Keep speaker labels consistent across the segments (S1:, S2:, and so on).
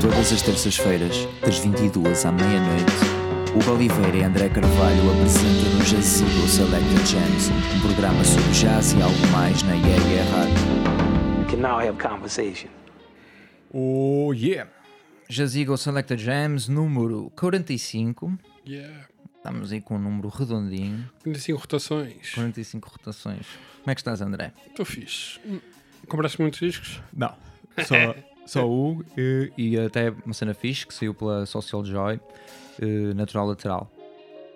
S1: Todas as terças-feiras, das 22 à meia-noite, Hugo Oliveira e André Carvalho apresentam no Jazigo Selected Jams, um programa sobre jazz e algo mais na Yeah Yeah Rádio.
S2: Can now have conversation.
S3: Oh yeah!
S1: Jazigo Selected Jams, número 45.
S3: Yeah!
S1: Estamos aí com um número redondinho.
S3: 45 rotações.
S1: 45 rotações. Como é que estás, André?
S3: Estou fixe. Compraste muitos discos?
S1: Não. Só, só o e, e até uma cena fixe que saiu pela Social Joy, eh, Natural Lateral.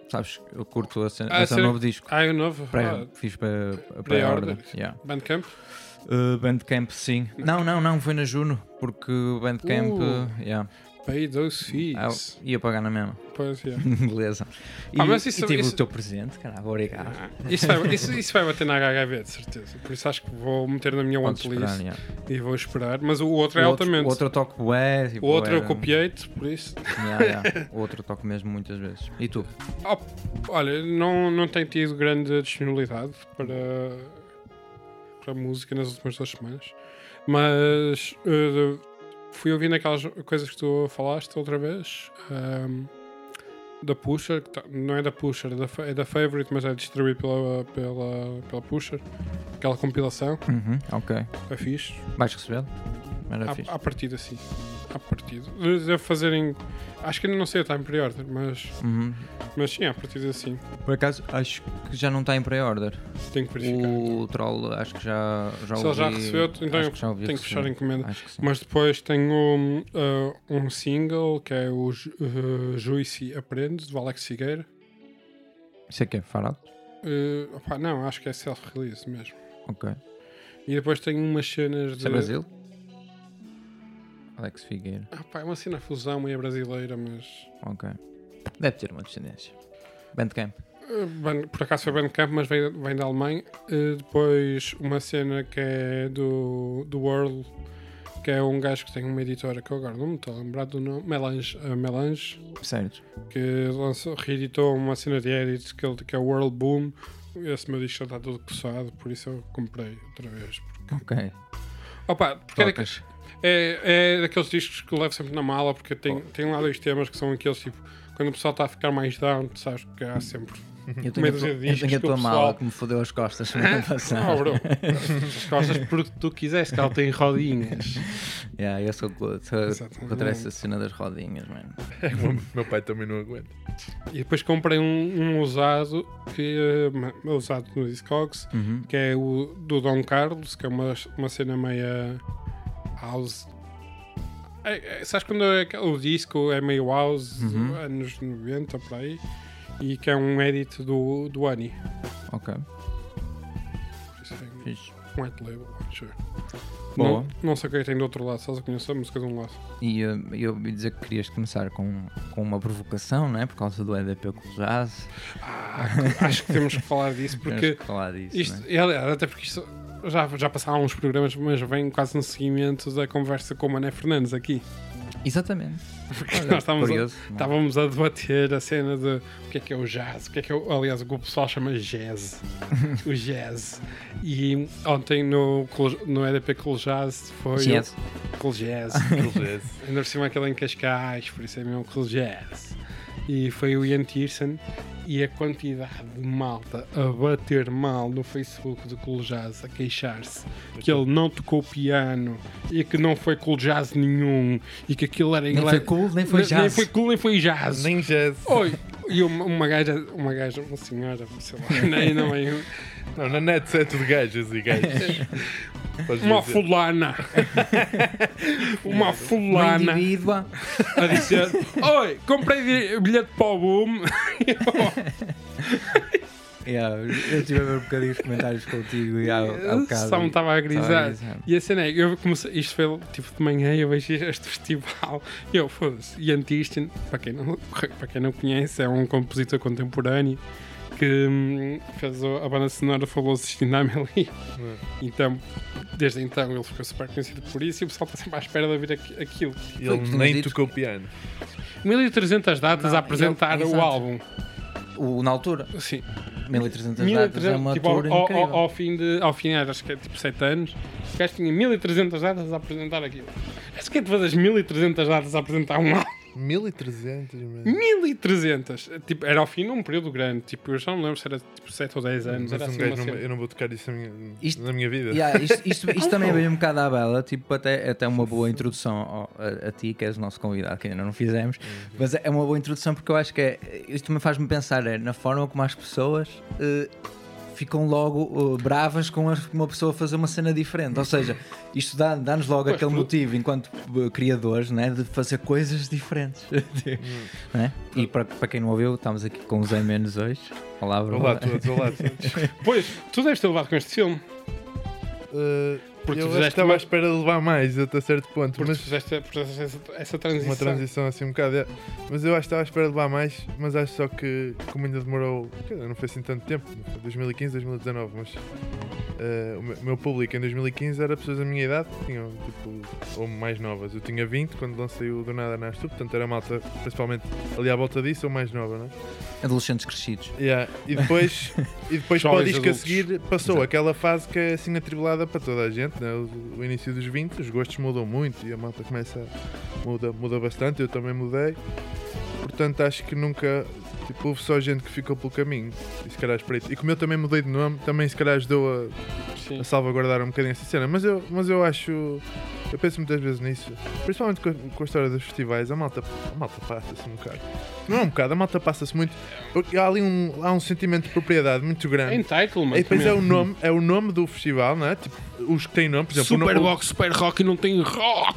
S1: Sabes, eu curto a cena,
S3: Ah,
S1: esse é o
S3: sério?
S1: novo disco.
S3: Ah, é o novo?
S1: Pré-
S3: Ah,
S1: fiz para
S3: Pré-order.
S1: a pré-order. Yeah.
S3: Bandcamp?
S1: Eh, Bandcamp, sim. Não, não, não, foi na Juno, porque o Bandcamp
S3: Uh.
S1: eh, yeah,
S3: Pay those
S1: ah,
S3: fees.
S1: ia pagar na mesma.
S3: Pois, yeah.
S1: Beleza. E,
S3: Ah, mas
S1: e
S3: isso-
S1: tive
S3: isso-
S1: o teu presente, caralho, obrigado.
S3: Ah, isso, vai, isso, isso vai bater na HHV, de certeza. Por isso acho que vou meter na minha
S1: Podes
S3: want
S1: esperar,
S3: list
S1: yeah.
S3: e vou esperar. Mas o outro é
S1: O outro,
S3: altamente.
S1: o outro eu toco bué, tipo,
S3: O outro eu
S1: era-
S3: copiei-te, por isso.
S1: Yeah, yeah. O outro eu toco mesmo muitas vezes. E tu?
S3: Ah, olha, não, não tenho tido grande disponibilidade para, para música nas últimas duas semanas, mas eh, fui ouvindo aquelas coisas que tu falaste outra vez ahm, da Pusher, que tá- não é da Pusher, é da, Fa- é da Favorite, mas é distribuído pela, pela, pela Pusher, aquela compilação,
S1: Uhum, ok.
S3: é fixe.
S1: Vais recebê-lo? Era É fixe.
S3: À, à partida, sim. À partida. De- Deve fazerem. Acho que ainda não sei a time pre-order, mas,
S1: Uhum.
S3: mas sim, à partida, sim.
S1: Por acaso, acho que já não está em pré-order.
S3: Tenho que verificar.
S1: O troll, acho que já, já
S3: Se ele já
S1: ouvi-
S3: recebeu, então
S1: acho
S3: eu
S1: já ouvi
S3: tenho que fechar a
S1: receber.
S3: encomenda.
S1: Acho que sim.
S3: Mas depois tenho um, ah, um single que é o Ju- eh, Juicy Aprende, do Alex Figueira.
S1: Isso é que é farado?
S3: Eh, opá, não, acho que é self-release mesmo.
S1: Ok.
S3: E depois tenho umas cenas
S1: Isso é
S3: de.
S1: Brasil? Alex Figueira.
S3: Ah, pá, é uma cena fusão meio brasileira, mas.
S1: Ok. Deve ter uma descendência. Bandcamp.
S3: eh, ban- Por acaso foi Bandcamp, mas vem, vem da Alemanha. Eh, depois uma cena que é do, do World, que é um gajo que tem uma editora que eu agora não me estou a lembrar do nome, Melange. a Melange.
S1: Certo.
S3: que lançou, reeditou uma cena de edits que, ele- que é o World Boom. Esse meu disco está todo coçado, por isso eu comprei outra vez.
S1: Ok.
S3: Opa, porque é, daque-
S1: Tocas.
S3: é, é daqueles discos que eu levo sempre na mala, porque tem, tem lá dois temas que são aqueles tipo, quando o pessoal está a ficar mais down, tu sabes que há sempre.
S1: Eu tenho, a
S3: dúzia
S1: tua,
S3: de
S1: eu
S3: discos
S1: tenho a
S3: que o
S1: tua mala
S3: pessoal-
S1: que me fodeu as costas semana passada.
S3: Oh, bro, as costas porque tu quiseste, que ela tem rodinhas.
S1: Yeah, eu sou co- sou
S3: Exatamente.
S1: contra essa cena das rodinhas, mano.
S4: Meu pai também não aguenta.
S3: E depois comprei um, um usado, que, eh, usado no Discogs,
S1: Uhum.
S3: que é o do Dom Carlos, que é uma, uma cena meia house. É, é, sabes quando é aquele- o disco é meio house,
S1: Uhum.
S3: anos 90 por aí, e que é um edit do, do Annie.
S1: Ok.
S3: Isso é
S1: Fixe.
S3: um white label, sure.
S1: Boa.
S3: Não, não sei o que é que tem do outro lado, só conheço a música de um lado.
S1: E eh, eu ouvi dizer que querias começar com, com uma provocação, né? Por causa do EDP com o jazz.
S3: Ah, acho que temos que falar disso
S1: Temos
S3: porque
S1: que falar disso,
S3: isto,
S1: né?
S3: e, aliás, até porque isto já, já passaram uns programas, mas vem quase no seguimento da conversa com o Mané Fernandes aqui.
S1: Exatamente.
S3: Porque
S1: Olha,
S3: nós estávamos a,
S1: curioso, né?
S3: Estávamos a debater a cena de o que é que é o jazz, o que é que é o, aliás, o que o pessoal chama jazz. o jazz. E ontem no, Col- no EDP Cool Jazz foi.
S1: Jazz.
S3: O, cool Jazz. Ainda por cima aquele em Cascais, por isso é mesmo Cool Jazz. E foi o Ian Tiersen e a quantidade de malta a bater mal no Facebook do Cool Jazz, a queixar-se que ele não tocou piano e que não foi Cool Jazz nenhum e que aquilo era
S1: Nem foi
S3: inglês.
S1: cool, nem foi
S3: Nem- Nem
S1: jazz.
S3: foi cool, nem foi jazz.
S4: Nem jazz.
S3: Oi, e uma, uma gaja, uma gaja, uma senhora, sei lá, nem, não é um-
S4: Não, na net é tudo gajas e gajos. Podes
S3: uma
S4: dizer.
S3: fulana, uma
S2: é?
S1: Uma
S3: fulana
S1: indivídua.
S3: a dizer: Oi, comprei di- bilhete para o boom.
S1: Yeah, eu estive a ver um bocadinho os comentários contigo e há, há um bocado.
S3: Só me estava a grisar.
S1: grisar.
S3: E a cena é, eu comecei, isto foi tipo de manhã, eu vejo este festival e eu foda-se. Ian Tiersten, para quem, não, para quem não conhece, é um compositor contemporâneo que hum, fez o- a banda sonora famosa Stinamely.
S1: É.
S3: Então, desde então ele ficou super conhecido por isso e o pessoal está sempre à espera de ouvir aqu- aquilo.
S1: Foi o que
S4: Ele
S1: tinhas
S4: nem
S1: dito.
S4: tocou piano.
S3: 1300 datas
S1: Não,
S3: a apresentar
S1: ele-
S3: o
S1: exato.
S3: álbum.
S1: O, na altura,
S3: Sim.
S1: 1300 datas é
S3: 1300,
S1: uma
S3: tipo,
S1: altura
S3: ao, ao-
S1: incrível.
S3: ao fim de, ao fim, era, acho que é tipo 7 anos, o gajo tinha 1300 datas a apresentar aquilo. Acho que é de fazer as 1300 datas a apresentar um álbum.
S4: 1300,
S3: Hum,
S4: mano.
S3: 1300! Tipo, era ao fim de um período grande, tipo, eu já não lembro se era tipo 7 ou 10 anos,
S4: Mas
S3: era
S4: um
S3: assim
S4: gajo
S3: uma
S4: não,
S3: cena.
S4: eu não vou tocar isso na minha,
S1: Isto-
S4: na minha vida.
S1: Yeah, isto isto- isto também veio um bocado à bela, tipo, até, até uma boa introdução ao- a, a ti, que és o nosso convidado, que ainda não fizemos, mas é uma boa introdução porque eu acho que é, isto também faz-me pensar é, na forma como as pessoas eh, ficam logo eh, bravas com as- uma pessoa fazer uma cena diferente. Ou seja, isto dá- dá-nos logo aquele motivo, enquanto eh, criadores, né, de fazer coisas diferentes. Né? E para, para quem não ouviu, estamos aqui com o Zé Menos hoje. Olá, Bruno.
S4: Olá a todos, olá a todos.
S3: Pois, tu deves ter levado com este filme,
S4: Uh,
S3: Porque
S4: eu
S3: tu
S4: acho que
S3: fizeste
S4: estava
S3: uma-
S4: à espera de levar mais até certo ponto,
S3: porque
S4: mas
S3: tu fizeste, fizeste essa, essa
S4: uma transição assim um bocado. é. Mas eu acho que estava à espera de levar mais, mas acho só que como ainda demorou, quer dizer, não foi assim tanto tempo, foi 2015, 2019, mas uh, o meu- o meu público em 2015 era pessoas da minha idade, que tinham tipo, ou mais novas. Eu tinha 20 quando lancei o Do Nada Nasce Tu, portanto era malta, principalmente ali à volta disso, ou mais nova, não é?
S1: Adolescentes crescidos.
S4: Yeah, E depois, e depois para o
S3: Jovens
S4: disco a
S3: adultos.
S4: seguir passou aquela fase que é assim atribulada para toda a gente, né? o, o início dos 20, os gostos mudam muito e a malta começa a muda, muda bastante, eu também mudei. Portanto acho que nunca tipo, houve só gente que ficou pelo caminho. E se calhar espreito. E como eu também mudei de nome, também se calhar ajudou a,
S3: Sim.
S4: a salvaguardar um bocadinho essa cena. Mas eu, mas eu acho. Eu penso muitas vezes nisso. Principalmente com a, com a história dos festivais, a malta, a malta passa-se um bocado. Não é um bocado, a malta passa-se muito. Porque há ali um, há um sentimento de propriedade muito
S3: É
S4: grande.
S3: entitlement.
S4: E depois é
S3: mesmo.
S4: o nome, é o nome do festival, não é? Tipo, os que têm nome, por exemplo, o
S3: Super
S4: nome-
S3: rock, super rock e não tem rock!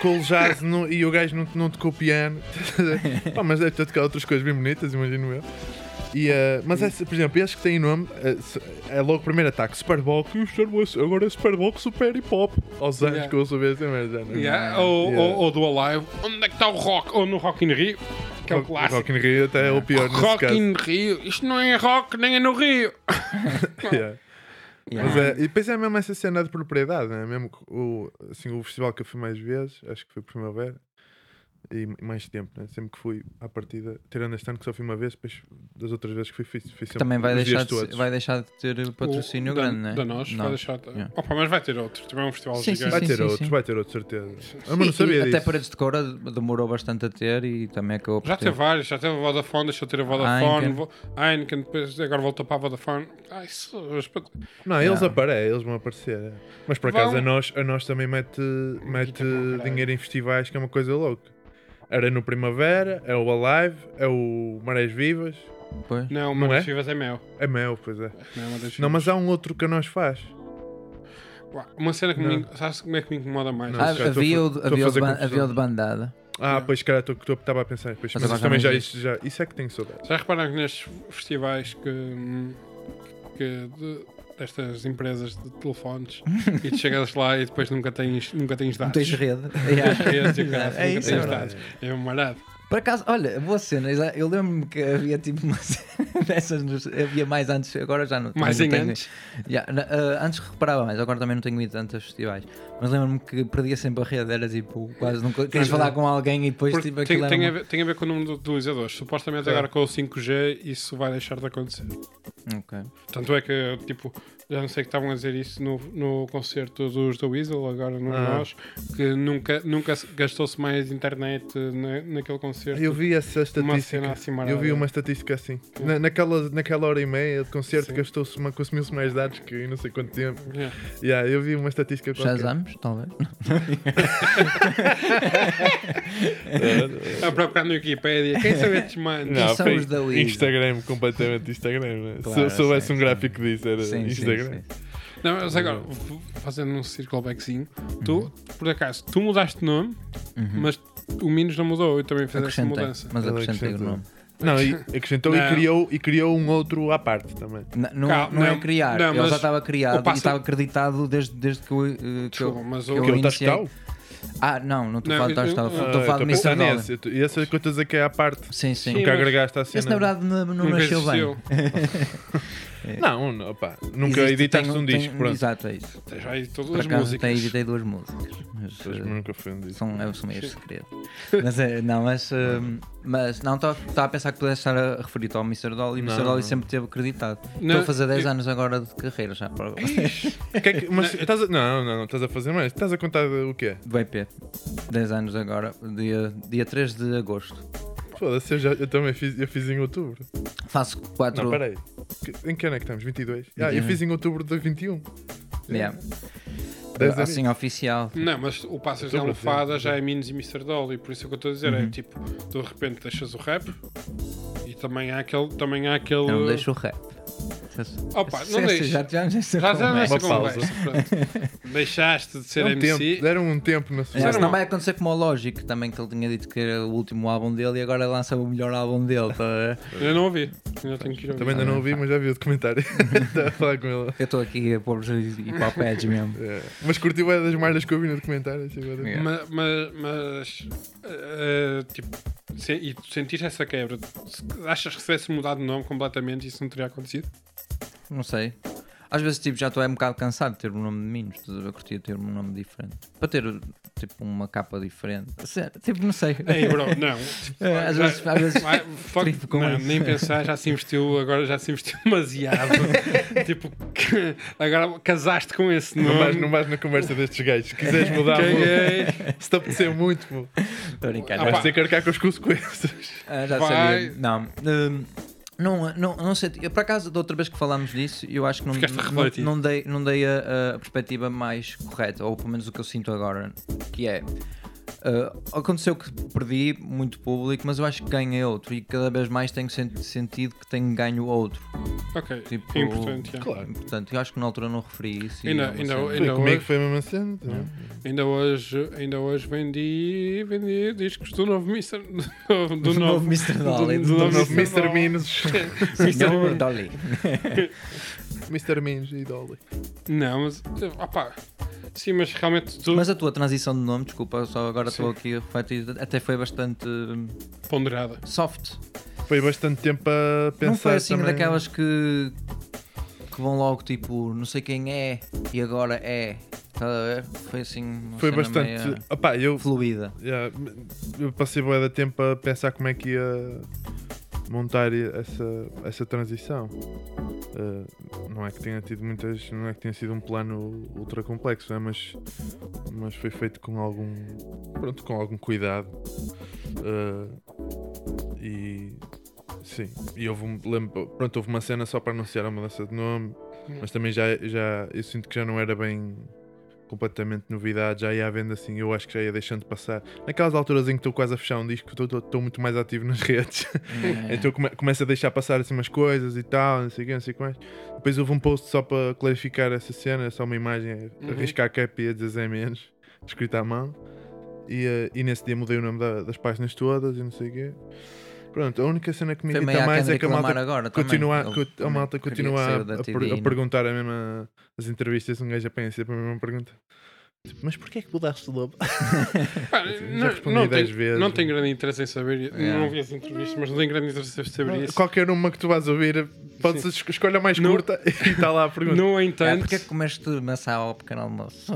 S4: com o jazz no- e o gajo não, não tocou piano. Pá, mas deve ter tocado outras coisas bem bonitas, imagino eu. E, eh, mas, essa, por exemplo, esses que têm nome, eh, se- é logo o primeiro ataque: Super Bowl, que o Star Wars, agora é Super Bowl, Super Hip Hop. Aos anos
S3: Yeah.
S4: que eu sou ver essa merda. né?
S3: Yeah, ou,
S4: Yeah.
S3: Ou, ou do Alive, onde é que está o rock? Ou no Rock in Rio, que é o
S4: Rock,
S3: clássico.
S4: Rock in Rio até é o pior nesse
S3: Rock
S4: caso.
S3: in Rio, isto não é rock nem é no Rio.
S4: Yeah.
S1: Yeah.
S4: Mas é, e depois é mesmo essa cena de propriedade, né? mesmo que o, assim, o festival que eu fui mais vezes, acho que foi primavera, e mais tempo, né? sempre que fui à partida, tirando este ano que só fui uma vez, depois das outras vezes que fui, fui, fui sempre
S1: Também vai
S4: os
S1: deixar,
S4: dias
S1: de,
S4: todos.
S1: vai deixar de ter patrocínio
S3: O- da-
S1: grande, né?
S3: Da nós, vai deixar.
S1: Yeah.
S3: Opa, mas vai ter outro. Também é um festival
S1: Sim,
S3: gigante.
S4: Vai
S1: sim,
S4: ter
S1: sim,
S4: outros,
S1: sim.
S4: vai ter outros, certeza. Ah,
S1: E-
S4: mas não
S1: e
S4: sabia disso.
S1: até Paredes de Coura demorou bastante a ter e também acabou por
S3: Já
S1: ter.
S3: teve vários, já teve a Vodafone, deixou ter a Vodafone,
S1: Heineken.
S3: vo- Heineken, depois agora voltou para a Vodafone. Ai, isso.
S4: Não, eles aparecem, eles vão aparecer. é. Mas por acaso
S3: Vão.
S4: a nós, a nós também mete, mete
S3: bom, caralho.
S4: dinheiro em festivais, que é uma coisa louca. Era no Primavera, é o Alive, é o Marés Vivas,
S1: Pois.
S3: Não, mas
S4: Não é?
S3: das Chivas é meu.
S4: é Mel, pois é.
S3: Não, é uma das
S4: Não,
S3: Chivas.
S4: mas há um outro que a nós faz.
S3: Uau, Uma cena que
S4: Não.
S3: me. Sabes como é que me incomoda mais?
S4: Não.
S1: Ah,
S4: já estou a
S1: havia, o-
S4: fa- estou a
S1: havia, o de
S4: fazer
S1: ban-
S4: confusão.
S1: havia o de bandada.
S4: Ah, pois, cara, tu que estava a pensar. Pois,
S1: Mas
S4: mas
S1: agora
S4: isso também
S1: já
S4: já,
S1: não
S4: isso, já, isso é que tenho saudades.
S3: Já repararam que nestes festivais que, hum, que de- destas empresas de telefones e tu chegas lá e depois nunca tens, nunca tens
S1: Não
S3: dados.
S1: tens rede.
S3: redes e o caralho,
S1: É
S3: nunca
S1: isso, é
S3: tens
S1: verdade.
S3: dados. É um marado.
S1: Por acaso, olha, boa cena. exa- Eu lembro-me que havia tipo uma cena dessas. nos- Havia mais antes, agora já não.
S3: Mais
S1: não
S3: em
S1: tenho-
S3: antes.
S1: Já, na- ah, antes reparava mais, agora também não tenho ido tanto a festivais. Mas lembro-me que perdia sempre a rede. Era tipo, quase nunca. Querias falar com alguém e depois
S3: é. Porque
S1: tipo
S3: tem,
S1: aquilo era
S3: tem a
S1: uma-
S3: ver, tem a ver com o número de utilizadores. Supostamente
S4: É.
S3: agora com o 5G isso vai deixar de acontecer.
S1: Ok.
S3: Tanto é que, tipo, já não sei que estavam a dizer isso no, no concerto dos The Weasel, agora no
S4: Ah.
S3: nós, que nunca, nunca se- gastou-se mais internet na, naquele concerto.
S4: Eu vi essa
S3: Uma cena
S4: estatística.
S3: assim marada.
S4: Eu vi uma estatística assim. Na- naquela, naquela hora e meia de concerto
S3: Sim.
S4: gastou-se uma- consumiu-se mais dados que em não sei quanto tempo.
S3: Yeah.
S4: Yeah, eu vi uma estatística qualquer.
S1: Shazams, talvez.
S4: É.
S3: A procurar no Wikipedia. Quem são estes manos?
S1: Não, são
S4: foi
S1: os da Liga?
S4: Instagram, completamente Instagram. Né?
S1: Claro,
S4: Se eu soubesse
S1: sim,
S4: um gráfico disso, era
S1: Sim, sim,
S4: Instagram.
S1: sim.
S3: Não, mas agora, v- fazendo um circle backzinho,
S1: Uhum.
S3: tu, por acaso, tu mudaste de nome, mas o Minos não mudou. Eu também fiz esta
S1: Acrescentei,
S3: mudança.
S1: mas
S4: Ela
S1: acrescentei o
S4: acrescentou.
S1: nome.
S4: Não, e acrescentou
S3: Não.
S4: E, criou, e criou um outro à parte também.
S1: N- Não,
S3: Cá,
S1: não, é
S3: não,
S1: criar,
S3: não,
S1: ele
S3: mas
S1: já estava criado
S3: o passo-
S1: e estava acreditado desde, desde que eu. eh, que eu-
S3: Desculpa, mas
S1: que
S3: o-
S1: eu
S4: Que é o
S1: iniciei. Então
S4: Tascal.
S1: Ah, não, não estou a falar de
S3: Não,
S1: Toy Story,
S3: eu- eu-
S1: estou a falar de
S4: Ah,
S1: Mr.
S4: eu estou a pensar
S1: Dollar.
S4: nesse. Eu tô- E essa é que eu estou a dizer que é à parte.
S1: Sim, sim.
S3: Sim,
S4: Nunca
S3: mas-
S4: agregaste à cena. é
S1: Esse na verdade não,
S3: um
S1: não nasceu bem.
S4: Não, não, pá, nunca
S1: Existe-
S4: editaste
S1: tem-
S4: um
S1: tem-
S4: disco, pronto.
S1: Exato, é isso.
S3: Tens aí
S1: Por
S3: todas as
S1: acaso até
S3: músicas.
S1: editei duas músicas. Mas,
S4: Mas
S1: eh,
S4: nunca foi um disco.
S1: são, é, são meio segredo. Mas eh, não, mas, eh, mas não estava a pensar que pudesse estar a referir-te ao Mr. Dolly e o
S4: Não,
S1: Mr. Dolly
S4: não.
S1: sempre esteve acreditado.
S3: Não,
S1: Estou a fazer 10
S3: eu-
S1: anos agora de carreira já para
S4: O que é que- mas estás a- não, não, não estás a fazer mais. Estás a contar o quê?
S1: do EP. 10 anos agora, dia, dia 3 de agosto.
S4: Foda-se, eu, já- eu também fiz, eu fiz em outubro.
S1: Faço 4
S4: Não, peraí. Que- Em que ano é que estamos? 22? Ah, eu
S1: 21.
S4: fiz em outubro de 21.
S1: yeah.
S4: Dez
S1: Eh, assim oficial.
S3: Não, mas o Passas
S4: Estou
S3: da
S4: a perceber,
S3: Almofada
S4: estou a
S3: já é Minos e Mr. Dolly, por isso é que eu estou a dizer é tipo, de repente deixas o rap e também há aquele. Também há aquele
S1: Eu não deixo o rap.
S3: Opa, não
S1: Essa-
S3: deixo.
S1: Já tivemos essa
S3: Já já
S1: conversa.
S3: nessa
S4: Uma pausa.
S3: conversa. pronto. Deixaste de ser
S4: Deram um
S3: MC.
S4: tempo, deram um tempo na sua.
S1: É, senão
S3: não.
S1: vai acontecer como o Logic também, que ele tinha dito que era o último álbum dele e agora lança o melhor álbum dele. tá a ver?
S3: Eu não ouvi. Ainda tenho que ir ouvir.
S4: Também ainda
S1: Ah,
S4: não ouvi, mas já vi o documentário. Estava a falar com ele.
S1: Eu estou aqui a pôr-vos hip hop edge mesmo.
S4: É. Mas curti bem das merdas que eu vi no documentário. achei bué da-
S1: Yeah.
S3: Ma- ma- Mas, eh, tipo, se- e tu sentiste essa quebra? Se- Achas que se tivesse mudado de nome completamente isso não teria acontecido?
S1: Não sei. Às vezes tipo, já estou é um bocado cansado de ter um nome de Minos, estás a ver? curtia ter um nome diferente. Para ter tipo uma capa diferente. Se- Tipo, não sei.
S3: Ei, bro, não.
S1: É, às vezes- às vezes
S3: Vai- fuck,
S1: tripo com
S3: não,
S1: isso.
S3: nem pensar, já se investiu, agora já se investiu demasiado. tipo, que- agora casaste com esse
S4: Não é? vais,
S3: nome. é
S4: não vais na conversa destes gajos. Se quiseres mudar,
S3: Caguei.
S4: pô, se te apetecer muito, pô,
S1: Estou a brincar.
S3: Ah,
S4: vais
S3: pá.
S4: ter que arcar com as consequências.
S1: Ah, já
S3: Vai.
S1: sabia. Não. hum, não, não, não sei, eu, por acaso, da outra vez que falámos disso, eu acho que não,
S3: Ficaste a refletir.
S1: não, não dei, não dei a, a perspectiva mais correta, ou pelo menos o que eu sinto agora, que é. ah, aconteceu que perdi muito público, mas eu acho que ganhei outro e cada vez mais tenho sen- sentido que tenho ganho outro.
S3: Ok,
S1: Tipo,
S3: é importante. já.
S4: Claro.
S1: Portanto, eu acho que na altura não referi isso. e
S3: Ainda-
S1: é uma
S3: ainda-
S1: cena.
S4: Foi,
S3: Ainda
S4: comigo
S3: hoje-
S4: foi assim, então. a mesma cena. também.
S3: Ainda, hoje, ainda hoje vendi, vendi discos do novo Mr. Do, do
S1: Do novo Mr. Dolly, do
S4: O novo
S3: Mr.
S4: Mr. Minos.
S3: Mr.
S1: Não, Dolly.
S4: Mr. Minos e Dolly.
S3: Não, mas. Opá. Sim, mas realmente tudo
S1: Mas a tua transição de nome, desculpa, só agora estou
S3: Sim.
S1: aqui a refletir, até foi bastante hum,
S3: ponderada.
S1: soft.
S4: Foi bastante tempo a pensar.
S1: não foi assim
S4: também.
S1: daquelas que que vão logo tipo não sei quem é e agora é Tá a ver? foi assim uma
S4: Foi
S1: cena
S4: bastante.
S1: meio
S4: Opá, eu,
S1: fluida
S4: yeah, eu passei boa da tempo a pensar como é que ia montar essa, essa transição. Uh, não é que tenha tido muitas. Não é que tenha sido um plano ultra complexo, né? mas, mas foi feito com algum. Pronto, com algum cuidado. Uh, e. Sim, e houve, um- lembro, pronto, houve uma cena só para anunciar a mudança de nome, mas também já, já eu sinto que já não era bem completamente novidade, já ia havendo assim, eu acho que já ia deixando de passar. Naquelas alturas em que estou quase a fechar um disco, estou- estou estou muito mais ativo nas redes.
S1: É.
S4: Então come, começo a deixar passar assim umas coisas e tal, não sei o que, não sei o que mais. Depois houve um post só para clarificar essa cena, é só uma imagem,
S3: Uhum.
S4: arriscar a cap e a dizer Zé menos, escrita à mão. E, eh, e nesse dia mudei o nome da- das páginas todas e não sei o quê. Pronto, a única cena que me
S1: foi meio
S4: irrita
S1: à
S4: mais é que a
S1: Kendrick Lamar
S4: malta
S1: agora
S4: continua,
S1: também.
S4: co-
S1: Ele
S4: a, malta
S1: queria
S4: continua a,
S1: sair da
S4: a per-
S1: TV,
S4: a
S1: não?
S4: perguntar a mesma as entrevistas, um gajo apanha sempre a mesma pergunta. Tipo, mas porquê é que mudaste o nome?
S3: Pá, não,
S4: respondi
S3: não,
S4: dez
S3: tenho,
S4: vezes.
S3: não tenho grande interesse em saber.
S1: É.
S3: Não vi essa entrevista, mas não tenho grande interesse em saber isso.
S4: Qualquer uma que tu vais ouvir, podes esco- escolher a mais
S3: Não-
S4: curta e está lá a pergunta.
S3: No
S1: é,
S3: entanto,
S1: porque é que comeste maçã ao pequeno almoço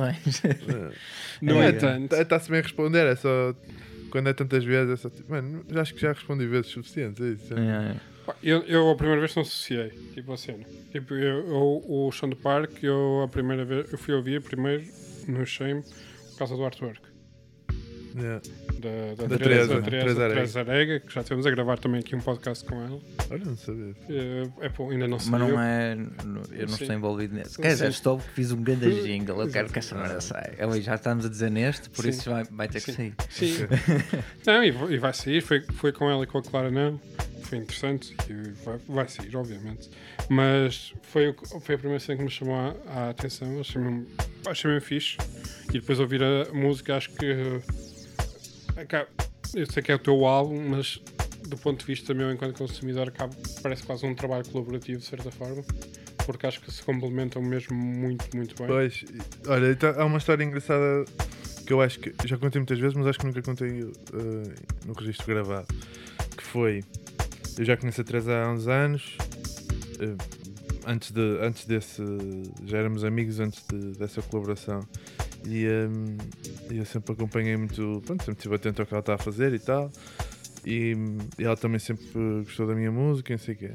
S3: no
S1: É,
S3: entanto,
S4: Está-se bem a responder, é só. Quando é tantas vezes, é só tipo, mano, já acho que já respondi vezes suficientes, é isso.
S1: É.
S3: pá, eu, eu a primeira vez não associei. Tipo a cena. Tipo, eu, eu- o chão do parque, eu a primeira vez eu fui ouvir primeiro no Shame por causa do artwork.
S4: É.
S3: Da, da,
S4: Da
S3: Teresa,
S4: Teresa,
S3: da Teresa,
S4: Teresa Arega.
S3: Teresa Arega, que já estivemos a gravar também aqui um podcast com ela.
S4: Olha, não sabia.
S3: Eh, É, pô, ainda não sei.
S1: mas não é eu não estou
S3: Sim.
S1: envolvido nesse quer dizer
S3: Sim.
S1: estou porque fiz um grande jingle eu quero que essa merda saia Eu- já estamos a dizer neste por
S3: Sim.
S1: isso vai, vai ter que
S3: Sim.
S1: sair
S3: Sim. não, e, vo- e vai sair. Foi, foi com ela e com a Clara, não. Foi interessante. E vai, vai sair, obviamente. Mas foi, o que- foi a primeira cena que me chamou a, a atenção. Achei-me achei fixe. E depois ouvir a música, acho que. eh, acaba- eu sei que é o teu álbum, mas do ponto de vista meu, enquanto consumidor, acaba, parece quase um trabalho colaborativo, de certa forma. Porque acho que se complementam mesmo muito, muito bem.
S4: Pois, e- olha, então, há uma história engraçada que que eu acho que já contei muitas vezes, mas acho que nunca contei eh, no registro gravado. Que foi. Eu já conheço a Teresa há uns anos. eh, antes, de, antes desse. Já éramos amigos antes de- dessa colaboração. E hum, e eu sempre acompanhei muito. Pronto, sempre estive atento ao que ela está a fazer e tal. E, hum, e ela também sempre gostou da minha música e não sei o quê.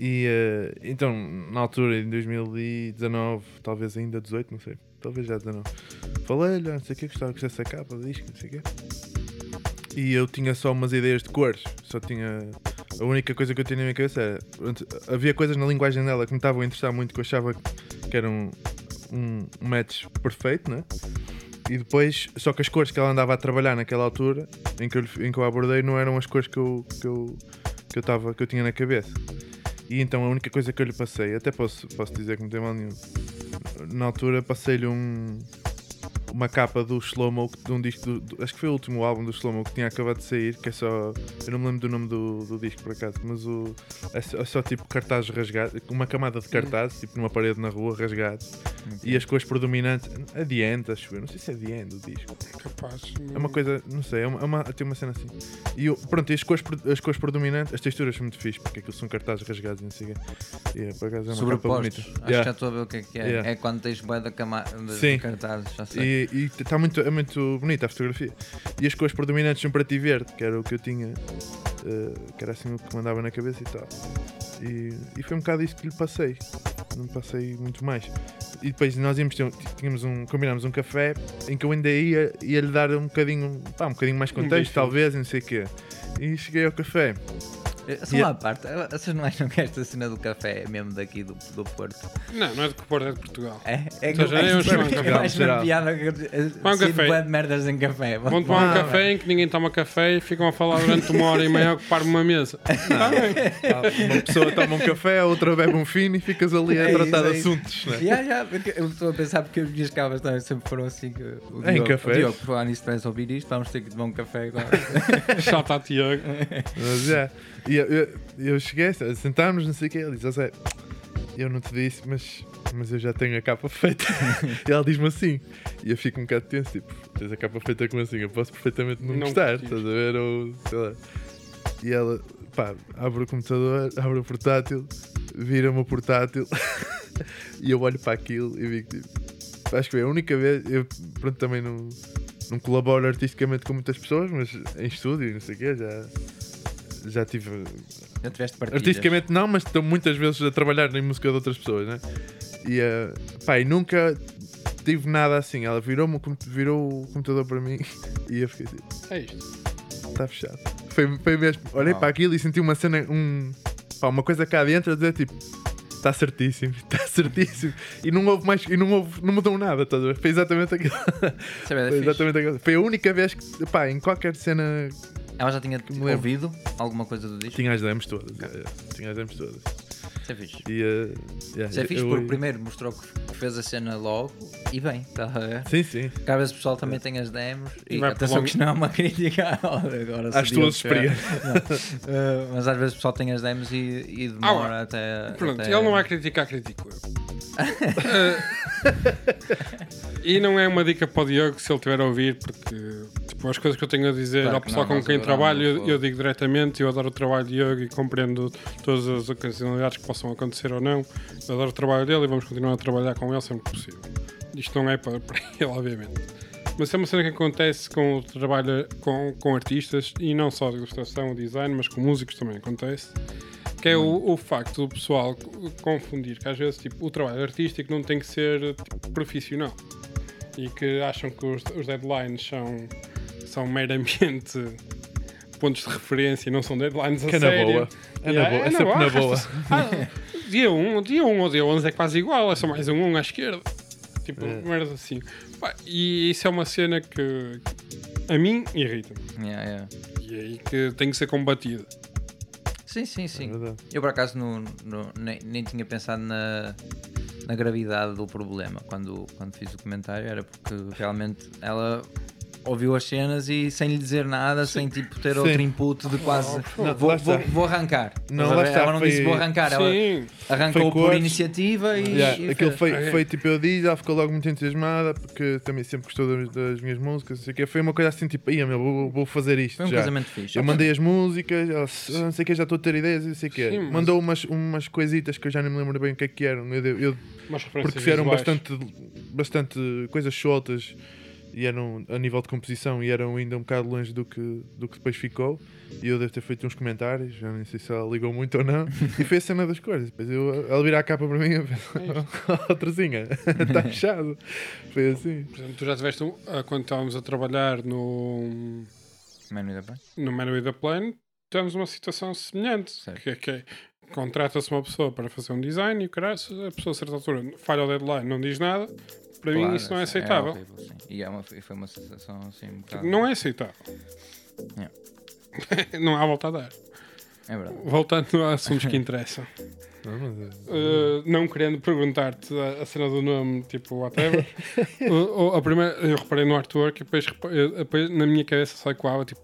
S4: E eh, então, na altura, em 2019, talvez ainda 18, não sei, talvez já 19, falei-lhe, ah, não sei o que, gostava que essa capa, disco, não sei o quê. E eu tinha só umas ideias de cores, só tinha. A única coisa que eu tinha na minha cabeça era. pronto, Havia coisas na linguagem dela que me estavam a interessar muito, que eu achava que era um, um match perfeito, né? E depois, só que as cores que ela andava a trabalhar naquela altura, em que eu, lhe- em que eu a abordei, não eram as cores que eu, que, eu, que, eu tava, que eu tinha na cabeça. E então a única coisa que eu lhe passei, até posso, posso dizer que não tem mal nenhum, na altura passei-lhe um, uma capa do Slow Mo, de um disco, do- do- acho que foi o último álbum do Slow Mo que tinha acabado de sair, que é só, eu não me lembro do nome do, do disco por acaso, mas o, é, só, é só tipo cartazes rasgados, uma camada de cartazes, tipo numa parede na rua, rasgados, e as cores predominantes, a The End, acho eu, não sei se é The End o disco.
S3: Capaz.
S4: É uma coisa, não sei, é uma, é uma- tem uma cena assim. E eu- pronto, e as cores, pre- as cores predominantes, as texturas são muito fixe, porque aquilo são cartazes rasgados e não sei o quê. E é, por acaso é uma capa
S2: Sobrepostos.
S4: bonita.
S2: Acho que já
S4: Yeah.
S2: estou a ver o que é que é.
S4: Yeah.
S2: É quando tens bué da cama... de
S4: Sim.
S2: cartazes, já sei.
S4: E, e tá muito, é muito bonita a fotografia. E as cores predominantes são preto e verde, que era o que eu tinha, eh, que era assim o que mandava na cabeça e tal. E, e foi um bocado isso que lhe passei. Não passei muito mais. E depois nós íamos ter, tínhamos um, combinámos um café em que eu ainda ia, ia lhe dar um bocadinho, pá, um bocadinho mais contexto,
S3: briefing.
S4: talvez, e não sei o quê. E cheguei ao café.
S2: Eh, Só uma
S4: Yeah.
S2: parte, eh, vocês não acham que esta cena do café é mesmo daqui do, do Porto?
S3: Não, não é de Porto, é de Portugal.
S2: É? É
S3: Então já é um chão,
S2: eu
S4: geral,
S2: acho uma
S4: geral.
S2: piada que eh,
S3: Vá um
S2: sair de
S3: café.
S2: bué de merdas em café.
S3: Vão tomar um café em que ninguém toma café e ficam a falar durante uma hora e meia a ocupar uma mesa. Tá bem.
S4: Uma pessoa toma um café, a outra bebe um fino e ficas ali
S2: É
S4: a
S2: isso,
S4: tratar
S2: é
S4: de
S2: isso.
S4: assuntos, né?
S2: Já, já, porque eu estou a pensar porque as minhas cavas também sempre foram assim. que o
S4: Em
S2: Diogo,
S4: cafés?
S2: O Diogo, por falar nisso, parece ouvir isto, vamos ter que tomar um café agora.
S3: Salta a Tiago.
S4: Mas é. E eu, eu, eu cheguei, sentámos, não sei o quê. Ele diz: "Ó Zé, eu não te disse, mas, mas eu já tenho a capa feita. e ela diz-me assim. E eu fico um bocado tenso, tipo, tens a capa feita como assim? Eu posso perfeitamente não,
S3: Não
S4: gostar,
S3: curtir.
S4: estás a ver? Ou sei lá. E ela, pá, abre o computador, abre o portátil, vira-me o portátil e eu olho para aquilo e digo, tipo, acho que foi a única vez, eu pronto, também não, não colaboro artisticamente com muitas pessoas, mas em estúdio e não sei o quê, já, já tive
S2: Já tiveste partidas.
S4: Artisticamente não, mas estou muitas vezes a trabalhar em música de outras pessoas, né? E, eh, pá, e nunca tive nada assim. Ela virou-me o compu- virou o computador para mim e eu fiquei tipo,
S3: É isto.
S4: está fechado. Foi, foi mesmo. Olhei
S2: Uau.
S4: para aquilo e senti uma cena, um, pá, uma coisa cá dentro a dizer tipo, está certíssimo, está certíssimo. E não houve mais, e não houve, não mudou nada, estás a ver? Foi exatamente aquilo.
S2: Isso é bué da
S4: Foi
S2: fixe.
S4: exatamente aquilo. Foi a única vez que, pá, em qualquer cena
S2: Ela já tinha
S4: me lembro.
S2: ouvido alguma coisa do disco?
S4: tinha as demos todas. é, é. Tinha as demos todas.
S2: Isso é fixe.
S4: E, eh, yeah,
S2: Isso é fixe
S4: eu-
S2: porque primeiro mostrou que fez a cena logo e bem, está a ver?
S4: Sim, sim.
S2: Porque às vezes o pessoal
S4: É.
S2: também tem as demos e
S3: Vai
S2: atenção
S3: prolongar.
S2: que isto não é uma crítica agora se
S4: Às
S2: Diogo
S4: tuas
S2: chegar.
S4: experiências.
S2: Não. Uh, mas às vezes o pessoal tem as demos e, e demora
S4: Ah,
S2: até.
S3: Pronto,
S2: até...
S3: ele não vai criticar, critico eu. Eh, e não é uma dica para o Diogo se ele estiver a ouvir, porque tipo, as coisas que eu tenho a dizer
S2: Claro
S3: ao
S2: que
S3: pessoal
S2: não,
S3: com
S2: nós
S3: quem
S2: adoramos,
S3: trabalho, eu,
S2: pô.
S3: eu digo diretamente, eu adoro o trabalho do Diogo e compreendo todas as ocasionalidades que possam acontecer ou não. Eu adoro o trabalho dele e vamos continuar a trabalhar com ele sempre que possível. Isto não é para, para ele, obviamente. Mas é uma cena que acontece com o trabalho com, com artistas e não só de ilustração, design, mas com músicos também acontece. Que é o, o facto do pessoal co- confundir que às vezes tipo, o trabalho artístico não tem que ser tipo, profissional e que acham que os, os deadlines são, são meramente pontos de referência e não são deadlines a
S4: Que é na
S3: sério.
S4: boa. É na boa, é sempre na boa.
S3: resta-se- ah, dia 1 um, dia um, ou dia 11 é quase igual, é só mais um 1 um à esquerda. Tipo,
S4: É.
S3: merda assim. Pá, e isso é uma cena que a mim irrita-me.
S2: Yeah, yeah.
S3: E é aí que tem que ser combatida.
S2: Sim, sim, sim.
S4: É verdade.
S2: Eu por acaso no, no- nem, nem tinha pensado na, na gravidade do problema quando, quando fiz o comentário, era porque realmente ela ouviu as cenas e sem lhe dizer nada, sem tipo ter
S4: Sim.
S2: outro input de quase.
S4: Não,
S2: vou,
S4: lá está.
S2: vou- vou arrancar.
S4: Não,
S2: Estás a
S4: lá
S2: ver?
S4: está,
S2: ela não
S4: foi-
S2: disse vou arrancar, ela
S3: Sim.
S2: arrancou
S4: Foi
S2: por
S4: cores.
S2: iniciativa e.
S4: Yeah,
S2: e
S4: aquilo
S2: fez.
S4: foi,
S3: Ok.
S4: foi tipo eu disse, ela ficou logo muito entusiasmada porque também sempre gostou das, das minhas músicas, não sei o quê. Foi uma coisa assim tipo, ia meu, vou, vou fazer isto.
S2: Foi um
S4: já.
S2: casamento fixe.
S4: Eu mandei as músicas, ela, "S- não sei o que, já estou a ter ideias, não sei o que.
S3: Sim, mas-
S4: Mandou umas, umas coisitas que eu já nem me lembro bem o que é que eram. Eu, dei- eu-
S3: Mas referências
S4: porque eram
S3: visuais.
S4: bastante, bastante coisas soltas e eram a nível de composição e eram ainda um bocado longe do que, do que depois ficou. E eu devo ter feito uns comentários, já nem sei se ela ligou muito ou não. E foi a cena das coisas. Depois eu, ela vira a capa para mim e eu penso, "Oh, outrazinha, está fechado. Foi assim.
S3: Por exemplo, tu já tiveste, um- ah, quando estávamos a trabalhar no,
S2: Mano, ainda bem.
S3: no Man with a Plan, tivemos uma situação semelhante.
S2: Certo.
S3: Que, é que é, contrata-se uma pessoa para fazer um design e o caralho, a pessoa a certa altura falha o deadline, não diz nada. Para mim
S2: Claro,
S3: isso não é
S2: sim,
S3: aceitável.
S2: horrível, sim. E é uma- e foi uma sensação assim um bocado.
S3: não é aceitável. não há volta a dar.
S2: É verdade.
S3: Voltando a assuntos que interessam.
S4: Não, mas, é-
S3: Uh, não querendo perguntar-te a, a cena do nome, tipo, whatever. o, o, a primeira, eu reparei no artwork e depois, repa- eu- depois na minha cabeça só ecoava, tipo,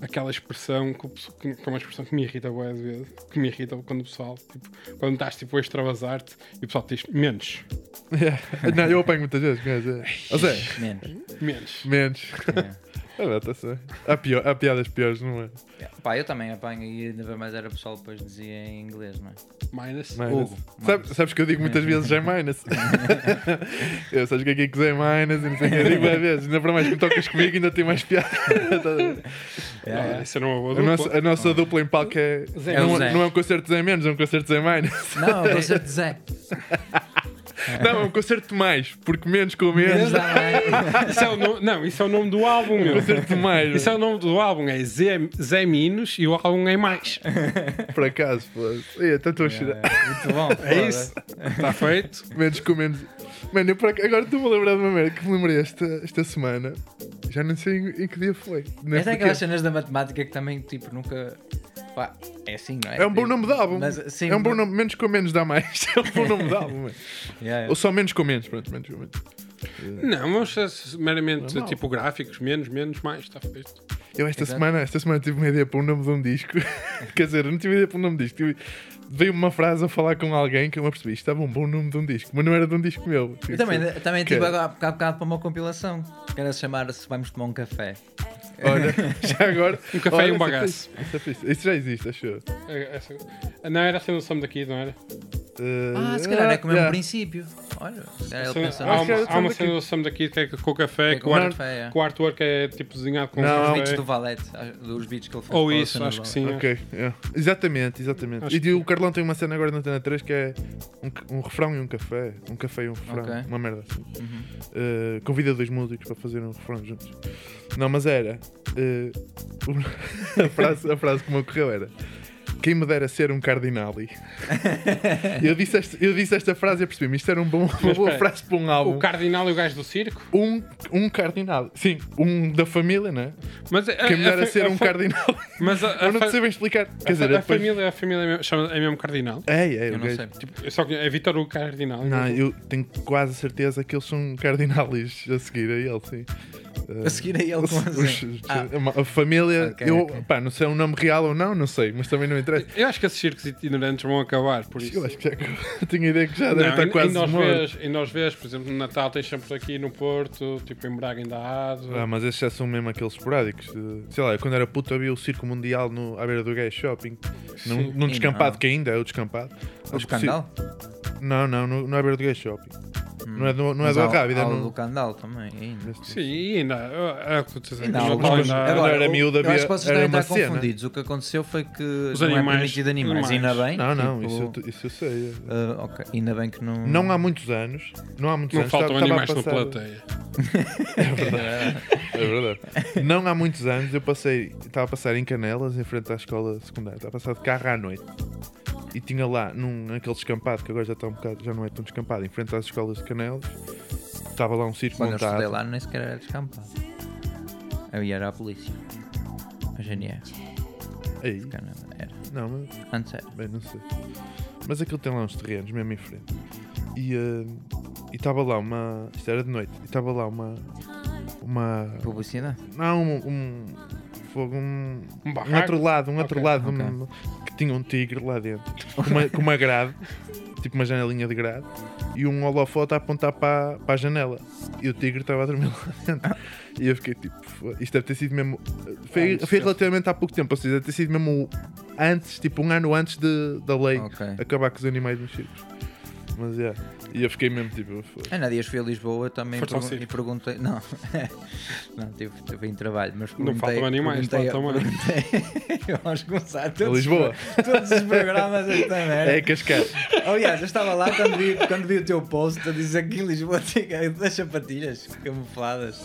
S3: aquela expressão que, o pessoal- que, que é uma expressão que me irrita bué às vezes, que me irrita quando o pessoal, tipo, quando estás tipo, a extravasar-te e o pessoal te diz menos,
S4: É. não, eu apanho muitas vezes, mas é. Ou seja,
S2: Menos.
S3: menos.
S4: menos.
S2: É.
S4: Ah, não, tá certo. há, pior- há piadas piores, não é?
S2: Pá, eu também apanho e ainda bem, mas era pessoal depois dizia em inglês, não é?
S3: Minus.
S4: Minus.
S2: Hugo,
S4: Sabe- sabes que eu digo muitas vezes é minus. eu sabes que aqui que é minus e não sei o que. Eu digo várias vezes. Ainda para mais que me tocas comigo, ainda tem mais piada.
S3: Ah, Isso era uma boa
S4: a
S3: dupla.
S4: nossa, a nossa dupla em palco é.
S3: Zé.
S4: não,
S2: É o Zé.
S4: não é um concerto de Zé menos, é um concerto de Zé minus.
S2: Não, eu gosto de Zé.
S4: Não, é um concerto de mais, porque menos com menos.
S2: Menos dá Tá bem.
S3: Isso é o no- não, isso é o nome do álbum, meu.
S4: Concerto de mais,
S3: Isso é o nome do álbum, é Zé, Zé Minos e o álbum é mais.
S4: por acaso. pô. Ei, até estou a chorar.
S2: Muito bom.
S3: É isso. Está feito.
S2: É.
S4: Menos com menos. Mano, eu por ac- agora estou-me a lembrar de uma merda que me lembrei esta, esta semana. Já não sei em, em que dia foi.
S2: Mas
S4: Nem
S2: é
S4: porquê.
S2: aquelas cenas da matemática que também, tipo, nunca. Pá, é assim, não é?
S4: É um bom nome de álbum.
S2: Mas, assim, sim,
S4: é um bom nome. Menos com menos dá mais. É um bom nome de álbum. mano.
S2: Yeah,
S4: É. Ou
S2: yeah.
S4: só menos com menos. Pronto, menos com menos.
S3: Não, mas é meramente
S4: Normal.
S3: tipo gráficos, menos, menos, mais, está feito.
S4: Eu esta
S2: Exato.
S4: semana, esta semana tive uma ideia para o nome de um disco. Quer dizer, eu não tive ideia para o nome de disco. Tive... Veio uma frase a falar com alguém que eu me apercebi. Estava um bom nome de um disco, mas não era de um disco meu. é
S2: Eu também, também tive
S4: Que-
S2: agora há bocado, há bocado para uma compilação. Que era chamar-se Vamos Tomar um Café.
S4: Olha, já agora.
S3: Um café
S4: Olha,
S3: e um
S4: essa
S3: bagaço.
S4: foi- essa foi- Isso já existe, achou?
S3: É, essa- Não era a sensação daqui, não era?
S2: Ah, se calhar é como é um princípio. Olha, se calhar ele
S3: Cena-
S2: pensou.
S3: há
S4: acho
S2: "Ah,
S4: que
S3: uma,
S4: era
S3: há uma
S4: daqui.
S3: sensação daqui que é com o café,
S2: é
S3: que
S2: com
S3: o,
S2: um
S3: art,
S2: café, é.
S3: que o artwork é tipo desenhado com
S4: Não, um
S2: Os
S3: café.
S2: beats do Valete, acho- dos beats que ele fez.
S3: Ou
S2: para a
S3: isso,
S2: cena
S3: acho
S2: do
S3: que
S2: Valete.
S3: sim. é.
S4: Ok, é. exatamente, exatamente.
S3: Acho
S4: e o Carlão tem uma cena agora na Antena 3 que é um, c- um refrão e um café. Um café e um refrão.
S2: Ok.
S4: Uma merda assim.
S2: Uhum.
S4: Uh, convida dois músicos para fazerem um refrão juntos. Não, mas era. uh, o- a, frase, a frase que me ocorreu era. Quem me dera ser um Cardinali. eu, disse esta, eu disse esta frase e percebi-me. Isto era um bom- uma
S3: Mas
S4: boa
S3: espera aí,
S4: frase para um álbum.
S3: O cardinal e o gajo do circo.
S4: Um, um Cardinali. Sim, um da família, né?
S3: Mas a-
S4: Quem me
S3: a-
S4: dera
S3: a-
S4: ser
S3: a-
S4: um
S3: fa-
S4: Cardinali.
S3: Mas a, a,
S4: Eu não
S3: fa-
S4: sei bem explicar.
S3: a,
S4: Quer
S3: fa-
S4: dizer,
S3: a
S4: depois-
S3: família, a família é mesmo- chama- é mesmo cardinal.
S4: Ei, ei,
S2: Eu
S4: é, o
S2: não
S4: gajo-
S2: sei.
S3: Eu Só que é Vitor o cardinal.
S4: Não, eu tenho quase certeza que eles são cardinalis a seguir a ele, sim. Eh,
S2: A seguir a ele com a
S4: Os-
S2: Zé.
S4: os- é
S2: Ah,
S4: a- A família,
S2: Ok,
S4: eu,
S2: ok.
S4: pá, não sei um nome real ou não, não sei, mas também não interessa.
S3: Eu acho que esses circos itinerantes vão acabar, por isso.
S4: Eu acho que já eu tinha a ideia que já deve
S3: Não,
S4: estar
S3: e-
S4: quase
S3: e nós
S4: morto.
S3: vês, e nós vês, por exemplo, no Natal tens sempre aqui no Porto, tipo em Braga ainda há.
S4: Ah, mas esses já são mesmo aqueles esporádicos. de- Sei lá, quando era puto havia o Circo Mundial no, à beira do Gay Shopping, num, num
S2: E
S4: descampado
S2: não.
S4: que ainda é o descampado.
S2: o
S4: Acho que
S2: Candal?
S4: sim. Não, não, no- não é à beira do Gay Shopping. Não é do, não é
S2: Hum. Mas
S4: do
S2: há-
S4: Arrábida.
S2: há o
S4: não-
S2: do Candal é também. ainda.
S3: Sim, e ainda. É o que eu estou a dizer.
S2: Não,
S3: No
S4: mas-
S3: Natal ainda há-
S4: Agora, era
S2: eu-
S4: miúdo,
S2: eu
S4: havia-
S2: acho que vocês
S4: era
S2: devem estar
S4: uma cena.
S2: confundidos. O que aconteceu foi que
S3: Os
S2: não
S3: animais-
S2: é permitido animais,
S3: animais.
S2: ainda bem.
S4: Não, não,
S2: tipo,
S4: isso, eu- isso eu sei. é.
S2: ah, ok, Ainda bem que não.
S4: Não há muitos anos. Não há muitos
S3: Não
S4: anos.
S3: faltam
S4: estava-
S3: animais
S4: estava
S3: na
S4: a passar-
S3: plateia.
S4: É verdade. Não há muitos anos eu passei, estava a passar em Canelas, em frente à escola secundária. Estava a passar de carro à noite. E tinha lá, num, naquele descampado, que agora já está um bocado, já não é tão descampado, em frente às escolas de Canelas, estava lá um circo
S2: Quando eu
S4: montado.
S2: estudei lá, nem sequer era descampado. Eu ia era a polícia. A GNR.
S4: Aí,
S2: Era.
S4: não, mas,
S2: Antes é era.
S4: bem, não sei. Mas aquilo tem lá uns terrenos, mesmo em frente. E eh, e estava lá uma. Isto era de noite. E estava lá uma. uma.
S1: Publicidade?
S4: Não, um. um fogo, um.
S3: Um barraco.
S4: Um outro lado, um outro
S3: Ok,
S4: lado
S1: ok.
S4: um- que tinha um tigre lá dentro, com uma, com uma grade, tipo uma janelinha de grade, e um holofote a apontar para, para a janela. E o tigre estava a dormir lá dentro. E eu fiquei tipo, "Fo- isto deve ter sido mesmo. Foi,
S3: isso
S4: foi
S3: já-
S4: relativamente há pouco tempo, ou seja, deve ter sido mesmo antes, tipo um ano antes de, da lei
S1: Ok.
S4: acabar com os animais nos circos. Mas é. E eu fiquei mesmo tipo, "Fo-
S1: Ana Dias fui a Lisboa também
S3: Foste ao
S1: pergun-
S3: circo.
S1: e perguntei. Não, não tive, tive em trabalho, mas
S3: Não
S1: perguntei.
S3: faltam animais né? lá também.
S1: perguntei- Vamos começar
S4: a
S1: todos,
S4: Lisboa
S1: todos os programas esta merda.
S4: é cascar.
S1: Aliás, eu estava lá quando vi, quando vi o teu post a dizer que em Lisboa tinha das sapatilhas camufladas.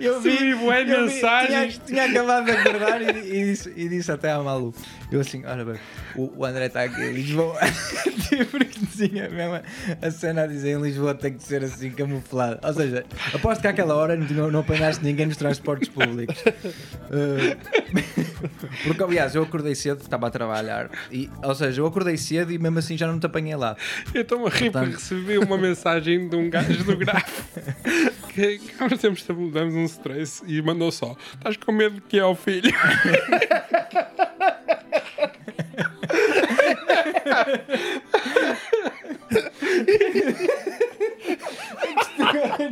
S1: Eu
S3: Recebi bué
S1: eu vi-
S3: mensagens.
S1: Tinha, tinha acabado de acordar e, e disse, e disse até à Malu. Eu assim, olha bem, o, o André está aqui em Lisboa. Tipo que tinha mesmo a- a cena a dizer em Lisboa tem que ser assim camuflado. Ou seja, aposto que àquela hora não, tinha- não apanhaste ninguém nos transportes públicos. Eh, porque, aliás, eu acordei cedo, estava a trabalhar. E, ou seja, eu acordei cedo e mesmo assim já não te apanhei lá.
S3: Eu estou-me a rir porque
S1: Portanto-
S3: recebi uma mensagem de um gajo do grafo que nós temos damos um stress e mandou só: Estás com medo que é o filho?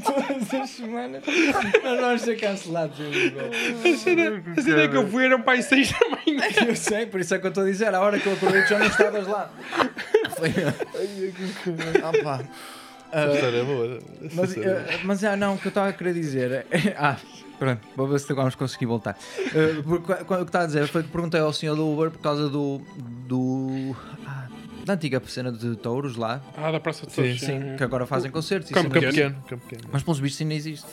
S1: Todas as semanas nós vamos ser cancelados é em Lisboa.
S3: A cena a cena é que eu fui eram para aí 6 da manhã.
S1: Eu sei, por isso é que eu estou a dizer, a hora que eu acordei tu já não estavas lá. Foi- Ah, pá.
S4: Essa era boa. essa
S1: Mas,
S4: era
S1: eh, mas ah, não, o que eu estava a querer dizer. é- Ah, pronto, vou ver se vamos conseguir voltar. Eh, porque, o que eu estava a dizer foi que perguntei ao senhor do Uber por causa do. do ah, da antiga piscina de touros lá,
S3: Ah, da Praça de Todos.
S4: Sim,
S1: que agora fazem concertos. e
S3: Campo
S4: Campo
S1: cenas.
S4: pequeno, campo pequeno.
S1: Mas pelos bichos ainda existe.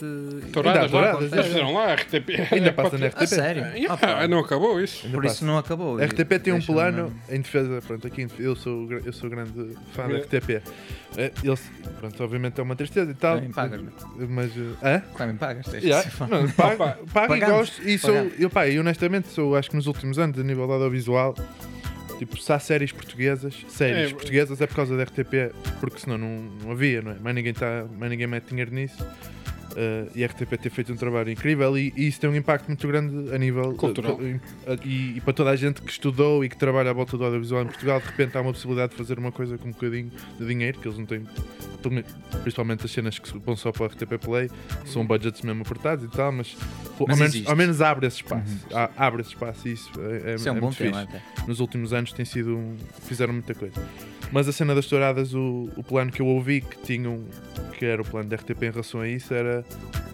S3: Touradas,
S4: Ainda há
S3: lá.
S4: touradas,
S3: Eles
S4: é.
S3: fizeram lá, RTP.
S4: Ainda passa na
S1: A
S4: RTP.
S1: sério? Ah, pá,
S3: Ah, não acabou isso.
S4: Ainda
S1: por
S4: passa.
S1: isso não acabou.
S4: A RTP tem um
S1: Deixa-me
S4: plano
S1: mesmo.
S4: em defesa, pronto, aqui eu sou, gra- eu sou grande fã da
S3: É.
S4: RTP. Eh, Eles, pronto, obviamente é uma tristeza e tal.
S1: Também
S2: Então,
S1: pagas, não?
S4: Mas. eh, hã?
S1: Também pagas, tens de
S4: Yeah,
S1: ser fã.
S4: não, pago,
S3: Opa,
S4: pago e
S1: pagamos,
S4: gosto e sou,
S1: pagamos.
S4: eu, pá, e honestamente sou, acho que nos últimos anos, a nível audiovisual, tipo, se há séries portuguesas, séries
S3: É,
S4: portuguesas é por causa da RTP, porque senão não, não havia, não é? Mais ninguém, tá, mais ninguém mete dinheiro nisso. Eh, e a RTP ter feito um trabalho incrível e, e isso tem um impacto muito grande a nível
S3: Cultural.
S4: eh, e, e para toda a gente que estudou e que trabalha à volta do audiovisual em Portugal, de repente há uma possibilidade de fazer uma coisa com um bocadinho de dinheiro que eles não têm, principalmente as cenas que vão só para a RTP Play, são budgets mesmo apertados e tal, mas, pô,
S1: Mas
S4: ao, menos,
S1: existe. Uhum.
S4: ao menos abre esse espaço. A- abre esse espaço e isso é, é,
S1: Isso é um
S4: é
S1: bom
S4: muito
S1: tema
S4: fixe.
S1: até.
S4: Nos últimos anos tem sido um, fizeram muita coisa. Mas a cena das touradas, o, o plano que eu ouvi que tinham, que era o plano da RTP em relação a isso, era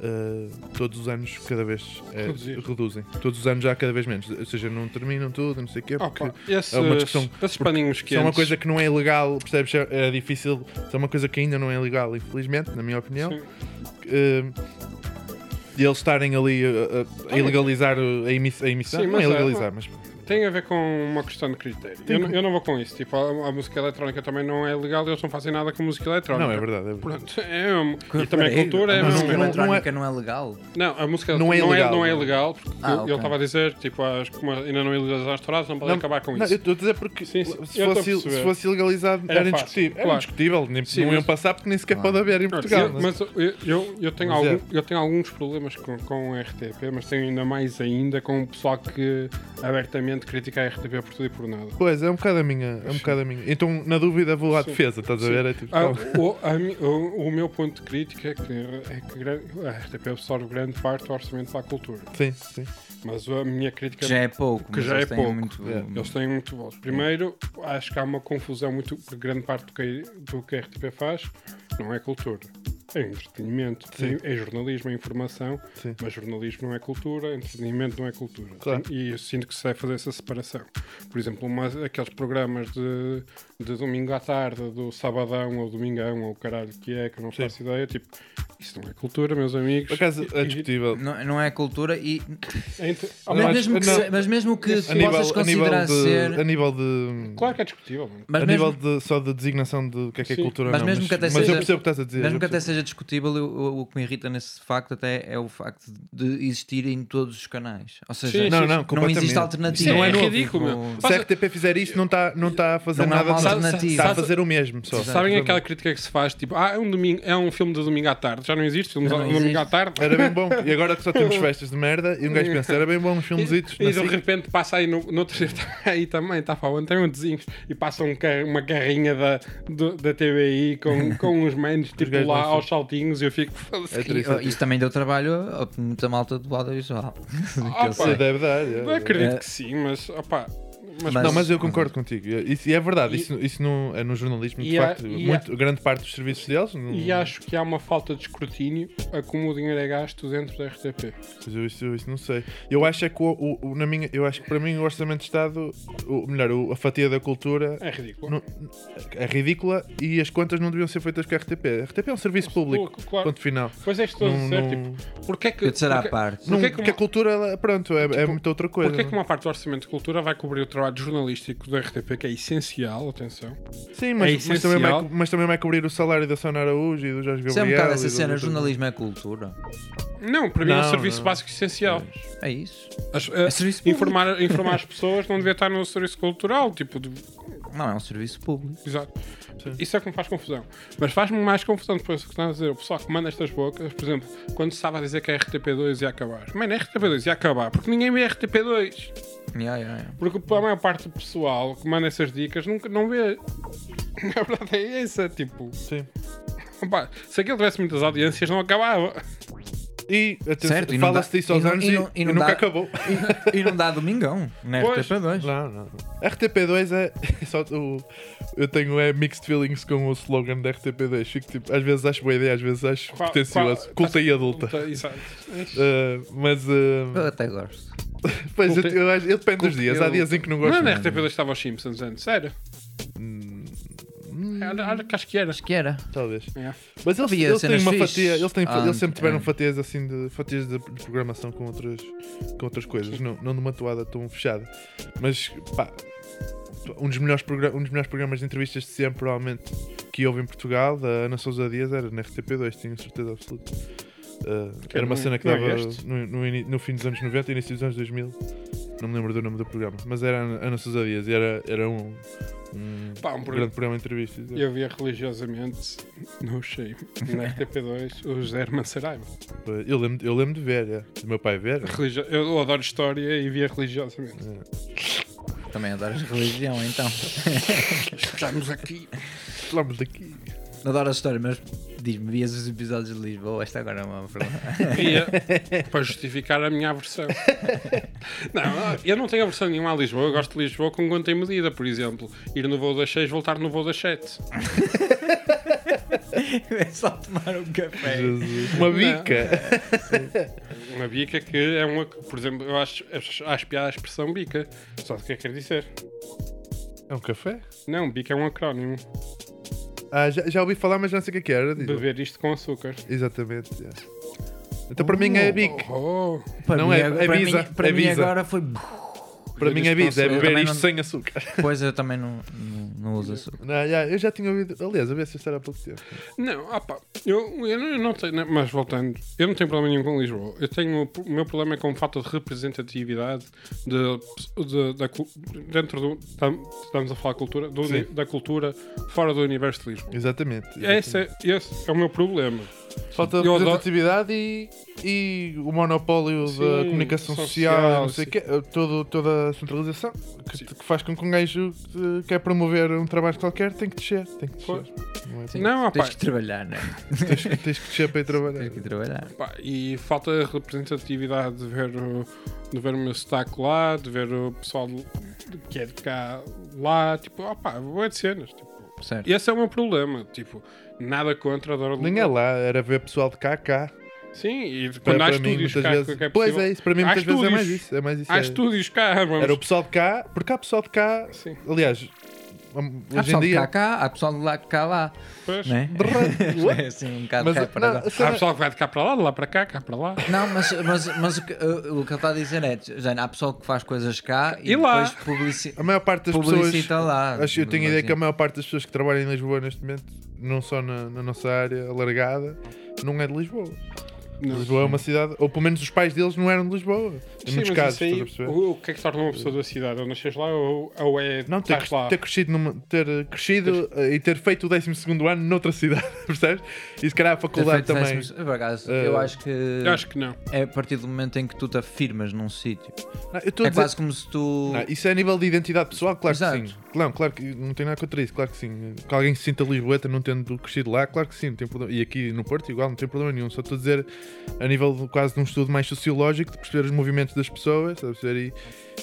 S4: ah, todos os anos cada vez eh,
S3: Reduzir.
S4: reduzem. Todos os anos já há cada vez menos. Ou seja, não terminam tudo, não sei o quê.
S3: Ah,
S4: porque-
S3: pá, esses,
S4: é uma discussão,
S3: esses paninhos que
S4: se é uma coisa que não é ilegal, percebes? É é difícil. Se é uma coisa que ainda não é ilegal, infelizmente, na minha opinião. eh, e eles estarem ali eh, a, a ilegalizar a, emi- a emissão.
S3: Ah, é. Sim,
S4: não
S3: mas
S4: é
S3: é-
S4: ilegalizar, mas.
S3: Tem a ver com uma questão de critério. Eu, não- eu não vou com isso. Tipo, a, a música eletrónica também não é legal, eles não fazem nada com música eletrónica.
S4: Não, é verdade. É verdade.
S3: Pronto, é mesmo. E
S1: Peraí,
S3: também a cultura é
S1: a música
S3: mesmo.
S4: não- não é-
S1: eletrónica não é legal.
S3: Não, a música
S4: Não
S3: não
S4: é
S3: é
S4: ilegal,
S3: ilegal, não é,
S4: não é?
S3: ilegal porque
S1: Ah,
S3: ele
S1: ok.
S3: estava a dizer, tipo, acho que como ainda não ilegalizaram as touradas, não podem acabar com
S4: não,
S3: isso.
S4: Eu estou a dizer porque
S3: Sim, sim,
S4: se,
S3: eu estou a
S4: fosse,
S3: perceber.
S4: se fosse ilegalizado era,
S3: Era fácil,
S4: indiscutível. Era
S3: claro.
S4: indiscutível. Nem,
S3: Sim,
S4: não iam
S3: mas-
S4: passar porque nem sequer
S1: Claro.
S4: pode haver em
S3: Pronto,
S4: Portugal.
S3: eu-
S4: mas-
S3: mas eu, eu, eu tenho
S4: Mas é.
S3: algum- eu tenho alguns problemas com, com a RTP, mas tenho ainda mais ainda com o pessoal que abertamente critica a RTP por tudo e por nada.
S4: Pois, é um bocado a minha. É um bocado a minha. Então, na dúvida, vou à
S3: Sim.
S4: defesa, estás a
S3: Sim.
S4: ver? É tipo,
S3: Ah,
S4: calma.
S3: o, a mi- o- o meu ponto de crítica é que, é que gran- a RTP absorve grande parte do orçamento para a cultura.
S4: Sim, sim.
S3: Mas a minha
S1: Que
S3: crítica
S1: já é pouco.
S3: que
S1: mas
S3: já
S1: eles
S3: é
S1: têm
S3: pouco.
S1: Muito,
S4: Yeah.
S3: Eles têm muito voto. Primeiro, acho que há uma confusão muito porque grande parte do que, do que a RTP faz. Não é cultura. É entretenimento,
S4: Sim.
S3: é jornalismo, é informação,
S4: Sim.
S3: mas jornalismo não é cultura, entretenimento não é cultura.
S4: Claro.
S3: E eu sinto que se deve fazer essa separação. Por exemplo, uma, aqueles programas de, de domingo à tarde, do sabadão ou domingão ou o caralho que é, que eu não
S4: Sim.
S3: faço ideia, tipo, isso não é cultura, meus amigos.
S4: Por acaso,
S3: E-
S4: é
S3: e-
S4: discutível.
S1: Não, não é cultura e.
S3: é inter- Ah,
S1: Mas
S3: mas-
S4: acho-
S1: mesmo que,
S4: não.
S1: se- mas mesmo que
S3: A
S1: tu
S4: a nível,
S1: possas
S4: a nível
S1: considerar
S4: de,
S1: ser.
S4: a nível de
S3: Claro que é discutível, mano.
S1: Mas
S4: a
S1: mesmo,
S4: nível de, só de designação do que é que é
S3: Sim.
S4: cultura
S1: Mas
S4: não,
S1: mesmo que até
S4: mas eu
S1: seja-
S4: percebo o que estás a dizer
S1: mesmo
S4: eu
S1: que até
S4: percebo.
S1: seja
S2: seja discutível, eu- eu- o que me irrita nesse facto até é o facto de existir em todos os canais. Ou seja,
S3: Sim,
S4: Não,
S3: sim,
S4: não,
S3: sim.
S2: não
S4: completamente.
S2: existe alternativa.
S3: Isso
S4: Não é
S2: novo,
S3: ridículo,
S2: tipo,
S3: meu.
S4: Se a RTP fizer isto, não está não tá a fazer
S2: Não há
S4: nada
S2: uma
S4: de mal.
S2: alternativa.
S4: Está a
S3: sabe-
S4: fazer o mesmo só.
S2: Exato.
S3: Sabem aquela crítica que se faz? Tipo, ah, é um, domingo, é um filme de domingo à tarde. Já não existe filmes
S2: Já não
S3: de domingo
S2: existe.
S3: à tarde.
S4: Era bem bom. E agora que só temos festas de merda, e um gajo pensa, era bem bom uns filmezitos.
S3: E
S4: na
S3: de
S4: SIC.
S3: repente passa aí no, no outro tá aí também, está falando, tem um desenho e passa um car- uma carrinha da, do- da TBI com, com uns manos tipo
S4: gajos
S3: lá
S4: lançam.
S3: aos saltinhos e eu fico.
S4: É
S2: E,
S4: triste.
S2: ó, Oh, isso também deu trabalho a a muita malta do audiovisual.
S3: Ah,
S2: eu
S3: pá,
S2: sei.
S4: Deve dar. é,
S3: eu
S4: deve dar.
S3: acredito
S2: É.
S3: que sim, mas opá. Mas,
S2: Mas-
S4: Não, mas eu concordo contigo. Isso, e é verdade, isso, isso não, é no jornalismo, de
S3: E há-
S4: facto,
S3: e
S4: muito, grande parte dos serviços deles. Não,
S3: E acho que há uma falta de escrutínio a como o dinheiro é gasto dentro da RTP.
S4: mas eu isso, isso não sei. Eu acho é que, o, o- o- na minha, eu acho que para mim o Orçamento de Estado, ou melhor, o- a fatia da cultura
S3: É ridículo.
S4: não- é ridícula e as contas não deviam ser feitas com a RTP. A RTP é um serviço público.
S3: Público, claro.
S4: Ponto final.
S3: Pois é, que estou a
S4: Não-
S3: dizer,
S4: não-
S3: tipo, porque é que.
S2: Eu terceira
S3: porque-
S2: parte.
S4: Não,
S3: Porquê
S4: porque,
S3: que uma- Tipo,
S4: a cultura, ela- pronto, é, é muito outra coisa.
S3: Porquê que
S4: não é?
S3: uma parte do orçamento de cultura vai cobrir o trabalho jornalístico da RTP, que é essencial, atenção?
S4: Sim,
S3: é
S4: mas, mas, também vai,
S3: essencial?
S4: mas também vai cobrir o salário da Sona Araújo e do Jorge
S2: Isso é
S4: Gabriel.
S2: um bocado
S4: e
S2: essa
S4: dos
S2: cena,
S4: outros.
S2: jornalismo é cultura.
S3: Não, para mim é um
S4: Não,
S3: serviço
S4: não.
S3: básico essencial.
S2: É isso.
S3: As- eh,
S2: serviço público.
S3: informar, informar as pessoas não devia estar no serviço cultural, tipo, de-
S2: Não, é um serviço público.
S3: exato.
S4: Sim.
S3: Isso é que me faz confusão. Mas faz-me mais confusão depois o que estás a dizer. O pessoal que manda estas bocas, por exemplo, quando se estava a dizer que a RTP2 ia acabar. Mano, a RTP2 ia acabar porque ninguém vê a RTP2.
S2: Yeah, yeah, yeah.
S3: Porque a maior parte do pessoal que manda essas dicas nunca, não vê. Na verdade é essa, tipo.
S4: Sim.
S3: Opa, se aquilo tivesse muitas audiências, não acabava.
S4: E atenção,
S2: Certo, e não
S4: Então, fala-se
S2: dá-
S4: disso
S2: e
S4: aos
S2: não-
S4: anos
S2: e
S4: e,
S2: não- e
S4: e
S2: não
S4: nunca
S2: dá-
S4: acabou.
S2: E não dá domingão né, na
S3: Pois.
S2: RTP2.
S4: Não, não. RTP2 é. Só o, eu tenho é, mixed feelings com o slogan da RTP2. Fico tipo, às vezes acho boa ideia, às vezes acho
S3: Qual-
S4: pretencioso.
S3: qual- Então.
S4: Culta e adulta.
S3: Exato.
S4: Uh, mas.
S2: Eu
S4: Uh,
S2: até gosto.
S4: pois, eu,
S3: culta-
S4: eu acho- eu depende dos
S3: culta e
S4: dias. Há
S3: adulta.
S4: dias em que não gosto.
S3: Não, é na
S4: mesmo.
S3: RTP2 estava os Simpsons antes, sério. Hum, Era- era- que Acho que era.
S2: Que era.
S4: Talvez.
S3: É.
S4: Mas eles,
S2: Havia
S4: eles têm
S2: cenas
S4: uma
S2: fixes
S4: fatia. Eles, têm, fa- eles sempre
S2: antes,
S4: tiveram
S2: é.
S4: fatias assim de. fatias de, de programação com outras, com outras coisas. Não, não numa toada tão fechada. Mas pá. Um dos, melhores progra- um dos melhores programas de entrevistas de sempre, provavelmente, que houve em Portugal, da Ana Sousa Dias, era na RTP2, tenho certeza absoluta. Uh,
S3: Que
S4: era uma
S3: não-
S4: cena que
S3: não é
S4: dava
S3: este?
S4: no, no ini- no fim dos anos 90, início dos anos 2000. Não me lembro do nome do programa, mas era a Ana, Ana Sousa Dias e era, era um, um,
S3: Pá, um
S4: grande programa de entrevistas. é.
S3: Eu via religiosamente no Shame, na RTP2, o José Herman Saraiva.
S4: Eu lembro, eu lembro de ver, é. do meu pai ver.
S3: Religio... Eu adoro história e via religiosamente.
S2: Também adoras religião, então.
S3: Estamos aqui.
S4: Falamos daqui.
S2: Adoro a história, mas diz-me, vias os episódios de Lisboa? Esta agora é uma pergunta.
S3: Via para justificar a minha aversão. Não, eu não tenho aversão nenhuma a Lisboa. Eu gosto de Lisboa com quanto em medida, por exemplo. Ir no voo das 6, voltar no voo das 7.
S2: é só tomar um café.
S4: Jesus. Uma bica.
S3: Uma bica que é uma. Por exemplo, eu acho, acho, acho piada a expressão bica. Só o que é que quer dizer?
S4: É um café?
S3: Não, bica é um acrónimo.
S4: Ah, já, já ouvi falar, mas não sei o que é que era. diz-me.
S3: Beber isto com açúcar.
S4: Exatamente. é. Então para mim é bica.
S3: Oh,
S2: Para
S4: Não
S2: mim,
S4: é-
S2: agora- para
S4: avisa,
S2: mim, para mim
S4: avisa.
S2: agora foi.
S4: Para mim é bica. É
S3: Eu
S4: beber
S2: também
S4: isto
S2: não-
S4: sem açúcar.
S2: Pois eu também não, não, não uso açúcar.
S4: Não, já, eu já tinha ouvido. Aliás, eu vi essa história há pouco tempo.
S3: Não, ah pá, eu, eu não- eu não tenho, mas voltando, eu não tenho problema nenhum com Lisboa. Eu tenho, o meu problema é com falta de representatividade de, de- da, cu- dentro do, tam- estamos a falar cultura, do uni-
S4: Sim.
S3: da cultura fora do universo de Lisboa.
S4: Exatamente.
S3: Esse é, esse é o meu problema.
S4: Falta de
S3: Eu adoro-
S4: representatividade e, e o monopólio da
S3: Sim,
S4: comunicação
S3: social,
S4: social, não sei o
S3: sim.
S4: quê, eh, todo, toda a centralização que, que faz com que um gajo que quer promover um trabalho qualquer tem que descer. Tem que descer.
S3: Pois.
S4: Não é?
S3: Não, ah, pá,
S2: Tens que trabalhar, né?
S4: Tens, que- tens que descer para ir trabalhar.
S2: Tens que trabalhar.
S3: Pá, e falta de representatividade de ver, o, de ver o meu sotaque lá, de ver o pessoal de- que é de cá lá, tipo, opá, vou de cenas. Tipo,
S2: Certo.
S3: esse é o meu problema, tipo, nada contra, adoro
S4: Nem é lá, era ver pessoal de cá a cá.
S3: Sim, e
S4: Para-
S3: quando há
S4: para mim,
S3: estúdios
S4: muitas
S3: cá
S4: vezes-
S3: que é
S4: Pois
S3: possível-
S4: é, isso para mim
S3: Há
S4: muitas vezes é mais
S3: estúdios.
S4: isso. É mais isso
S3: Há
S4: é-
S3: estúdios cá, vamos.
S4: Era o pessoal de cá, porque há pessoal de cá.
S3: Sim.
S4: Aliás,
S2: Há
S4: hoje em
S2: pessoal de
S4: dia.
S2: cá cá, há pessoal de lá cá lá.
S3: Pois.
S2: Né?
S4: Drrr.
S2: É assim, um bocado
S4: Mas,
S2: cá para
S4: não,
S2: lá.
S4: a
S3: Há
S4: cena-
S3: pessoal que vai de cá para lá, de lá para cá, cá para lá.
S2: Não, mas, mas, mas o, que, o que ele está a dizer é: Jane, há pessoal que faz coisas cá e,
S3: E lá.
S2: depois publici...
S4: a maior parte das pessoas.
S2: publicita lá.
S4: Acho que eu tenho a ideia que a
S2: Assim.
S4: maior parte das pessoas que trabalham em Lisboa neste momento, não só na, na nossa área alargada, não é de Lisboa.
S3: Não.
S4: Lisboa é uma cidade, ou pelo menos os pais deles não eram de Lisboa. Em
S3: Sim,
S4: muitos
S3: mas
S4: casos,
S3: isso aí,
S4: estás a perceber?
S3: o, o que é que torna uma pessoa da cidade? Ou nasces lá ou, ou é.
S4: Não, ter,
S3: estás lá?
S4: ter crescido, numa- ter crescido eh, e ter feito o 12 ano noutra cidade, percebes? E se calhar a
S2: Ter
S4: faculdade
S2: feito
S4: também.
S2: décimos- Por acaso,
S4: Eh,
S2: eu acho que
S3: Eu acho que não.
S2: é a partir do momento em que tu te afirmas num sítio.
S4: Não, eu estou
S2: É
S4: a dizer-
S2: quase como se tu.
S4: Não, isso é a nível de identidade pessoal, claro que sim.
S2: Exato.
S4: Não, claro que não tem nada contra isso, claro que sim. Que alguém se sinta Lisboeta não tendo crescido lá, claro que sim, não tem problema. E aqui no Porto, igual, não tem problema nenhum. Só estou a dizer, a nível de- quase de um estudo mais sociológico, de perceber os movimentos das pessoas, estás a perceber?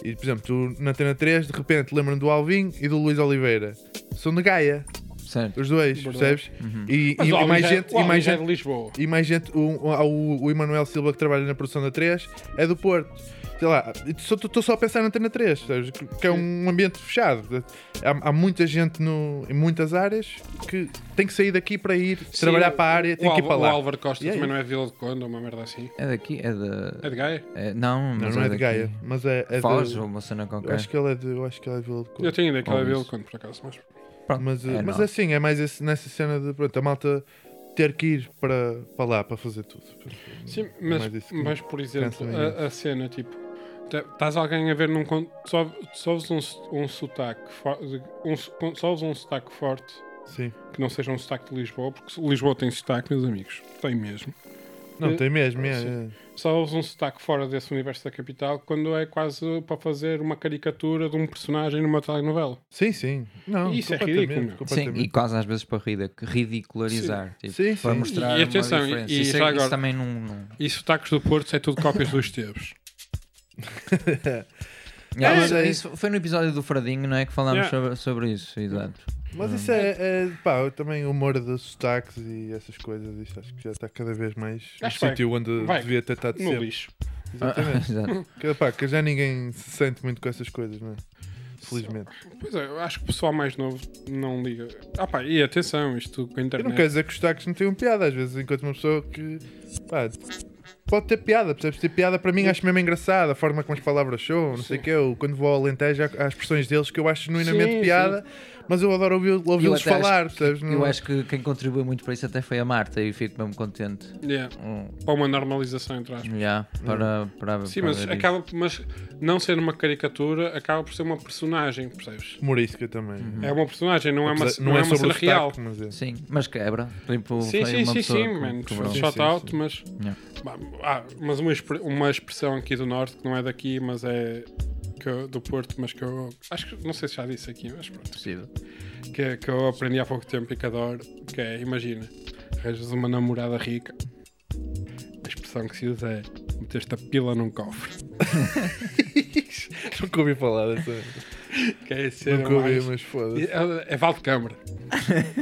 S4: E, e, por exemplo, tu na Antena 3, de repente, lembram do Alvin e do Luís Oliveira. São de Gaia,
S2: Certo.
S4: os dois,
S3: Verdade.
S4: percebes? E,
S3: Mas
S4: e-
S3: o
S4: e
S3: Alvin
S4: mais
S3: já-
S4: gente.
S3: o
S4: E
S3: Alvin
S4: mais
S3: já é
S4: gente
S3: de Lisboa.
S4: e mais gente, o, há o, o Emanuel Silva que trabalha na produção da 3 é do Porto. Sei lá, estou só a pensar na Antena 3, sabes? Que- que é um ambiente fechado. Há, há muita gente no, em muitas áreas que tem que sair daqui para ir trabalhar para a área, tem
S3: o
S4: que ir
S3: Álva-
S4: para lá.
S3: O Álvaro Costa
S4: E é
S3: também não é de Vila de Conde ou uma merda assim.
S2: É daqui? É de.
S3: É de Gaia?
S2: é- não,
S4: Não,
S2: mas
S4: não é de
S2: daqui.
S4: Gaia, mas é, é de-
S2: Foz ou uma cena
S4: Eu
S2: qualquer.
S4: acho que ele é de. Eu acho que ele é de Vila do Conde.
S3: Eu tenho ideia que ela é de Vila
S2: Talvez.
S3: de Conde, por acaso. Mas...
S2: Pronto,
S4: Mas, eh, mas
S2: não.
S4: assim, é mais esse- nessa cena de pronto, a malta ter que ir para, para lá para fazer tudo.
S3: Sim,
S4: É mais
S3: mas,
S4: isso que
S3: mas por exemplo,
S4: penso
S3: a, a cena, tipo, te- estás alguém a ver num. con- só- Só ouves um, so- um sotaque. fo- Um, so- con- só ouves um sotaque forte
S4: Sim.
S3: que não seja um sotaque de Lisboa, porque Lisboa tem sotaque, meus amigos. Tem mesmo.
S4: Não,
S3: Eh,
S4: tem mesmo. é-
S3: sim. Só ouves um sotaque fora desse universo da capital quando é quase para fazer uma caricatura de um personagem numa telenovela.
S4: Sim, sim. Não,
S3: Isso é
S4: completamente,
S3: ridículo, meu.
S2: Sim,
S4: completamente.
S2: e quase às vezes para rida- ridicularizar. Tipo,
S4: Sim,
S2: Para
S4: sim.
S2: mostrar
S3: E
S2: uma
S3: atenção, e-
S2: diferença.
S3: e
S2: isso, é-
S3: já
S2: isso
S3: agora-
S2: também não. não...
S3: E sotaques do Porto é tudo cópias dos Esteves.
S2: Yeah,
S4: mas
S2: isso,
S4: é-
S2: isso foi no episódio do Fradinho, não é? Que falámos
S3: Yeah.
S2: sobre, sobre isso, exato.
S4: Mas
S3: Ah.
S4: isso é, é pá, eu também o humor dos sotaques e essas coisas, isto acho que já está cada vez mais no
S3: Acho que vai-
S4: sítio onde
S3: vai
S4: devia ter estado
S3: No
S4: sempre.
S3: lixo.
S4: Exatamente.
S2: Ah, Exato.
S4: que, pá, que já ninguém se sente muito com essas coisas, não é? Felizmente.
S3: Pois é, eu acho que o pessoal mais novo não liga. Ah pá, e atenção, isto com a
S4: Eu
S3: internet.
S4: não quero dizer que os sotaques não tenham piada, às vezes enquanto uma pessoa que pá, pode ter piada, percebes? Ter piada para mim acho mesmo engraçada, a forma como as palavras são, não sei o que, eu quando vou ao Alentejo há, há expressões deles que eu acho genuinamente
S3: Sim,
S4: piada, mas eu adoro ouvi-
S2: Eu
S4: ouvi-los
S2: até acho
S4: falar, percebes? Não-
S3: Hum.
S4: é
S2: Eu acho que quem contribuiu muito para isso até foi a Marta e fico mesmo contente.
S3: Yeah,
S2: Hum,
S3: Para uma normalização, entre aspas.
S2: yeah, para, para,
S3: Hum. Sim,
S2: para
S3: mas é
S2: ver
S3: acaba por- mas não sendo uma caricatura, acaba por ser uma personagem, percebes?
S4: Humorística também.
S2: Uhum.
S3: É uma personagem, não é uma,
S4: Apesar-
S3: não é uma cena
S4: sotaque,
S3: real.
S4: mas é.
S2: isso. Sim, mas quebra. Tipo,
S3: Sim,
S2: foi
S3: sim,
S2: uma
S3: sim,
S2: pessoa
S3: sim,
S2: que-
S3: mano.
S2: que quebrou.
S4: Sim,
S3: Shot
S4: sim,
S3: out,
S4: sim.
S3: mas.
S2: Yeah.
S3: Ah, mas uma, expre- uma expressão aqui do Norte, que não é daqui, mas é que eu- do Porto, mas que eu. Acho que. Não sei se já disse aqui, mas pronto.
S2: Possível.
S3: Que, que eu aprendi há pouco tempo e que adoro. Que é, imagina, arranjas uma namorada rica. A expressão que se usa é meteste a pila num cofre.
S4: Nunca ouvi falar dessa.
S3: Que é ser
S4: Nunca ouvi,
S3: mais...
S4: mas foda-se.
S3: É, é Valde Câmara.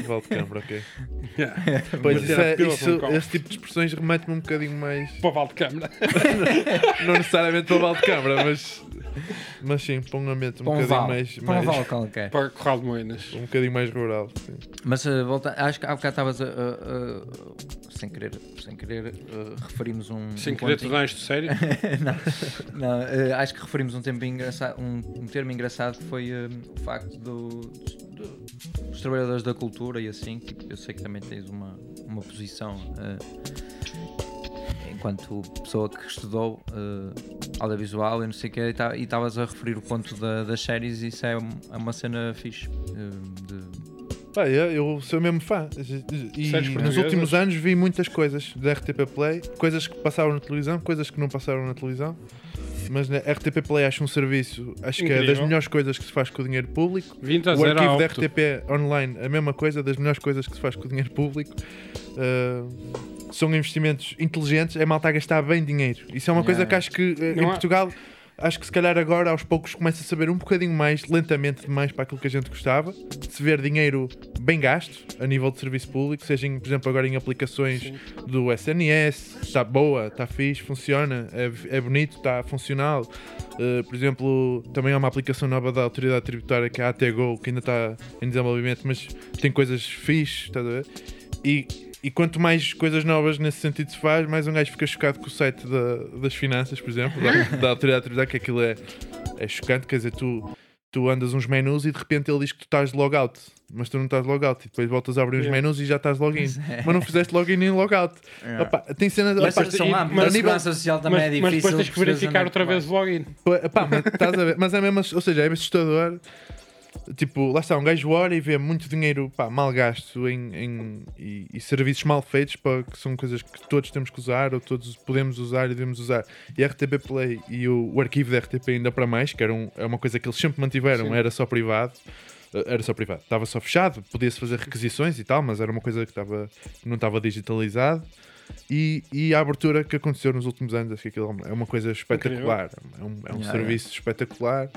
S4: Volto câmara, ok.
S3: Yeah.
S4: Pois
S3: Mas
S4: isso,
S3: era
S4: é,
S3: pelo
S4: isso-
S3: Hong Kong.
S4: esse tipo de expressões remete-me um bocadinho mais.
S3: Para Valde Câmara.
S4: Não necessariamente para o balde câmara, mas. Mas sim, para um ambiente um
S2: Para um
S4: bocadinho
S2: val.
S4: mais.
S2: Para um
S4: mais-
S2: val qualquer.
S3: Para Corral de Moinas.
S4: Um bocadinho mais rural. Sim.
S2: Mas eh, volta, acho que há bocado estavas a, a- a- sem querer, sem querer eh, referimos um.
S3: Sem
S2: um
S3: querer
S2: pontinho.
S3: tornar isto sério.
S2: não, não eh, acho que referimos um, tempo engraçado, um, um termo engraçado que foi eh, o facto do- do- dos trabalhadores da cultura e assim, que eu sei que também tens uma, uma posição eh, enquanto pessoa que estudou eh, audiovisual e não sei o que, e estavas a referir o ponto da- das séries e isso é, um- é uma cena fixe. eh, de-
S4: Pá, eu, eu sou mesmo fã. E
S3: Séries
S4: nos
S3: portuguesas?
S4: últimos anos vi muitas coisas da RTP Play, coisas que passaram na televisão, coisas que não passaram na televisão. Mas na RTP Play acho um serviço, acho que é das
S3: Incrível.
S4: melhores coisas que se faz com o dinheiro público.
S3: 20 a
S4: O
S3: 0
S4: arquivo
S3: ao
S4: da
S3: Opto.
S4: RTP online, a mesma coisa, das melhores coisas que se faz com o dinheiro público. Uh, são investimentos inteligentes, é malta a gastar bem dinheiro. Isso é uma
S2: Yeah,
S4: coisa que
S2: yeah.
S4: acho que uh, em
S3: Não há-
S4: Portugal Acho que se calhar agora, aos poucos, começa a saber um bocadinho mais, lentamente demais, para aquilo que a gente gostava. De se ver dinheiro bem gasto, a nível de serviço público, seja, em, por exemplo, agora em aplicações do SNS, está tá boa, está fixe, funciona, é, é bonito, está funcional. Uh, por exemplo, também há uma aplicação nova da Autoridade Tributária, que é a ATGO, que ainda está em desenvolvimento, mas tem coisas fixe, estás a ver? E, e quanto mais coisas novas nesse sentido se faz, mais um gajo fica chocado com o site da- das finanças, por exemplo, da, da Autoridade Tributária, que aquilo é, é chocante, quer dizer, tu, tu andas uns menus e de repente ele diz que tu estás de logout, mas tu não estás de logout, e depois voltas a abrir os
S3: Yeah.
S4: menus e já estás de login, mas não fizeste login nem logout. Opa, tem cenas.
S2: é. Mas
S4: opa,
S2: são
S3: e-
S2: amplos,
S3: mas-
S2: a segurança social também é
S3: mas, mas
S2: difícil.
S3: depois tens que
S2: perceberes onde
S3: verificar
S2: é
S3: outra
S2: tu
S3: vez o login.
S4: Pô, Epá, mas estás a ver? Mas é mesmo, ass- ou seja, é assustador. Tipo, lá está, um gajo olha e vê muito dinheiro pá, mal gasto em, em- e, e serviços mal feitos, pá, que são coisas que todos temos que usar ou todos podemos usar e devemos usar. E a RTP Play e o, o arquivo da RTP ainda para mais, que era um- é uma coisa que eles sempre mantiveram,
S3: Sim.
S4: era só privado. Eh, Era só privado, estava só fechado, podia-se fazer requisições e tal, mas era uma coisa que estava, não estava digitalizado. E, e a abertura que aconteceu nos últimos anos, acho que aquilo é uma coisa espetacular. É um, é um
S2: Yeah,
S4: serviço espetacular.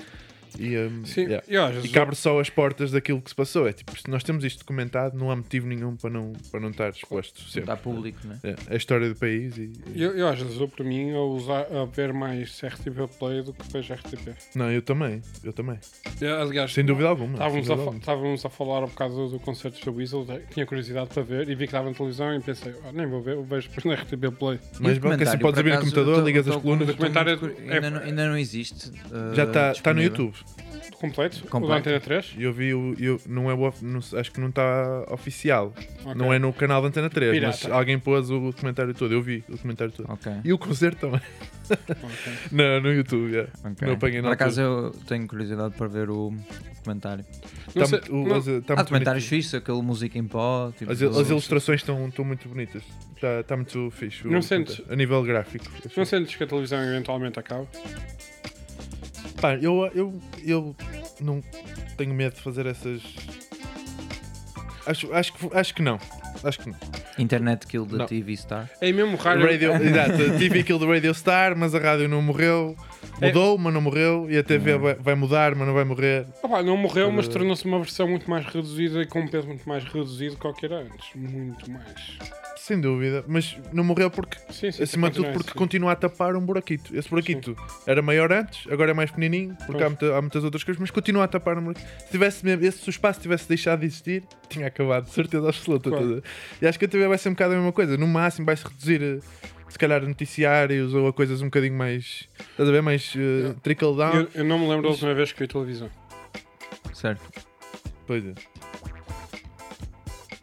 S4: E, um,
S3: Sim,
S4: yeah.
S3: e, ó, Jesus,
S4: E que abre só as portas daquilo que se passou. É tipo, se nós temos isto documentado, não há motivo nenhum para não, para não estar exposto.
S2: vais.
S4: Sempre.
S2: Está público, né?
S4: É, a história do país e. e-
S3: eu, eu às vezes dou por mim a, usar, a ver mais RTP Play do que vejo RTP.
S4: Não, eu também. Eu também.
S3: Eu, aliás,
S4: Sem dúvida alguma.
S3: Estávamos
S4: sem
S3: a,
S4: dúvida
S3: Tá fa-
S4: alguma.
S3: estávamos a falar um bocado do concerto da Weasel, da- tinha curiosidade para ver e vi que estava na televisão e pensei, ah, nem vou ver, eu vejo por na RTP Play.
S4: Mas bom, que assim
S2: documentário,
S4: podes
S2: por
S4: abrir o
S2: acaso,
S4: computador,
S2: eu tô-
S4: ligas
S2: eu
S4: as
S2: tô-
S4: colunas.
S2: eu tô muito
S3: Documentário
S2: curi-
S3: é-
S2: ainda, não, ainda não existe. uh,
S4: Já está está no
S2: disponível.
S4: YouTube.
S3: Completo? O
S2: Completo.
S3: da Antena 3?
S4: E Eu vi o. Eu, não é o of- não sei- acho que não está oficial.
S3: Ok.
S4: Não é no canal da Antena 3, mas
S3: Pirata.
S4: alguém pôs o documentário todo. Eu vi o documentário todo.
S2: Ok.
S4: E o concerto também.
S3: Ok.
S4: Não, no YouTube, yeah.
S2: ok.
S4: Não apanhei
S2: Por
S4: na
S2: acaso eu tenho curiosidade para ver o documentário.
S3: Não
S4: Tá,
S3: sei-
S4: mu- o-
S3: não-
S4: as, tá
S2: Há
S4: muito
S2: documentários
S4: bonito.
S2: fixos, aquele música em pó. Tipo,
S4: As,
S2: do-
S4: as ilustrações estão estão muito bonitas. Está tá muito fixe. o
S3: Não
S4: documentário,
S3: sentes-
S4: A nível gráfico. É
S3: não sentes que a televisão eventualmente acaba?
S4: Pá, eu, eu, eu não tenho medo de fazer essas. Acho, acho, que, acho que não. Acho que não.
S2: Internet Kill da
S4: Não.
S2: TV Star.
S3: É mesmo raro.
S4: Radio, exato, tive aquilo do Radio Star, mas a rádio não morreu.
S3: É-
S4: Mudou, mas não morreu. E a TV vai, vai mudar, mas não vai morrer.
S3: Ah pá, não morreu,
S4: Eh,
S3: mas tornou-se uma versão muito mais reduzida e com um peso muito mais reduzido que qualquer antes. Muito mais.
S4: Sem dúvida. Mas não morreu porque
S3: Sim, sim.
S4: Acima de
S3: continua
S4: tudo porque
S3: assim.
S4: continua a tapar um buraquito. Esse buraquito era maior antes, agora é mais pequenininho, porque
S3: Pois.
S4: há, muita- há muitas outras coisas, mas continua a tapar um buraquito. Se, tivesse mesmo, esse, se o espaço tivesse deixado de existir, tinha acabado, de certeza absoluta.
S3: Claro.
S4: toda. E acho que a TV vai ser um bocado a mesma coisa. No máximo vai-se reduzir, eh, se calhar, noticiários ou a coisas um bocadinho mais, estás a ver, mais eh, trickle-down.
S3: Eu, eu não me lembro da última vez que vi televisão.
S2: Certo.
S4: Pois é.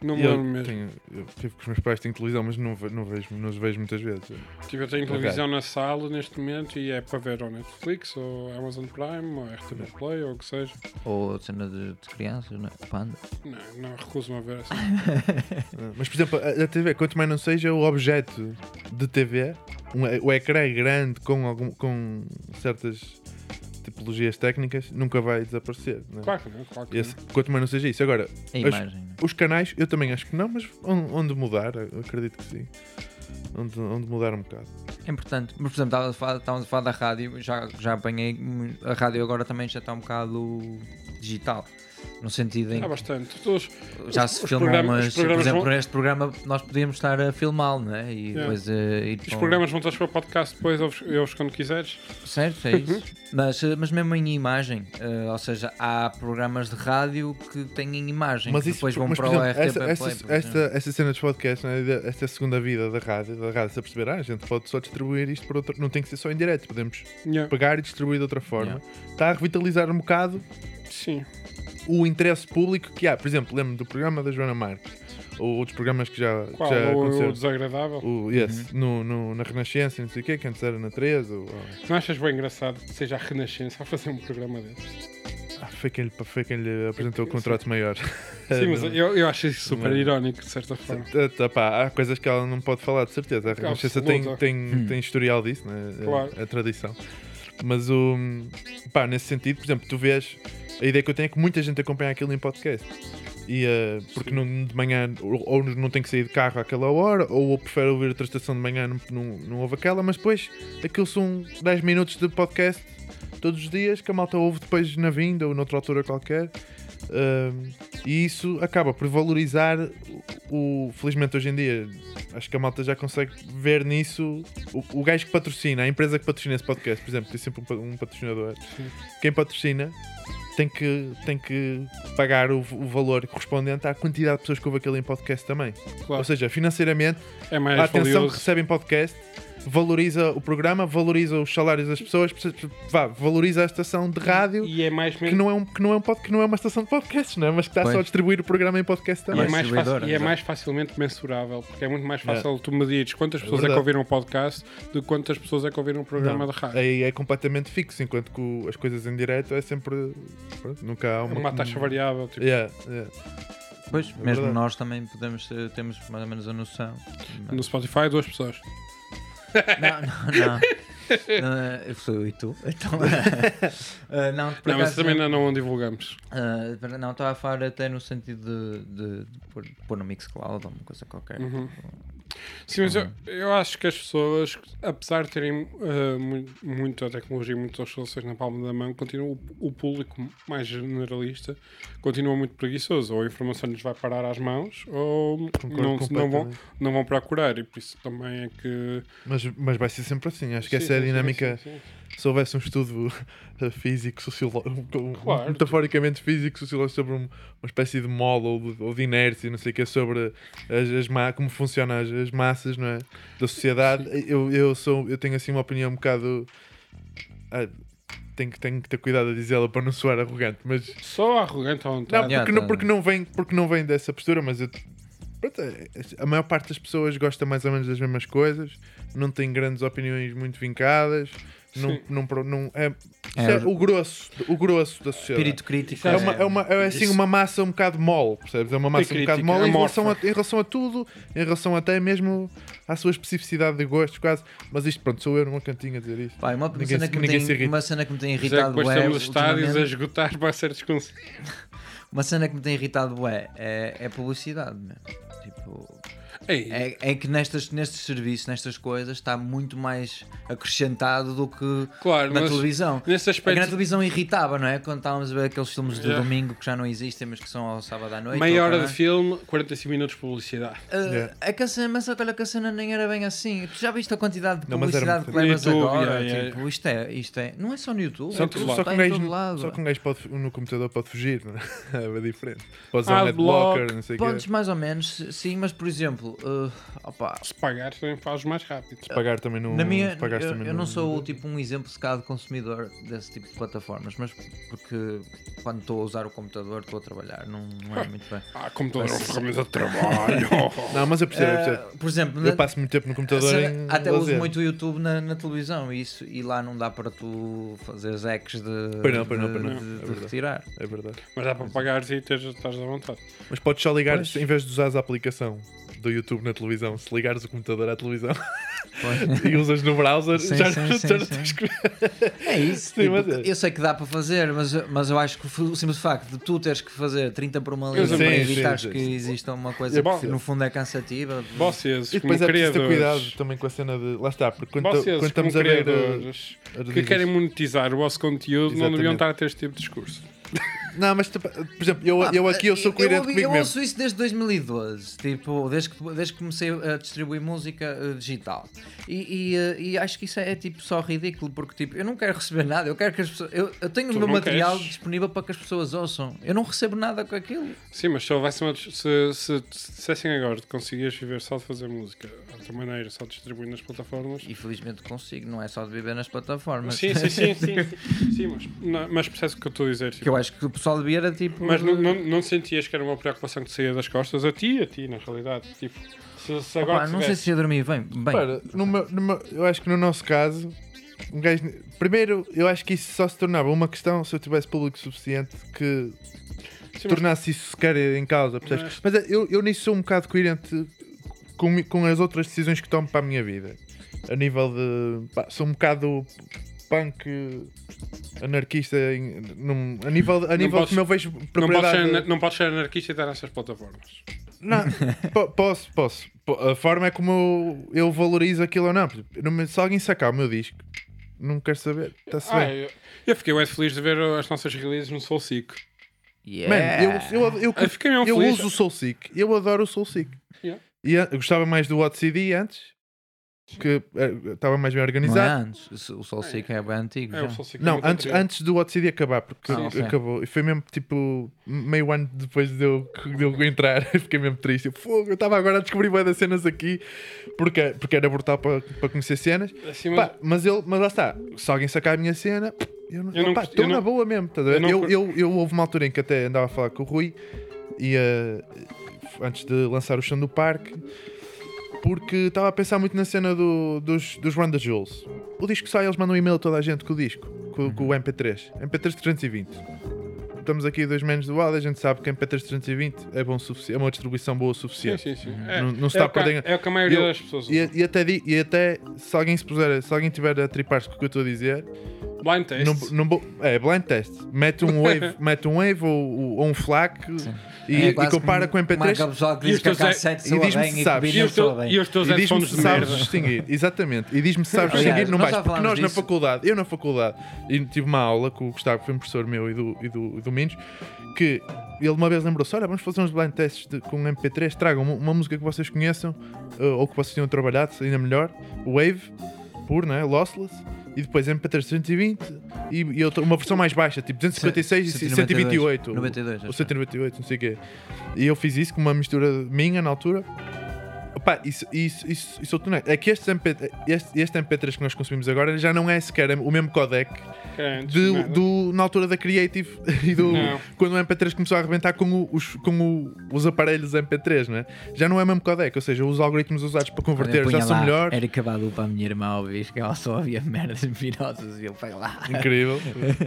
S3: Não me
S4: Eu,
S3: lembro mesmo.
S4: tenho, eu vivo com os meus pais, tenho televisão, mas não, ve- não, vejo, não os vejo muitas vezes.
S3: Tipo, eu tenho
S4: Ok.
S3: televisão na sala neste momento e é para ver ou Netflix ou Amazon Prime ou RTP Play ou o que seja.
S2: Ou a cena de, de crianças, né? Panda.
S3: Não, não recuso-me a ver essa.
S4: Ah, Mas, por exemplo, a, a TV, quanto mais não seja o objeto de TV, um- o ecrã é grande com, algum, com certas tipologias técnicas, nunca vai desaparecer. não é?
S3: Claro que não, claro que
S4: Esse- quanto mais não seja isso. Agora,
S2: A
S4: Mas-
S2: imagem. né?
S4: os canais, eu também acho que não, mas on- onde mudar, eu acredito que sim. Onde, onde mudar um bocado.
S2: É importante. Mas, por exemplo, estava a falar- estávamos a falar da rádio, já, já apanhei. mu- A rádio agora também já está um bocado digital. No sentido
S4: Ah,
S3: não.
S2: em
S3: Há bastante. Todos,
S2: que já se
S3: os
S2: filmam
S3: programas-
S2: umas.
S3: os
S2: Por
S3: programas
S2: exemplo,
S3: vão-
S2: este programa nós podíamos estar a filmá-lo, né? E
S3: Yeah.
S2: depois. eh, ir
S3: os
S2: para um-
S3: programas vão todos para o podcast, depois ouves, ouves quando quiseres.
S2: Certo, é
S3: Uhum.
S2: isso. mas, eh, mas mesmo em imagem. eh, ou seja, há programas de rádio que têm imagem.
S4: Mas
S2: que
S4: isso,
S2: depois vão
S4: mas,
S2: para
S4: por
S2: o
S4: exemplo,
S2: RTP
S4: essa,
S2: Play.
S4: essa,
S2: por exemplo.
S4: esta- essa cena dos podcasts, não é? De- esta segunda vida da rádio, da rádio se aperceber, ah, a gente pode só distribuir isto para outro, não tem que ser só em direto, podemos
S3: Yeah.
S4: pegar e distribuir de outra forma. Está a revitalizar um bocado
S3: Sim.
S4: o interesse público que há. Por exemplo, lembro do programa da Joana Marques, ou outros programas que já, que
S3: Qual? é O,
S4: já
S3: Uhum. o
S4: aconteceram.
S3: desagradável?
S4: O, yes, no, no- na Renascença, e não sei o quê, que antes era na 13. Ou, ou-
S3: Não achas bem engraçado que seja a Renascença a fazer um programa desses?
S4: ah, foi, quem lhe, foi quem lhe apresentou o contrato maior.
S3: Sim, mas eu, eu acho isso super
S4: Não.
S3: irónico, de certa forma.
S4: Ah, tá, pá, há coisas que ela não pode falar, de certeza. A Renascença tem,
S3: Absoluta.
S4: tem, tem historial disso, né? É-
S3: Claro.
S4: é a tradição. Mas o. Pá, nesse sentido, por exemplo, tu vês. A ideia que eu tenho é que muita gente acompanha aquilo em podcast. E, ah, porque não, de manhã ou, ou não tem que sair de carro àquela hora, ou eu prefiro ouvir outra estação de manhã, não, não, não houve aquela, mas depois aquilo são 10 minutos de podcast todos os dias que a malta ouve depois na vinda ou noutra altura qualquer. Ahm, e isso acaba por valorizar o, o- Felizmente hoje em dia, acho que a malta já consegue ver nisso o, o gajo que patrocina, a empresa que patrocina esse podcast, por exemplo, tem sempre um, pa- um patrocinador.
S3: Sim.
S4: Quem patrocina tem que, tem que pagar o, v- o valor correspondente à quantidade de pessoas que ouvem aquele em podcast também.
S3: Claro.
S4: Ou seja, financeiramente,
S3: É
S4: a
S3: mais
S4: atenção que
S3: valioso.
S4: recebem podcast valoriza o programa, valoriza os salários das pessoas, perce- vá, valoriza a estação de rádio
S3: E é mais,
S4: que não é, um, que, não é um pod, que não é uma estação de podcasts, não é? mas que está
S2: Pois.
S4: só a distribuir o programa em podcast
S3: e
S4: também.
S3: é mais,
S2: distribuidora,
S3: faci- e é
S2: exato.
S3: mais facilmente mensurável, porque é muito mais
S4: Yeah.
S3: fácil tu medires quantas pessoas é, que
S4: verdade.
S3: ouviram o podcast do que quantas pessoas é que ouviram o programa de rádio.
S4: Aí é completamente fixo, enquanto que o- as coisas em direto é sempre. pronto, nunca há
S3: É
S4: uma.
S3: uma taxa variável. Tipo,
S4: Yeah, yeah.
S2: Pois,
S4: É
S2: mesmo
S4: verdade.
S2: nós também podemos eh, temos mais ou menos a noção.
S4: É.
S3: No Spotify, duas pessoas.
S2: Não, não, não. Não, eh, sou eu e tu. Então, eh, não, por
S3: Não, mas
S2: acaso,
S3: também não, não divulgamos.
S2: eh, para- não estava a falar até no sentido de, de pôr, pôr no Mixcloud ou uma coisa qualquer.
S3: Uhum. Sim, mas eu, eu acho que as pessoas, apesar de terem uh, mu- muita tecnologia e muitas soluções na palma da mão, continua, o, o público mais generalista continua muito preguiçoso. Ou a informação lhes vai parar às mãos, ou
S4: Concordo
S3: não, não, vão,
S4: completamente.
S3: não vão procurar. E por isso também é que.
S4: Mas, mas vai ser sempre assim. Acho que
S3: Sim,
S4: essa é a
S3: sim, sim,
S4: dinâmica.
S3: sim, sim.
S4: Se houvesse um estudo físico, sociológico,
S3: Claro.
S4: um, metaforicamente físico, sociológico, sobre um- uma espécie de mola ou de, ou de inércia, não sei o que, sobre as, as ma- como funcionam as, as massas não é? da sociedade, eu, eu, sou, eu tenho assim uma opinião um bocado. Ah, tenho, que- tenho que ter cuidado a dizê-la para não soar arrogante, mas
S3: Só arrogante à
S4: Não,
S3: vontade.
S2: Yeah,
S4: porque,
S2: tá.
S4: não, porque, não vem, porque não vem dessa postura, mas eu- pronto, é- a maior parte das pessoas gosta mais ou menos das mesmas coisas, não tem grandes opiniões muito vincadas, não,
S3: Sim.
S4: não, pro- não- é, isso
S2: É,
S4: é o grosso, o grosso da sociedade.
S2: Espírito crítico. né?
S4: É uma, é, uma, é assim
S3: Isso-
S4: uma massa um bocado mole, percebes? É uma massa um
S3: crítica,
S4: bocado mole em
S3: amorfa.
S4: relação, a, em relação a tudo, em relação até mesmo à sua especificidade de gostos, quase. Mas isto, pronto, sou eu numa cantinha a dizer isto.
S2: Pá, é uma, uma
S4: Ninguém
S2: cena
S4: se-
S2: que me
S4: ninguém se
S2: tem,
S4: irrita.
S2: uma cena que me tem
S3: Mas é que
S2: irritado
S3: depois
S2: bué,
S3: temos estádios a
S2: ultimamente-
S3: esgotar para certos conselhos.
S2: Uma cena que me tem irritado bué, é, é publicidade, mesmo. Tipo,
S3: Ei,
S2: é, é que nestas, nestes serviços, nestas coisas, está muito mais acrescentado do que
S3: Claro,
S2: na
S3: mas
S2: televisão.
S3: nesse
S2: É que na
S3: aspecto,
S2: televisão irritava, não é? Quando estávamos a ver aqueles filmes do
S3: Yeah.
S2: domingo que já não existem, mas que são ao sábado à noite.
S3: meia
S2: ou
S3: hora de
S2: caralho.
S3: filme, 45 minutos de publicidade.
S2: Ah,
S4: Yeah.
S2: é que a cena, mas olha que a cena nem era bem assim. Tu já viste a quantidade de
S4: Não, mas era
S2: publicidade
S4: um muito-
S2: que levas
S3: No YouTube,
S2: agora?
S3: yeah, yeah.
S2: Tipo, isto é, isto é. Não é só no YouTube,
S4: Só
S2: é
S4: que,
S2: tudo,
S4: só, que
S2: está
S4: um
S2: em
S4: gajo,
S2: todo lado.
S4: só que um gajo pode, no computador pode fugir, não é? É diferente. Pode
S3: Ah,
S4: usar um
S3: Adblock,
S4: netblocker, não sei o quê.
S2: Pontos mais ou menos, sim, mas por exemplo, ah, opa,
S3: Se pagares, também fazes mais rápido.
S4: Se pagar também não.
S2: Na minha,
S4: se pagares
S2: eu,
S4: também
S2: eu não sou
S4: não-
S2: tipo um exemplo secado consumidor desse tipo de plataformas, mas porque quando estou a usar o computador estou a trabalhar, não, não é muito bem.
S3: Ah, computador é uma ferramenta de trabalho.
S4: Não, mas eu percebo, eu percebo.
S2: Eh, por exemplo,
S4: Eu
S2: na-
S4: passo muito tempo no computador
S2: se-
S4: em
S2: até uso
S4: lazer.
S2: muito o YouTube na, na televisão e isso, e lá não dá para tu fazer hacks de,
S4: Pois não, pois não,
S2: de-
S4: pois
S2: de-
S4: não, é
S2: de
S4: verdade.
S2: retirar.
S4: É verdade.
S3: Mas dá para pagares e ter, estás à vontade.
S4: Mas podes só ligar,
S2: Pois.
S4: em vez de usares a aplicação do YouTube na televisão, se ligares o computador à televisão
S2: Pois.
S4: e usas no browser,
S2: Sim,
S4: já,
S2: sim,
S4: já,
S2: sim,
S4: já não
S2: sim.
S4: tens que-
S2: É isso.
S4: Sim,
S2: tipo,
S4: mas é.
S2: Eu sei que dá para fazer, mas, mas eu acho que o simples facto de tu teres que fazer 30 por uma linha
S3: Sim,
S2: para
S4: sim,
S2: evitares
S4: sim.
S2: que exista uma coisa
S3: É bom.
S2: que no fundo é cansativa.
S3: Vocês,
S4: E
S3: como
S4: depois é preciso ter cuidado
S3: criadores,
S4: também com a cena de. Lá está, porque quando,
S3: vocês,
S4: quando
S3: como
S4: estamos a ver. uh,
S3: criadores,
S4: as
S3: que
S4: revistas-
S3: querem monetizar o vosso conteúdo, não deviam
S4: Exatamente.
S3: estar a ter este tipo de discurso.
S4: Não, mas tipo, por exemplo, eu, eu aqui eu sou coerente
S2: ouvi-
S4: comigo
S2: eu
S4: mesmo.
S2: ouço isso desde 2012, tipo, desde que, desde que comecei a distribuir música eh, digital. E, e, eh, e acho que isso é, é, tipo só ridículo, porque tipo, eu não quero receber nada, eu quero que as pessoas. Eu, eu tenho
S3: Tu
S2: o meu
S3: não
S2: material
S3: queres?
S2: disponível para que as pessoas ouçam. Eu não recebo nada com aquilo.
S3: Sim, mas só vai ser uma, dis- se, se, se dissessem agora que conseguias viver só de fazer música, de outra maneira, só distribuir nas plataformas.
S2: E felizmente consigo, não é só de viver nas plataformas.
S3: Sim, sim, sim, sim. sim, sim, mas, não, mas percebes o que eu estou a dizer. tipo,
S2: Que eu acho que o pessoal devia era tipo.
S3: Mas não, não, não sentias que era uma preocupação que te saía das costas a ti, a ti, na realidade. Tipo, se, se agora
S2: Opa, não sei
S3: tivesse-
S2: se ia dormir bem. bem
S4: Para, no meu- no meu- eu acho que no nosso caso, um gajo. Primeiro, eu acho que isso só se tornava uma questão se eu tivesse público suficiente que
S3: Sim, mas-
S4: tornasse isso sequer em causa. percebes?
S3: Mas-
S4: Mas é, eu, eu nisso sou um bocado coerente com, com as outras decisões que tomo para a minha vida. A nível de. pá, sou um bocado punk anarquista em- num- a nível, a nível
S3: podes-
S4: como eu vejo
S3: Não podes,
S4: propriedade.
S3: ser, ana- não podes ser anarquista e estar nessas plataformas.
S4: Não, po- posso, posso. Po- A forma é como eu, eu valorizo aquilo ou não. Por exemplo, no meu- Se alguém sacar o meu disco, não quero saber. Está-se
S3: Ah,
S4: bem.
S3: eu, eu fiquei muito feliz de ver as nossas releases no Soul Seek. é.
S2: Yeah.
S4: Man, eu, eu, eu,
S3: Eu fiquei mesmo
S4: eu
S3: feliz.
S4: uso o Soul Seek. Eu adoro o Soul Seek.
S3: Yeah.
S4: E an- eu gostava mais do Hot CD antes, que eh, estava mais bem
S2: Não é
S4: organizado.
S2: antes. O Soul Seek é bem antigo.
S3: É,
S2: já.
S3: o Soul Seek é
S4: Não,
S3: muito
S4: antes,
S3: anterior.
S4: antes do Hot CD acabar, porque
S2: Ah, ok.
S4: acabou. E foi mesmo tipo meio ano depois de eu, de eu entrar. Eu fiquei mesmo triste. Eu, Fogo, eu estava agora a descobrir bué das cenas aqui, porque, porque era brutal para para conhecer cenas.
S3: Assim, mas-
S4: Pá, mas, ele, mas lá está, se alguém sacar a minha cena, eu não
S3: Eu não curti-
S4: estou
S3: eu
S4: na
S3: não-
S4: boa mesmo. estás a ver?
S3: eu não
S4: Eu,
S3: cur-
S4: eu, eu houve uma altura em que até andava a falar com o Rui e eh, antes de lançar o chão do parque, porque estava a pensar muito na cena do, dos, dos Run the Jewels. O disco sai, eles mandam um e-mail a toda a gente com o disco, com, com o MP3, MP3 320. Estamos aqui dois menos do lado, a gente sabe que MP3 320 é, bom o sufici- é uma distribuição boa o
S3: Sim,
S4: suficiente.
S3: sim, sim. É,
S4: Não- não
S3: é
S4: se está
S3: o que a-
S4: a perder-
S3: É o que a maioria
S4: Eu-
S3: das pessoas usa.
S4: E, e até, di- e até se alguém se puser, se alguém tiver a tripar-se com o que eu estou a dizer,
S3: Blind test.
S4: não, não vou- é, blind test. Mete um wave, mete um wave ou, ou um flac e,
S2: É
S4: e
S2: quase
S4: compara com o
S2: Uma
S4: MP3
S2: pessoa que
S3: E
S2: diz
S3: os
S2: que a
S3: teus é-
S2: cassete
S4: e
S2: soa
S4: diz-me
S2: bem
S4: se
S2: e que o
S4: sabes.
S3: E
S2: vinil
S3: os, teu-
S2: soa bem.
S3: e os teus
S4: e diz-me
S3: headphones
S4: se
S3: de
S4: sabes
S3: merda.
S4: distinguir. Exatamente. E diz-me se sabes
S2: Aliás,
S4: distinguir, não
S2: nós
S4: vais.
S2: já
S4: Porque
S2: falámos
S4: nós na
S2: disso.
S4: faculdade, eu na faculdade, e tive uma aula com o Gustavo, que foi um professor meu e do, e do, e do Minos, que ele uma vez lembrou-se: olha, vamos fazer uns blind tests de- com um MP3, tragam uma, uma música que vocês conheçam eh, ou que vocês tenham trabalhado, ainda melhor, Wave, puro, não é? Lossless. E depois MP3 120 e, e outra- uma versão mais baixa, tipo 256 e 128.
S2: 92,
S4: Ou
S2: acho.
S4: 198, não sei o quê. E eu fiz isso com uma mistura minha na altura. Opa, isso, isso, isso, isso eu tornei. É que estes MP, este, este MP3 que nós consumimos agora já não é sequer o mesmo codec
S3: Caralho,
S4: de,
S3: é
S4: um-
S3: merda.
S4: do, na altura da Creative e do.
S3: Não.
S4: Quando o MP3 começou a arrebentar com, o- os, com o- os aparelhos MP3, né? Já não é o mesmo codec, ou seja, os algoritmos usados para
S2: Quando eu
S4: converter já
S2: punha
S4: são
S2: lá,
S4: melhores.
S2: Era acabado para a minha irmã ouvir que ela só havia merdas virosas e eu fui lá.
S1: É.
S4: Incrível.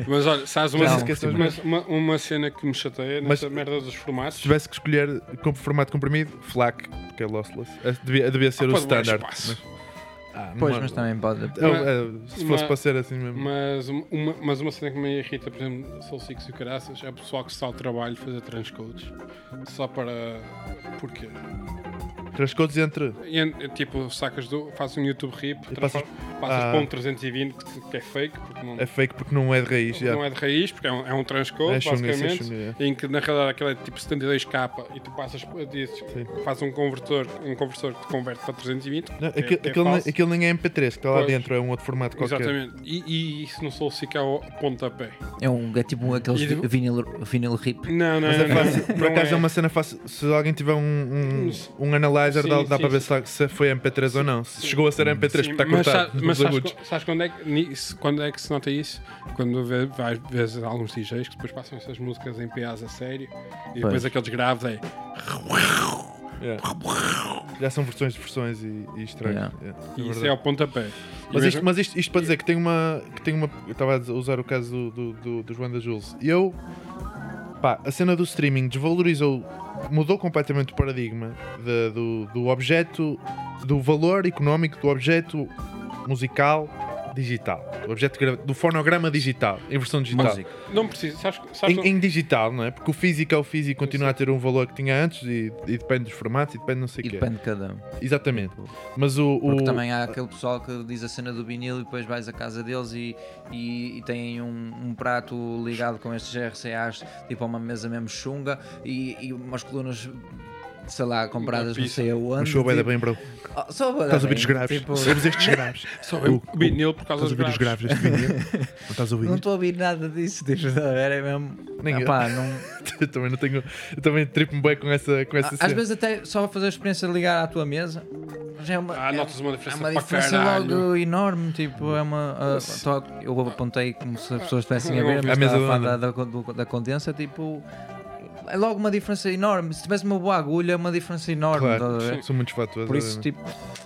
S3: Mas olha, sabes uma,
S4: Não,
S3: cena-
S4: esqueças
S3: uma- uma, uma cena que me chateia
S4: Mas-
S3: nessa merda dos
S4: Se
S3: formatos? ah,
S4: tivesse que escolher com formato comprimido, FLAC, porque é lossless, devia, devia ser
S3: Ah,
S4: o
S3: pode dar
S4: standard.
S3: espaço.
S4: Ah, não
S2: Pois,
S4: há-
S2: mas também pode.
S4: É,
S3: Uma-
S4: é, se fosse
S3: uma-
S4: para ser assim mesmo.
S3: Mas uma- uma, mas uma cena que me irrita, por exemplo, Soul Six e o caraças, é o pessoal que está ao trabalho fazer transcodes só para. Porquê?
S4: Transcodes entre.
S3: E, é, tipo, sacas do. Fazes um YouTube RIP,
S4: E
S3: transform- passas,
S4: Ah.
S3: para um 320 que, que é fake, porque não,
S4: É fake porque não é de raiz. já.
S3: não é de raiz, porque é um, é um transcode,
S4: É chunga, isso é
S3: basicamente.
S4: chunga,
S3: em que na realidade aquilo é tipo 72k e tu passas dizes, faz um convertor, um conversor que te converte para 320.
S4: Não,
S3: que é-
S4: aquele,
S3: que é
S4: aquele,
S3: falso.
S4: aquele nem é MP3 que está lá
S3: Pois.
S4: dentro, é um outro formato qualquer.
S3: Exatamente. E, e isso não sou sequer ao pontapé.
S2: É, um, é tipo um, aqueles
S3: E de-
S2: vi- vinil, vinil rip.
S3: Não, não,
S4: Mas é
S3: não,
S4: fácil.
S3: não
S4: Por acaso é.
S3: é.
S4: uma cena fácil. Se alguém tiver um, um,
S3: Sim,
S4: um analyzer, dá,
S3: sim,
S4: dá para
S3: sim.
S4: ver se, se foi MP3 ou não. Se chegou a ser MP3
S3: Sim,
S4: porque está
S3: mas
S4: cortado
S3: sa-
S4: nos
S3: mas sabes,
S4: agudos.
S3: co- sabes quando, é que, nisso- quando é que se nota isso? Quando vê, vai, vês alguns DJs que depois passam essas músicas em PAs a sério e depois
S2: Pois.
S3: aqueles graves é
S4: Yeah. É. Já são versões de versões e, e estranhos.
S2: Yeah.
S4: yeah,
S3: e
S4: é
S3: isso é
S4: verdade.
S3: ao pontapé. E
S4: Mas, isto,
S3: mesmo-
S4: mas isto, isto para dizer que tem uma. Que tem uma eu estava a dizer- usar o caso do, do, do, do João da Jules. E eu. Pá, a cena do streaming desvalorizou. Mudou completamente o paradigma da- do, do objeto. Do valor económico do objeto musical digital. Do, objeto, gra- do fonograma digital, em versão digital.
S2: Música.
S3: não precisa, sabes,
S2: Tá,
S3: sabes
S4: Em, em digital, não é? Porque o físico é o físico, continua a ter um valor que tinha antes e, e depende dos formatos e depende não sei
S2: E
S4: o
S3: é?
S4: quê.
S2: depende de cada um.
S4: Exatamente. Mas o. o-
S2: Porque também há aquele pessoal que diz a cena do vinil e depois vais à casa deles e, e, e têm um, um prato ligado com estes RCAs, tipo a uma mesa mesmo chunga e, e umas colunas, sei lá, compradas não
S3: pizza.
S2: sei aonde.
S4: Mas show bué da
S2: tipo-
S4: bem, bro.
S2: Oh, só bué da
S4: Estás Tá a ouvir
S2: bem,
S4: os graves?
S2: tipo,
S4: Ouves estes graves?
S3: só eu vinil por causa
S4: Estás a
S3: dos
S4: ouvir os
S3: graves.
S4: graves deste vinil? Não estás a ouvir?
S2: não estou a ouvir nada disso, tipo, era mesmo.
S4: Nem eu.
S2: Epá, não,
S4: Eu também não tenho. Eu também tripo-me bem com essa, com essa
S2: Às
S4: cena.
S2: vezes até só fazer a experiência de ligar à tua mesa já é uma,
S3: Ah,
S2: é-
S3: notas uma
S2: há
S3: diferença
S2: uma
S3: para
S2: diferença
S3: caralho.
S2: logo enorme, tipo, é uma. ah, só- eu apontei como se as pessoas estivessem a ver, mas
S4: A mesa
S2: estava
S4: do
S2: a falar da, do- da condensa, tipo. É logo uma diferença enorme. Se tivesse uma boa agulha, é uma diferença enorme. estás a
S4: Claro,
S2: ver?
S4: são- são muitos fatores.
S2: Por isso,
S4: obviamente.
S2: tipo,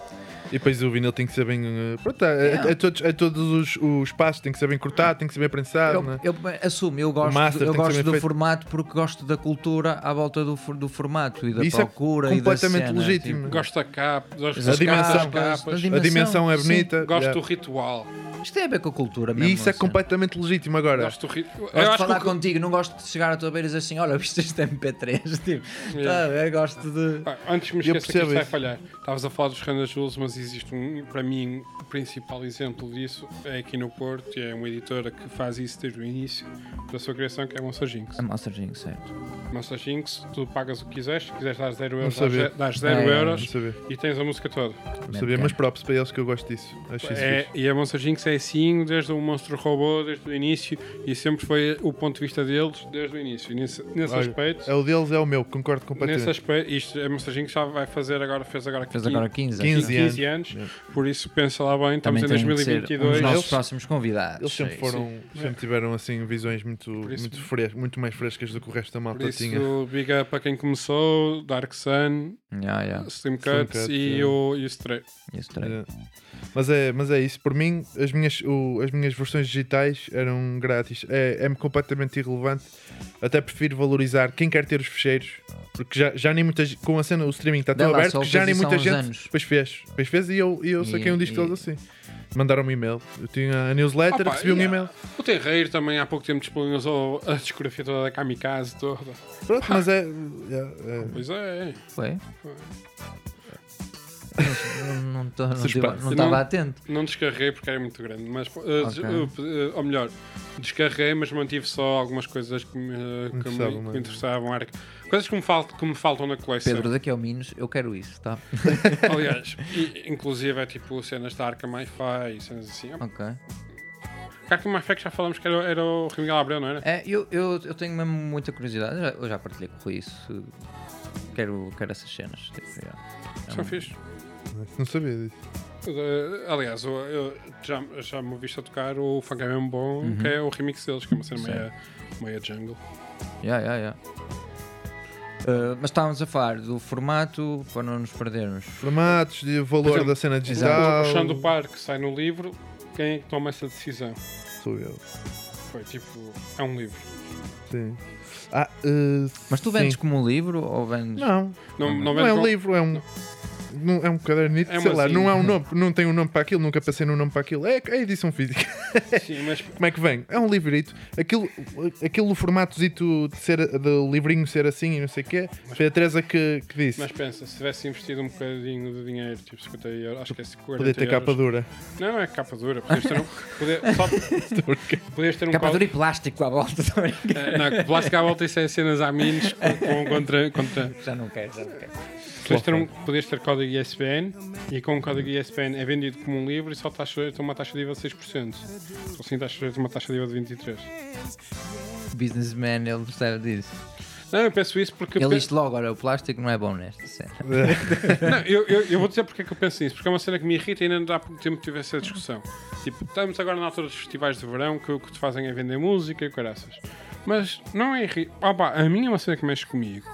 S4: E depois o vinil tem que ser bem. eh, Pronto, é, é- é todos, é todos os, os passos, tem que ser bem cortado, tem que ser bem prensado.
S2: eu,
S4: né?
S2: eu assumo, eu
S4: O
S2: gosto,
S4: master
S2: eu
S4: tem que ser
S2: gosto
S4: bem
S2: do
S4: feito.
S2: formato porque gosto da cultura à volta do, for- do formato e da
S4: Isso é
S2: procura e da
S4: completamente
S2: cena,
S4: legítimo.
S2: tipo,
S3: Gosto da capa, gosto
S2: As
S3: das
S4: dimensão.
S3: capas,
S2: As
S3: capas,
S2: dim-
S4: A dimensão é
S2: sim,
S4: bonita.
S3: gosto
S4: yeah.
S3: do ritual.
S2: tipo, Isto tem a ver com a cultura mesmo.
S4: E isso é
S2: assim.
S4: completamente legítimo agora.
S3: Gosto do ritual.
S2: Gosto
S3: Eu
S2: de
S3: acho
S2: falar
S3: que o-
S2: contigo, não gosto de chegar à tua beira e dizer assim: olha, viste este MP3? Tipo, tá,
S3: Yeah.
S2: eu gosto de.
S3: Ah, Antes que me
S4: Eu
S3: esqueça que
S4: percebo
S3: isto vai
S4: isso.
S3: falhar. Estavas a falar dos Randas Jules, mas existe um, para mim, o principal exemplo disso é aqui no Porto, e é uma editora que faz isso desde o início da sua criação, que é a Monster Jinx.
S2: A Monster Jinx, certo.
S3: Monster Jinx, tu pagas o que quiseres, se quiseres dar 0
S4: Não
S3: euros,
S4: sabia. Ah,
S3: dás 0
S2: É,
S4: Não
S3: euros
S4: sabia,
S3: e tens a música toda.
S4: não sabia, mas props para eles que eu gosto disso. Acho isso
S3: É,
S4: fixe.
S3: e a Monster Jinx é assim desde o Monstro Robô, desde o início, e sempre foi o ponto de vista deles desde o início. E nesse, nesse
S4: Olha,
S3: aspecto.
S4: É o deles, é o meu, concordo completamente.
S3: Nesse aspecto, isto, a Monster Jinx já vai fazer agora, fez agora
S2: Fez
S3: 15,
S2: agora 15.
S4: 15
S2: acho.
S3: 15 anos, por isso pensa lá bem, estamos
S2: Também
S3: em
S2: tem que ser um
S3: 2022.
S2: dos nossos
S4: Eles-
S2: próximos convidados. É
S4: Eles sempre
S2: Sim,
S4: foram, sempre tiveram assim visões muito,
S3: Por isso-
S4: muito, fres- muito mais frescas do que o resto da
S3: Por
S4: malta tinha.
S3: isso, big up para quem começou, Dark Sun,
S2: sim. Yeah, yeah.
S3: Slim
S4: Slim
S3: Cuts
S4: Cut,
S3: e,
S4: é.
S3: o, e o Stray.
S2: Isso três.
S4: É. Mas é, mas é isso, por mim as minhas, o- as minhas versões digitais eram grátis, é, é-me completamente irrelevante. Até prefiro valorizar quem quer ter os fecheiros, porque já, já nem muita gente, com a cena, o streaming está tão
S2: Dá lá,
S4: aberto
S2: só
S4: que já
S2: fez
S4: nem
S2: isso há
S4: muita
S2: uns
S4: gente.
S2: anos.
S4: Depois fez, depois fez e eu, e eu
S2: E-
S4: saquei um disco
S2: e-
S4: deles assim. Mandaram um e-mail, eu tinha a newsletter,
S3: Opa,
S4: recebi um
S3: Ah, e-
S4: e-mail.
S3: O Terreiro também há pouco tempo disponibilizou a discografia toda da Kamikaze toda.
S4: Pronto, mas é. é- é-
S3: Pois é.
S2: Foi?
S3: Foi.
S2: Não estava não, tive-
S4: Suspeito.
S2: não
S3: Não-
S2: estava atento.
S3: Não descarreguei porque era muito grande, mas eh, des-
S2: Ok.
S3: eh, ou melhor, descarreguei, mas mantive só algumas coisas que me, eh, que me-
S4: Interessavam,
S3: que me
S4: mas-
S3: interessavam. era que- Coisas que me, faltam, que me faltam na coleção.
S2: Pedro, daqui ao Minos, eu quero isso, tá?
S3: Aliás, e- inclusive é tipo cenas da Arca Fi e cenas assim.
S2: Ok.
S3: Arca Fi que já falamos que era, era o Rio Miguel Abreu, não era?
S2: É, eu, eu, eu tenho mesmo muita curiosidade. Eu já, eu já partilhei com o Rui isso. Quero, quero essas cenas. Tipo, yeah. É
S3: São
S2: um-
S3: fixe.
S4: Não sabia disso.
S3: Eh, aliás, eu, eu já, já me ouviste a tocar o Funk é mesmo bom,
S4: Uhum.
S3: que é o remix deles, que é uma cena meia, meia jungle.
S2: Yeah, yeah, yeah. Uh, mas estávamos a falar do formato para não nos perdermos.
S4: Formatos, de valor
S3: exemplo,
S4: da cena
S3: O
S4: digital.
S3: Chão do Parque sai no livro, quem é que toma essa decisão?
S4: Sou eu.
S3: Foi tipo, é um livro.
S4: Sim. Ah, eh,
S2: Mas tu vendes
S4: sim.
S2: como um livro ou vendes.
S4: Não,
S3: Não,
S4: não,
S3: não,
S4: é
S3: vendo
S4: um
S3: com-
S4: livro, é um. não- é um cadernito,
S3: É uma
S4: sei lá,
S3: zine.
S4: não é um nome, não tem um nome para aquilo, nunca pensei num nome para aquilo. É, é edição física.
S3: Sim, mas
S4: Como é que vem? É um livrito. Aquilo, aquilo formatozito de ser, do livrinho ser assim e não sei o quê, foi a Teresa que, que disse.
S3: Mas pensa, se tivesse investido um bocadinho de dinheiro, tipo 50 euros, acho que é 40
S4: Podia ter
S3: euros.
S4: capa dura.
S3: Não, não é capa dura. Podias ter um, podia- só- podias ter um
S2: Capa
S3: quadro-
S2: dura e plástico à volta também.
S3: Eh, Não, plástico à volta, isso é cenas a minos com, com- contra... contra
S2: já não quero, já não quero.
S3: podias, ter um, podias ter código ISBN e com o código ISBN é vendido como um livro e só estás sujeito a uma taxa de IVA de 6%. Ou assim estás sujeito a uma taxa de IVA de 23%.
S2: Businessman, ele percebe disso.
S3: Não, eu penso isso porque...
S2: Ele
S3: pe-
S2: diz logo: olha, o plástico não é bom nesta cena.
S3: Não, eu, eu, eu vou dizer porque é que eu penso nisso, porque é uma cena que me irrita e ainda há pouco tempo tive essa discussão. Tipo, estamos agora na altura dos festivais de verão que o que te fazem é vender música e caraças. Mas não é irrita. Opa, a minha é uma cena que mexe comigo.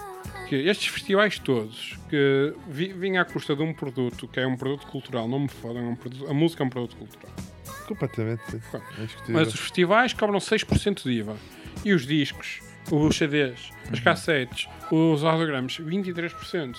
S3: Que estes festivais todos que vi, vinha à custa de um produto que é um produto cultural, não me fodam, é um produto- a música é um produto cultural.
S4: Completamente. É discutível.
S3: Mas os festivais cobram 6% de IVA. E os discos, os CDs, as cassetes, os autogramas, 23%.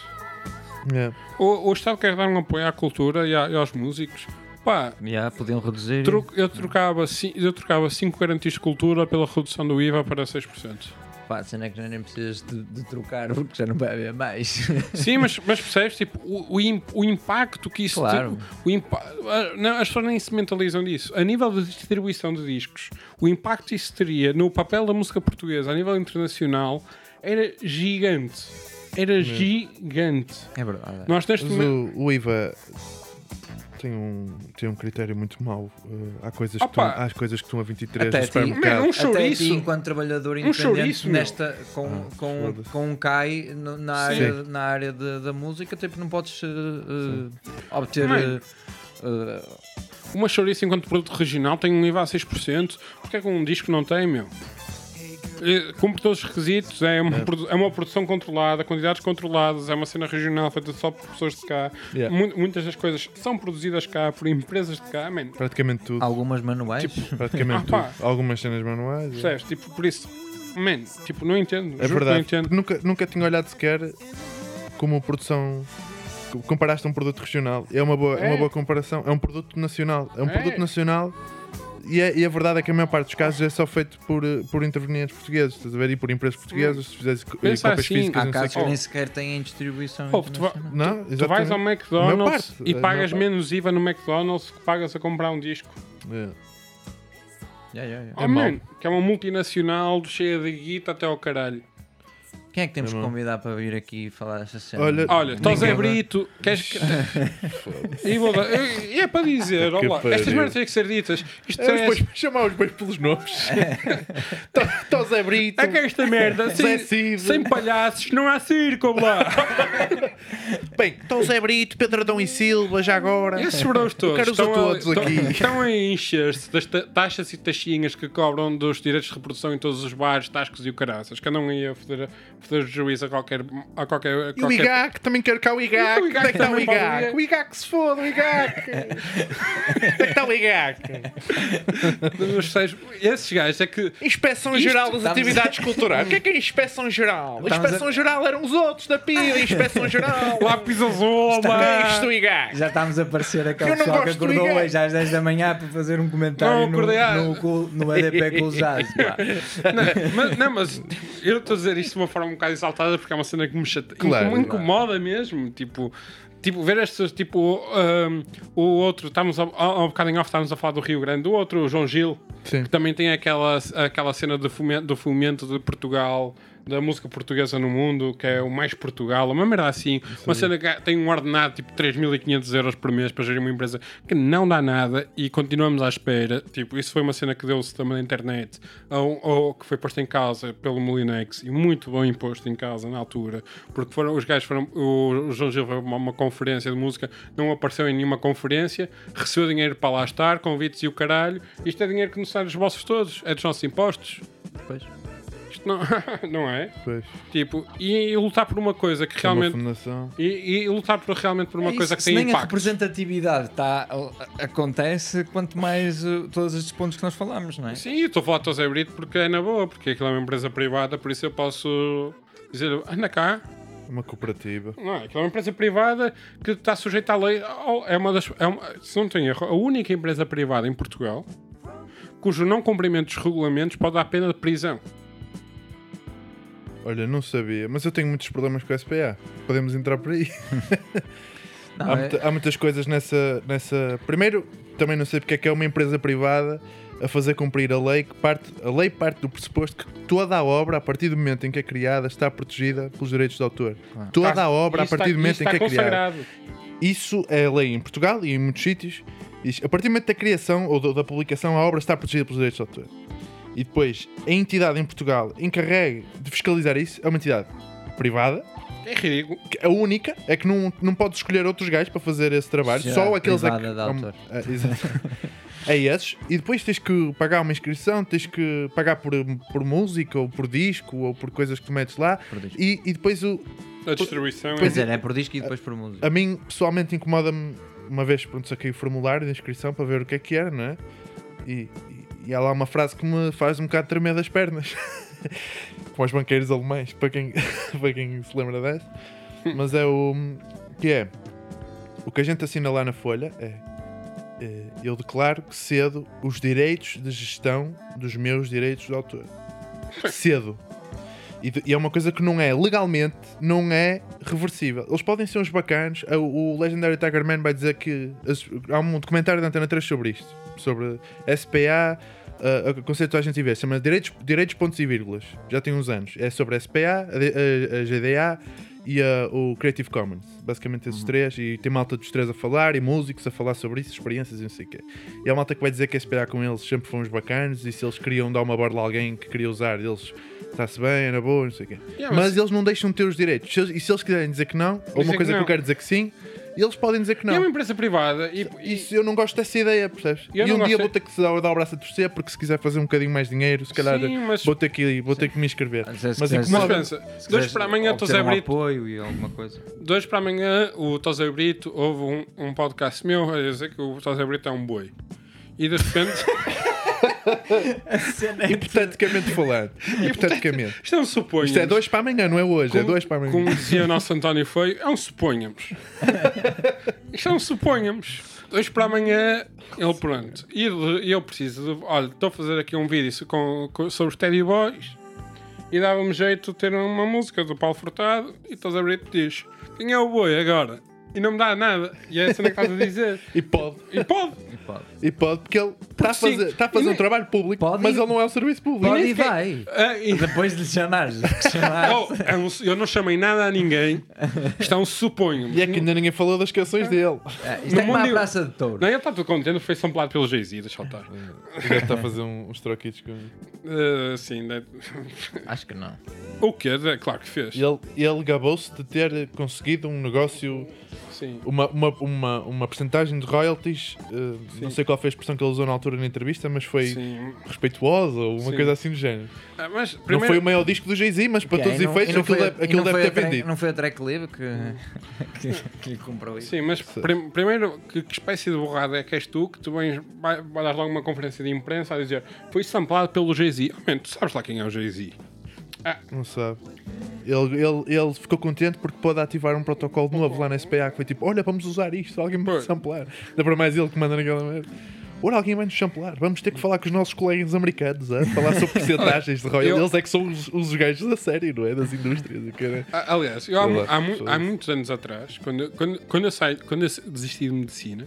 S4: É.
S3: O, o Estado quer dar um apoio à cultura e, a- e aos músicos. Pá,
S2: Já podiam reduzir.
S3: tro- eu trocava, ci- eu trocava 5 garantias de cultura pela redução do IVA para 6%.
S2: Pá, a cena é que já nem precisas de, de trocar porque já não vai haver mais.
S3: Sim, mas, mas percebes tipo, o, o, im- o impacto que isso
S2: Claro.
S3: tem. O impa- ah, não, as pessoas nem se mentalizam disso. A nível de distribuição de discos, o impacto que isso teria no papel da música portuguesa a nível internacional era gigante. Era gigante.
S2: É verdade.
S3: Nós neste
S4: Mas
S3: momento.
S4: o, o IVA tem um, tem um critério muito mau. Eh, há, coisas que estão,
S3: Opa.
S4: há coisas que estão a 23
S2: Até
S4: no
S2: ti.
S4: supermercado.
S3: Man, um
S2: Até
S3: chouriço. Um
S2: aqui, enquanto trabalhador independente,
S3: chouriço, meu.
S2: nesta, com, com,
S4: foda-se.
S2: com um CAI no- na
S3: Sim.
S2: área, na área de- da música, tipo, não podes eh, eh, obter.
S3: Mano.
S2: eh, eh,
S3: Uma chouriça enquanto produto regional tem um IVA a 6%. Porquê é que um disco não tem, meu? Eh, Cumpre todos os requisitos, é uma, produ- é uma produção controlada, quantidades controladas, é uma cena regional feita só por pessoas de cá.
S4: Yeah.
S3: Mu- muitas das coisas são produzidas cá por empresas de cá, man.
S4: Praticamente tudo.
S2: algumas manuais.
S4: Praticamente
S3: Ah, pá.
S4: tudo. Algumas cenas manuais. é.
S3: Percebes? Tipo, por isso, man, tipo, não entendo.
S4: É
S3: juro que
S4: verdade.
S3: Não entendo.
S4: porque Nunca, nunca tinha olhado sequer como produção. Comparaste a um produto regional. É uma boa, é. uma
S3: É.
S4: boa comparação. É um produto nacional. É um
S3: É.
S4: produto nacional E a, e a verdade é que a maior parte dos casos é só feito por, eh, por intervenientes portugueses, estás a ver? E por empresas portuguesas, se fizeres co- eh,
S3: Pensa
S4: compras
S3: assim,
S4: físicas,
S2: Há
S4: não sei
S2: casos
S4: o quê.
S2: que nem sequer têm distribuição
S3: Oh, tu vai-
S2: internacional.
S4: Não,
S3: Tu vais
S4: exatamente.
S3: ao McDonald's
S4: parte,
S3: e
S4: a
S3: pagas
S4: maior
S3: menos IVA no McDonald's que pagas a comprar um disco.
S4: É.
S2: Yeah, yeah, yeah.
S3: Oh,
S4: mau.
S3: man, que é uma multinacional cheia de guita até ao caralho.
S2: Quem é que temos
S4: É
S2: que
S4: bom.
S2: convidar para vir aqui falar esta cena?
S4: Olha-
S3: Olha,
S4: Ninguém
S3: estás a
S4: vai-
S3: Brito, queres que. E vou dar- eu- e é para dizer,
S4: Que
S3: olá,
S4: pariu.
S3: estas merdas têm que ser ditas. Isto
S4: É,
S3: é.
S4: depois chamar os dois pelos nomes.
S2: É.
S4: Tó Zé Brito.
S3: É que esta merda,
S4: Zé
S3: sem,
S4: Cid.
S3: sem palhaços, não há circo lá.
S4: Bem, Tó Zé Brito, Pedro Adão e Silva, já agora.
S3: Esses bros todos.
S4: quero os
S3: estão a-
S4: todos
S3: estão-
S4: aqui.
S3: Estão a encher-se das ta- taxas e taxinhas que cobram dos direitos de reprodução em todos os bares, tascos e o caraças. Que andam aí a foder, a foder o juiz a qualquer. A qualquer, a
S4: E o
S3: qualquer...
S4: IGAC, também quero cá o IGAC.
S3: E o
S4: Onde
S3: IGAC
S4: é que está o
S3: também pode
S4: IGAC?
S3: vir.
S4: O IGAC se foda, o IGAC. Onde é que está o IGAC?
S3: Mas, sabes, Esses gajos é que.
S4: Inspeção
S3: Isto
S4: Geral das
S2: estamos-
S4: Atividades Culturais. O que é que é Inspeção Geral? A
S2: Estamos
S4: Inspeção Geral eram os outros da PIA. Inspeção Geral. O
S3: Lápis azul,
S4: que é
S3: lá.
S4: isto, o IGAC?
S2: Já estávamos a aparecer aquele
S4: Eu não
S2: pessoal que
S4: gosto do
S2: acordou
S4: Miguel.
S2: hoje às 10 da manhã para fazer um comentário
S3: Não,
S2: no,
S3: acordei É às-
S2: no, cu- no EDP com os Jazz. pá.
S3: Não, mas, não, mas eu estou a dizer isto de uma forma um bocado exaltada porque é uma cena que me chateia.
S4: Claro,
S3: me incomoda mesmo. Tipo, tipo, ver estas, tipo, ahm, o outro, estávamos há há um bocado em off, estávamos a falar do Rio Grande, o outro, o João Gil,
S4: Sim.
S3: que também tem aquela, aquela cena do fomento, do fomento de Portugal. Da música portuguesa no mundo, que é o mais Portugal, uma merda assim. Uma cena que tem um ordenado tipo 3.500 euros por mês para gerir uma empresa que não dá nada e continuamos à espera. Tipo, isso foi uma cena que deu-se também na internet, ou, um, ou que foi posta em causa pelo Molinex e muito bom imposto em causa na altura, porque foram, os gajos foram. O, o João Gil foi a uma, uma conferência de música, não apareceu em nenhuma conferência, recebeu dinheiro para lá estar, convites e o caralho. Isto é dinheiro que não sai dos bolsos todos, é dos nossos impostos.
S2: Pois.
S3: Isto não, não é?
S4: Pois, É
S3: Tipo, e, e lutar por uma coisa que
S4: uma
S3: realmente.
S4: fundação.
S3: E, e lutar por, realmente por uma
S2: É
S3: coisa
S2: isso,
S3: que
S2: se
S3: tem
S2: nem a
S3: impacto.
S2: representatividade tá, a- a- acontece, quanto mais uh, todos estes pontos que nós falámos, não é?
S3: Sim, eu estou a falar de José Brito porque é na boa, porque aquilo é uma empresa privada, por isso eu posso dizer, anda cá.
S4: Uma cooperativa.
S3: Não, aquilo é uma empresa privada que está sujeita à lei. Ao- É uma das, é uma- se não tenho erro, a única empresa privada em Portugal cujo não cumprimento dos regulamentos pode dar pena de prisão.
S4: Olha, não sabia, mas eu tenho muitos problemas com o SPA. Podemos entrar por aí.
S2: Não,
S4: Há,
S2: é-
S4: muita- há muitas coisas nessa, nessa. Primeiro, também não sei porque é que é uma empresa privada a fazer cumprir a lei que parte. A lei parte do pressuposto que toda a obra, a partir do momento em que é criada, está protegida pelos direitos de autor. Toda
S3: Está-
S4: a obra, a
S3: isso
S4: partir
S3: está-
S4: do momento
S3: isso
S4: em que
S3: está
S4: é criada.
S3: consagrado.
S4: Isso é a lei em Portugal e em muitos sítios. Diz, a partir do momento da criação ou do- da publicação, a obra está protegida pelos direitos de autor. E depois, a entidade em Portugal encarregue de fiscalizar isso é uma entidade privada
S3: É ridículo.
S4: que- a única é que não, não podes escolher outros gajos para fazer esse trabalho,
S2: Já,
S4: só aqueles é que.
S2: privada de autor.
S4: Ah, exato. É esses, e depois tens que pagar uma inscrição, tens que pagar por, por música ou por disco ou por coisas que tu metes lá,
S2: Por disco.
S4: e, e depois o,
S3: A distribuição
S2: Pois
S3: é.
S2: é, é por disco e depois por música.
S4: a mim pessoalmente incomoda-me uma vez pronto, saquei o formulário de inscrição para ver o que é que era, não é? E, e, e há lá uma frase que me faz um bocado tremer das pernas. Como os banqueiros alemães, para quem, para quem se lembra dessa. Mas é o. que é. O que a gente assina lá na folha é. eh, Eu declaro que cedo os direitos de gestão dos meus direitos de autor. Cedo. E, de- e é uma coisa que não é legalmente, não é reversível. Eles podem ser uns bacanos. a- O Legendary Tiger Man vai dizer que as- há um documentário da Antena 3 sobre isto, sobre SPA, a, a conceito da gente vê, chama direitos, direitos, pontos e vírgulas. Já tem uns anos. É sobre a SPA, a, D- a- a GDA e a- o Creative Commons. Basicamente
S3: Uhum.
S4: esses três. E tem malta dos três a falar e músicos a falar sobre isso, experiências e não sei o quê. E há malta que vai dizer que a SPA com eles sempre foi uns bacanos e se eles queriam dar uma borla a alguém que queria usar, eles está-se bem, era boa, não sei o quê.
S3: Yeah,
S4: mas...
S3: mas-
S4: eles não deixam de ter os direitos. Se eles- e se eles quiserem dizer que não, ou
S3: é
S4: uma
S3: que
S4: coisa que,
S3: não.
S4: eu quero dizer que sim, eles podem dizer que
S3: E é uma
S4: não.
S3: empresa privada e, e-
S4: Isso eu não gosto dessa ideia, percebes?
S3: Eu
S4: e
S3: não
S4: um dia
S3: gosto-
S4: vou ter que dar, dar o braço a torcer, porque se quiser fazer um bocadinho mais dinheiro, se calhar
S3: Sim, mas-
S4: vou, ter que, vou ter que me inscrever.
S2: Mas é-
S4: Mas,
S2: se-
S3: mas
S4: incomoda.
S3: pensa, de hoje para amanhã estou a
S2: obter um
S3: abrir
S2: apoio e alguma coisa.
S3: De hoje para amanhã, o Tosé Brito houve um, um podcast meu a dizer que o Tosé Brito é um boi. E de repente,
S4: Hipoteticamente falando. Hipoteticamente.
S3: isto é um suponho.
S4: Isto é dois para amanhã, não é hoje, é dois para amanhã.
S3: Como dizia o nosso António Feio, é um suponhamos. isto é um suponhamos. hoje para amanhã, ele pronto. E ele- e eu preciso de. Olha, estou a fazer aqui um vídeo so- com- com- sobre os Teddy Boys e dava-me jeito de ter uma música do Paulo Furtado e estás a abrir e diz: Quem é o boi agora? E não me dá nada. E é a cena que estás a dizer.
S4: E pode,
S3: E pode.
S2: Pode,
S4: e pode, porque ele está a
S3: Sim.
S4: fazer, está a fazer
S3: E
S4: um
S3: nem-
S4: trabalho público,
S2: Pode
S4: mas
S2: e-
S4: ele não é um serviço público.
S2: pode
S4: E
S2: e vai.
S3: Ah, e-
S2: Depois de chamares. de chamares.
S3: Oh, é um- eu não chamei nada a ninguém. Isto é um suponho.
S4: é que ainda ninguém falou das canções dele.
S2: É, isto é
S3: Oh, no
S2: como a
S3: mundo-
S2: praça de touro.
S3: Não, ele está tudo contente, foi samplado pelo Jay-Z, deixa eu estar.
S4: Ele está a fazer um- uns troquitos com ele.
S3: Ah, sim, né?
S2: Acho que não.
S3: o quê? É Claro que fez.
S4: Ele, ele gabou-se de ter conseguido um negócio,
S3: Sim.
S4: uma, uma, uma, uma percentagem de royalties. eh, não sei qual foi a expressão que ele usou na altura na entrevista, mas foi
S3: Sim.
S4: respeituosa ou uma
S3: Sim.
S4: coisa assim do género.
S3: Ah, mas
S4: Não foi
S3: primeiro,
S4: o maior disco do Jay-Z, mas para
S2: Ok,
S4: todos os
S2: e não-
S4: efeitos
S2: e não
S4: aquilo,
S2: foi a-
S4: deve-
S2: e
S4: aquilo
S2: não
S4: deve
S2: foi
S4: ter
S2: a track-
S4: vendido.
S2: Não foi a track livre que, que, que lhe comprou isso.
S3: Sim, mas prim- primeiro, que, que espécie de borrada é que és tu que tu vens, vai, vai dar logo uma conferência de imprensa a dizer foi samplado pelo Jay-Z. Oh, man, tu sabes lá quem é o Jay-Z.
S4: Não sabe. Ele, ele, ele ficou contente porque pode ativar um protocolo novo lá na SPA que foi tipo: olha, vamos usar isto, alguém vai
S3: Pois.
S4: samplar. Dá para mais ele que manda naquela merda. Ora, alguém vai nos samplar. Vamos ter que falar com os nossos colegas americanos a falar sobre percentagens de royalties.
S3: Eu-
S4: Eles é que são os, os gajos da série, não é? Das indústrias. o cara.
S3: Ah, Aliás, eu há, mu-
S4: Olá,
S3: há mu-
S4: pessoas.
S3: há muitos anos atrás, quando, eu- quando, quando, eu saí, quando eu desisti de medicina,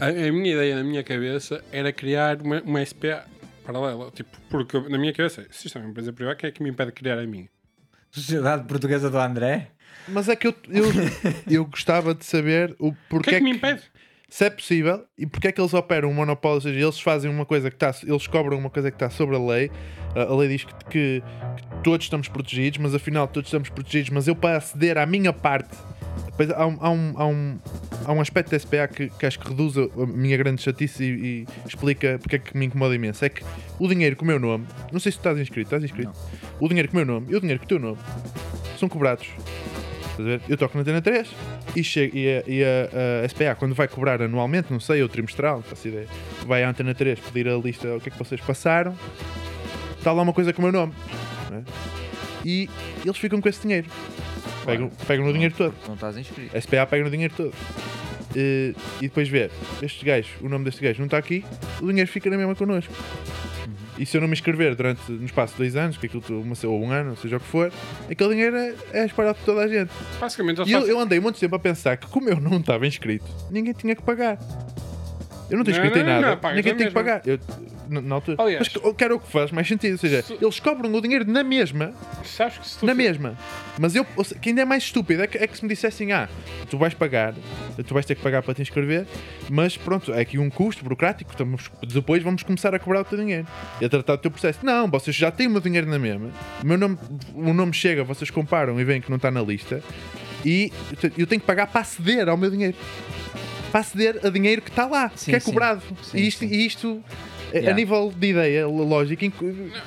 S3: a, a minha ideia na minha cabeça era criar uma, uma SPA paralela. Tipo, porque eu- na minha cabeça, se isto é uma empresa privada, quem é que me impede de criar a minha?
S2: Sociedade Portuguesa do André.
S4: Mas é que eu, eu, eu gostava de saber o
S3: O que
S4: porquê.
S3: é que, me
S4: que-
S3: impede?
S4: se é possível, e porque é que eles operam um monopólio, ou seja, eles fazem uma coisa que está, eles cobram uma coisa que está sobre a lei, a a lei diz que, que- que todos estamos protegidos, mas afinal todos estamos protegidos, mas eu para aceder à minha parte, depois há um, há um, há um, há um aspecto da SPA que, que acho que reduz a a minha grande chatice e, e explica porque é que me incomoda imenso, é que o dinheiro com o meu nome, não sei se tu estás inscrito, estás inscrito? O dinheiro com o meu nome e o dinheiro com o teu nome são cobrados Estás a ver? Eu toco na Antena 3 e, chego, e, a, e a- a SPA, quando vai cobrar anualmente, não sei, ou trimestral, não faço ideia, vai à Antena 3 pedir a lista o que é que vocês passaram, está lá uma coisa com o meu nome. não é? E eles ficam com esse dinheiro. Pegam, pegam no dinheiro todo.
S2: Não estás inscrito.
S4: A SPA pega no dinheiro todo. Eh, e depois vê, este gajo, o nome deste gajo não está aqui, o dinheiro fica na mesma connosco.
S2: Uhum.
S4: E se eu não me inscrever durante, no espaço de dois anos, que aquilo, tu- uma, ou um ano, seja o que for, aquele dinheiro é, é espalhado por toda a gente.
S3: Basicamente, eles
S4: E eu,
S3: fazem-
S4: eu andei muito tempo a pensar que, como eu não estava inscrito, ninguém tinha que pagar. Eu não estou
S3: Não,
S2: é
S4: inscrito em
S3: não, não,
S4: nada,
S3: não, pagas
S4: ninguém
S3: na
S4: tem que
S3: mesma.
S4: pagar. Eu, na, na altura.
S3: Aliás-
S4: Mas que- eu quero o que faz mais sentido. Ou seja,
S3: Se-
S4: eles cobram o dinheiro na mesma,
S3: sabes que se tu
S4: na mesma. Mas eu, ou seja, que ainda é mais estúpido é que, é que se me dissessem, ah, tu vais pagar, tu vais ter que pagar para te inscrever, mas pronto, é aqui um custo burocrático, estamos, depois vamos começar a cobrar o teu dinheiro e a tratar do teu processo. Não, vocês já têm o meu dinheiro na mesma, o, meu nome, o nome chega, vocês comparam e veem que não está na lista e eu te- eu tenho que pagar para aceder ao meu dinheiro. Para aceder a dinheiro que está lá,
S2: Sim,
S4: que é
S2: sim.
S4: cobrado.
S2: Sim,
S4: e isto,
S2: sim.
S4: e isto eh, a- a
S2: Yeah.
S4: nível de ideia lógica, inc-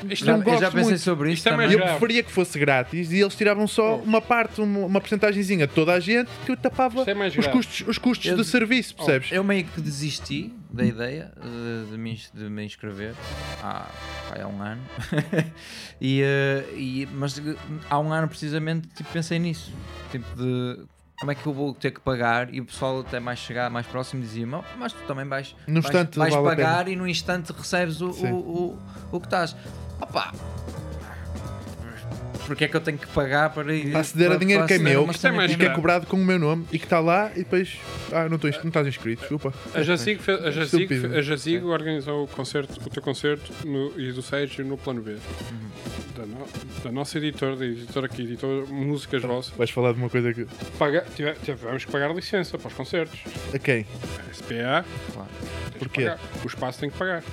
S3: isto
S4: não
S2: Já, eu
S4: gosto
S2: já pensei
S4: muito.
S2: sobre
S3: Isto
S2: isto
S3: é mais
S4: e eu
S2: também.
S3: grave.
S4: preferia que fosse grátis e eles tiravam só uma parte, uma, uma porcentagemzinha de toda a gente que tapava
S3: Isto é mais
S4: os
S3: grave.
S4: custos, os custos
S2: Eu- Oh,
S4: do serviço, percebes?
S2: Eu meio que desisti da ideia eh, de, de me, ins- de me inscrever há, pá, há um ano. e, eh, e- mas eh, há um ano precisamente tipo, pensei nisso. Tipo de como é que eu vou ter que pagar? E o pessoal até mais chegar mais próximo dizia, "Mas- mas tu também vais,
S4: No
S2: vais,
S4: instante
S2: vais
S4: vale a pena."
S2: pagar e no instante recebes o,
S4: Sim.
S2: o, o, o que estás. Opa! Porque é que eu tenho que pagar para ir
S4: Para aceder a dinheiro que é
S2: aceder a
S4: meu,
S2: uma
S4: que
S3: tem
S2: cena
S3: mais
S2: que
S4: E
S2: é
S4: que é
S3: grave.
S4: cobrado com o meu nome e que está lá e depois. Ah, não, estou ins- não estás inscrito, desculpa.
S3: A Jazig, fe- a Jazig,
S4: Estúpido. É.
S3: a Jazig organizou o, concerto, o teu concerto no, e do Sérgio no Plano
S4: Uhum.
S3: B. Da, no- da nossa editora, da editora que editou músicas vossas.
S4: Vais falar de uma coisa que.
S3: Paga, tive- tivemos que pagar licença para os concertos.
S4: A quem?
S3: A SPA,
S2: Claro.
S3: tens que
S4: Porquê?
S3: pagar. o espaço tem que pagar.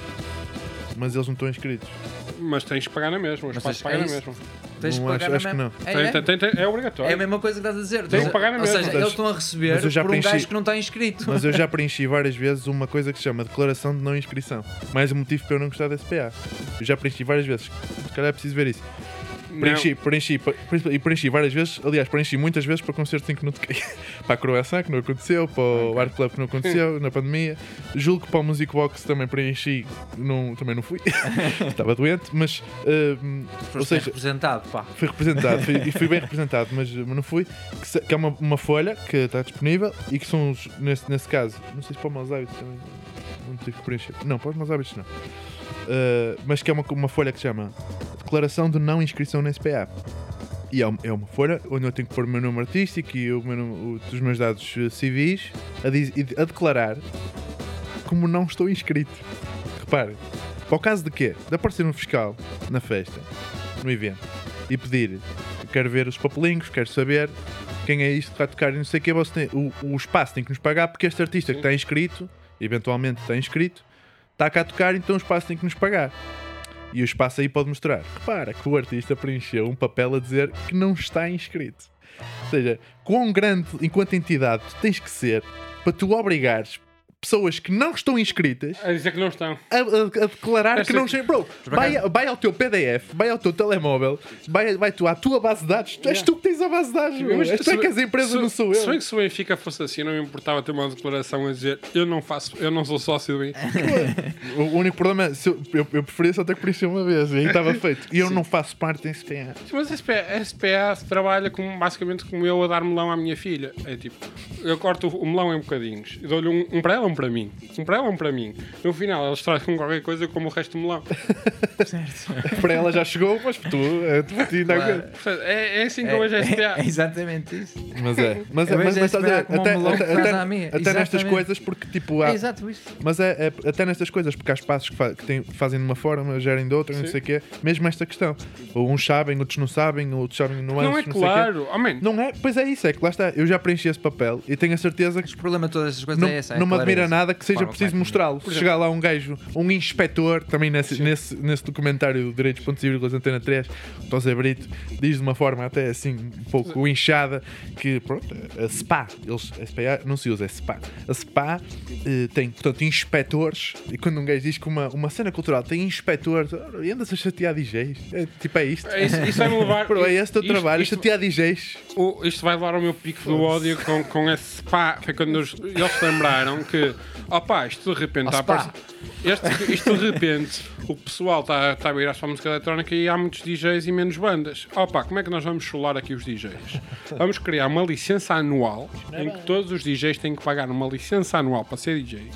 S4: Mas eles não estão inscritos.
S3: Mas tens que pagar na mesma, o
S2: Mas
S3: espaço
S2: é
S3: paga na
S2: isso?
S3: mesma.
S2: Tens
S4: Não
S2: que pagar
S4: acho-
S2: na
S4: acho
S2: mesma-
S4: que
S2: É,
S3: Tem-
S2: é.
S3: tem- tem- tem- é obrigatório.
S2: É a mesma coisa que estás a dizer.
S3: Tem
S2: Ou
S3: que pagar na
S2: Ou
S3: mesma.
S2: seja,
S4: Mas-
S2: eles estão a receber
S4: mas eu já
S2: por um
S4: preenchi-
S2: gajo que não está inscrito.
S4: Mas eu já preenchi várias vezes uma coisa que se chama declaração de não inscrição. Mais um motivo para eu não gostar da SPA. Eu já preenchi várias vezes. Se calhar é preciso ver isso. Preenchi, preenchi, pa- princip- e preenchi várias vezes, aliás, preenchi muitas vezes para concertos em que não toquei. para a Croácia, que não aconteceu, para o Art Club, que não aconteceu, na pandemia. Julgo que para o Music Box também preenchi, não, também não fui. Estava doente, mas. hum, ou
S2: Foste bem
S4: seja,
S2: É representado, pá.
S4: fui representado, fui, e fui bem representado, mas, mas não fui. Que, se- que é uma, uma folha que está disponível e que são os, nesse, nesse caso, não sei se para os maus hábitos também não tive que preencher. Não, para os maus hábitos não. Uh, mas que é uma, uma folha que se chama Declaração de Não Inscrição na SPA. E é uma, é uma folha onde eu tenho que pôr o meu nome artístico e o meu nome- o- os meus dados eh, civis a, diz- e de- a declarar como não estou inscrito. Reparem, para o caso de quê? De aparecer um fiscal na festa, no evento, e pedir quero ver os papelinhos, quero saber quem é isto que vai tocar e não sei o que, você tem- o, o espaço tem que nos pagar porque este artista que está inscrito, eventualmente está inscrito, está cá a tocar, então o espaço tem que nos pagar. E o espaço aí pode mostrar. Repara que o artista preencheu um papel a dizer que não está inscrito. Ou seja, quão grande, enquanto entidade, tu tens que ser para tu obrigares pessoas que não estão inscritas
S3: A dizer que não estão.
S4: a, a- a declarar
S3: Essa-
S4: que não sei. Bro, vai, vai ao teu PDF, vai ao teu telemóvel, vai, vai tu à tua base de dados. Tu És
S3: Yeah.
S4: tu que tens a base de dados, bro. És tu é que as empresas,
S3: se-
S4: não sou
S3: Se bem
S4: eu.
S3: que se o Benfica fosse assim, não me importava ter uma declaração a dizer eu não faço, eu não sou sócio do Benfica.
S4: O o único problema é se eu, eu, eu preferia só ter que preencher uma vez e aí estava feito. E eu não faço parte desse PA.
S3: Mas a SPA, a SPA trabalha como, basicamente como eu a dar melão à minha filha. É tipo, eu corto o melão em bocadinhos e dou-lhe um, um para ela, um para mim. Um para ela, um para mim. No final, eles trazem qualquer coisa como o resto do melão.
S4: Para ela já chegou, mas tu, é, tu ainda aguenta.
S3: Portanto, é, é assim que
S2: É,
S3: hoje a
S2: é- é
S3: SPA.
S2: exatamente isso.
S4: Mas é. Mas é,
S2: Eu vejo
S4: mas, mas
S2: a
S4: estás a
S2: SPA como um
S4: ver, até,
S2: melão que
S4: até,
S2: traz
S4: até-
S2: à minha.
S4: até nestas
S2: Exatamente.
S4: coisas, porque tipo
S2: É
S4: há,
S2: exato isso.
S4: Mas é, é- até nestas coisas, porque há espaços que, fa- que têm- fazem de uma forma, gerem de outra, não
S3: Sim.
S4: sei o quê. Mesmo esta questão. Ou uns sabem, outros não sabem, outros sabem nuances,
S3: Não é
S4: sei o quê.
S3: claro. Homem,
S4: Não é? Pois é isso, é que lá está. Eu já preenchi esse papel e tenho a certeza que
S2: Mas o problema de todas essas coisas
S4: não,
S2: é essa. é
S4: não me
S2: clareza.
S4: admira nada que seja
S2: Forma
S4: preciso
S2: como é que-
S4: mostrá-lo. Chegar lá um gajo, um inspetor, também nesse, nesse, nesse documentário Direitos, Pontos e Vírgulas Antena 3, o José Então, Brito, diz de uma forma até assim um pouco inchada que, pronto, a SPA, eles, a SPA não se usa, é SPA. A SPA eh, tem, portanto, inspectores, e quando um gajo diz que uma, uma cena cultural tem inspectores, "Ora, e andas a chatear DJs? É, tipo, é isto.
S3: isso, isso vai me levar.
S4: Bro, é esse o teu
S3: isto-
S4: trabalho,
S3: isto-
S4: chatear DJs.
S3: O- isto vai levar ao meu pico do ódio com, com esse spa. Foi quando eles, eles se lembraram que, opá, isto de repente. está a
S2: spa.
S3: aparecer- este- isto de repente, o pessoal está está a virar só música eletrónica e há muitos DJs e menos bandas. Opá, como é que nós vamos chular aqui os DJs? Vamos criar uma licença anual em que todos os DJs têm que pagar uma licença anual para ser DJs.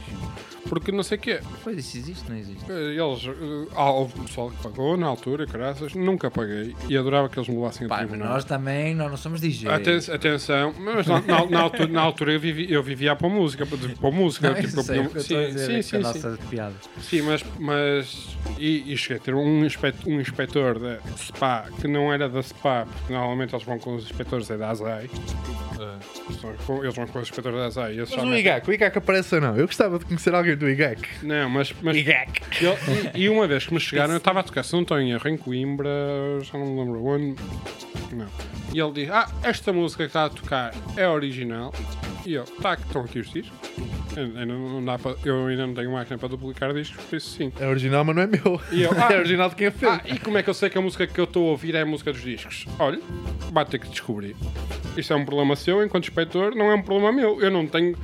S3: Porque não sei o quê.
S2: Pois isso existe, não existe.
S3: Eles, eh, há- houve pessoal que pagou na altura, graças, nunca paguei e adorava que eles me levassem a
S2: Pá, mas
S3: tribunal.
S2: nós também, nós não somos DJs.
S3: Aten- atenção, mas na, na- na altura, na altura eu, vivi, eu vivia para a música, para para a música.
S2: Não,
S3: tipo,
S2: isso
S3: eu
S2: sei,
S3: podia-
S2: o que eu estou a dizer, é
S3: sim,
S2: que a
S3: sim, sim, sim,
S2: nossa piada.
S3: Sim, mas, mas e, e cheguei a ter um, inspe- um inspetor da SPA que não era da SPA, porque normalmente eles vão com os inspectores é da ASAI. Eles vão com- Eles vão com os inspectores da ASAI. eles
S4: Mas
S3: só
S4: o
S3: metem-
S4: IGAC, o IGAC aparece ou não? Eu gostava de conhecer alguém do IGAC.
S3: Não, mas. mas
S4: IGAC.
S3: ele- e, e uma vez que me chegaram, eu estava a tocar, se não estou em erro, em Coimbra, já não me lembro onde. Não. E ele diz: Ah, esta música que está a tocar é original. E eu, tá, que estão aqui os discos. Ainda não dá pra- eu ainda não tenho máquina para duplicar discos, por isso sim.
S4: É original, mas não é meu.
S3: E eu, ah.
S4: é original de quem a fez.
S3: Ah, e como é que eu sei que a música que eu estou a ouvir é a música dos discos? Olha, vai ter que descobrir. Isto é um problema seu, enquanto inspetor, não é um problema meu. Eu não tenho.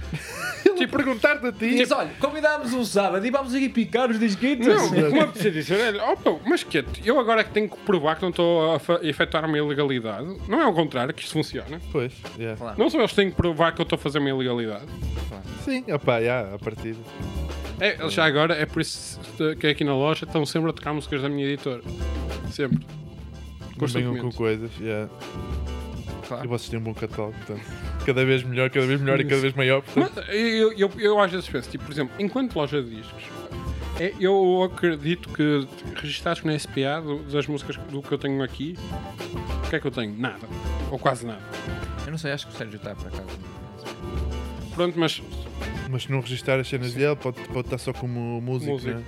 S4: Te perguntar-te a ti.
S2: Mas olha, convidámos um sábado e vamos aqui picar os disquitos.
S3: Não, como é que disse? Opa, mas quieto, eu agora é que tenho que provar que não estou a fa- efetuar uma ilegalidade. Não é ao contrário que isto funciona.
S4: Pois, yeah.
S2: Claro.
S3: Não só eles que têm que provar que eu estou a fazer uma ilegalidade.
S4: sim, opá, yeah, a partida.
S3: É, já agora é por isso que aqui na loja estão sempre a tocar músicas da minha editora. Sempre.
S4: Não venham com
S3: Constantemente.
S4: coisas. Yeah.
S3: Claro.
S4: E vocês têm um bom catálogo, portanto. Cada vez melhor, cada vez melhor e cada vez maior. Portanto,
S3: Mas eh, eu, eu, eu às vezes penso, tipo, por exemplo, enquanto loja de discos, é- eu acredito que registados na SPA do- das músicas do que eu tenho aqui, o que é que eu tenho? Nada. Ou quase nada.
S2: Eu não sei, acho que o Sérgio tá, está para casa.
S3: Pronto, mas
S4: mas se não registar as cenas dele, pode, pode estar só como músico.
S3: música.
S4: né?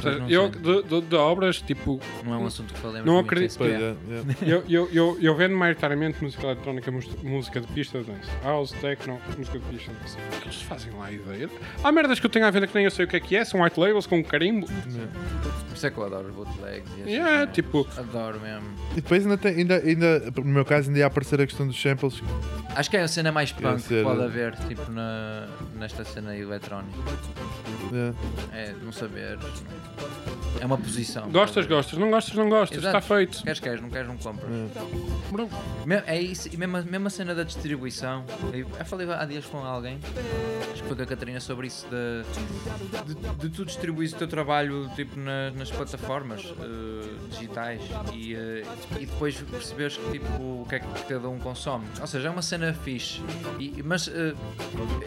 S2: Pois não
S3: Eu,
S2: sei.
S3: de, de- de obras, tipo,
S2: Não é um assunto que falemos
S3: Não
S2: muito
S3: acredito.
S2: esse
S4: Pois
S2: dia.
S4: é, é.
S3: eu, eu, eu, eu vendo maioritariamente música eletrónica, mus- música de pista de dança. House, techno, música de pista de dança. O que eles fazem lá, ideia? Há merdas que eu tenho à venda que nem eu sei o que é que é, são white labels com carimbo.
S2: Por isso é que eu adoro bootlegs e essas
S3: Yeah,
S2: merdas.
S3: tipo,
S2: Adoro mesmo.
S4: E depois ainda, tem, ainda, ainda, no meu caso, ainda ia aparecer a questão dos samples.
S2: Acho que é a cena mais punk
S4: ser-
S2: que pode haver, tipo, na, nesta cena eletrónica.
S4: é.
S2: É não saber. É uma posição.
S3: gostas, gostas, não gostas, não gostas,
S2: Exato. É
S3: está feito.
S2: Queres, queres, não queres, não compras.
S3: Pronto.
S2: Me- É isso, e mesmo, a- mesmo a cena da distribuição. Eu eu falei há dias com alguém, acho que foi com a Catarina, sobre isso de, de, de tu distribuís o teu trabalho tipo, na- nas plataformas eh, digitais e, eh, e depois perceberes que, tipo, o que é que cada um consome. Ou seja, é uma cena fixe. E- mas eh,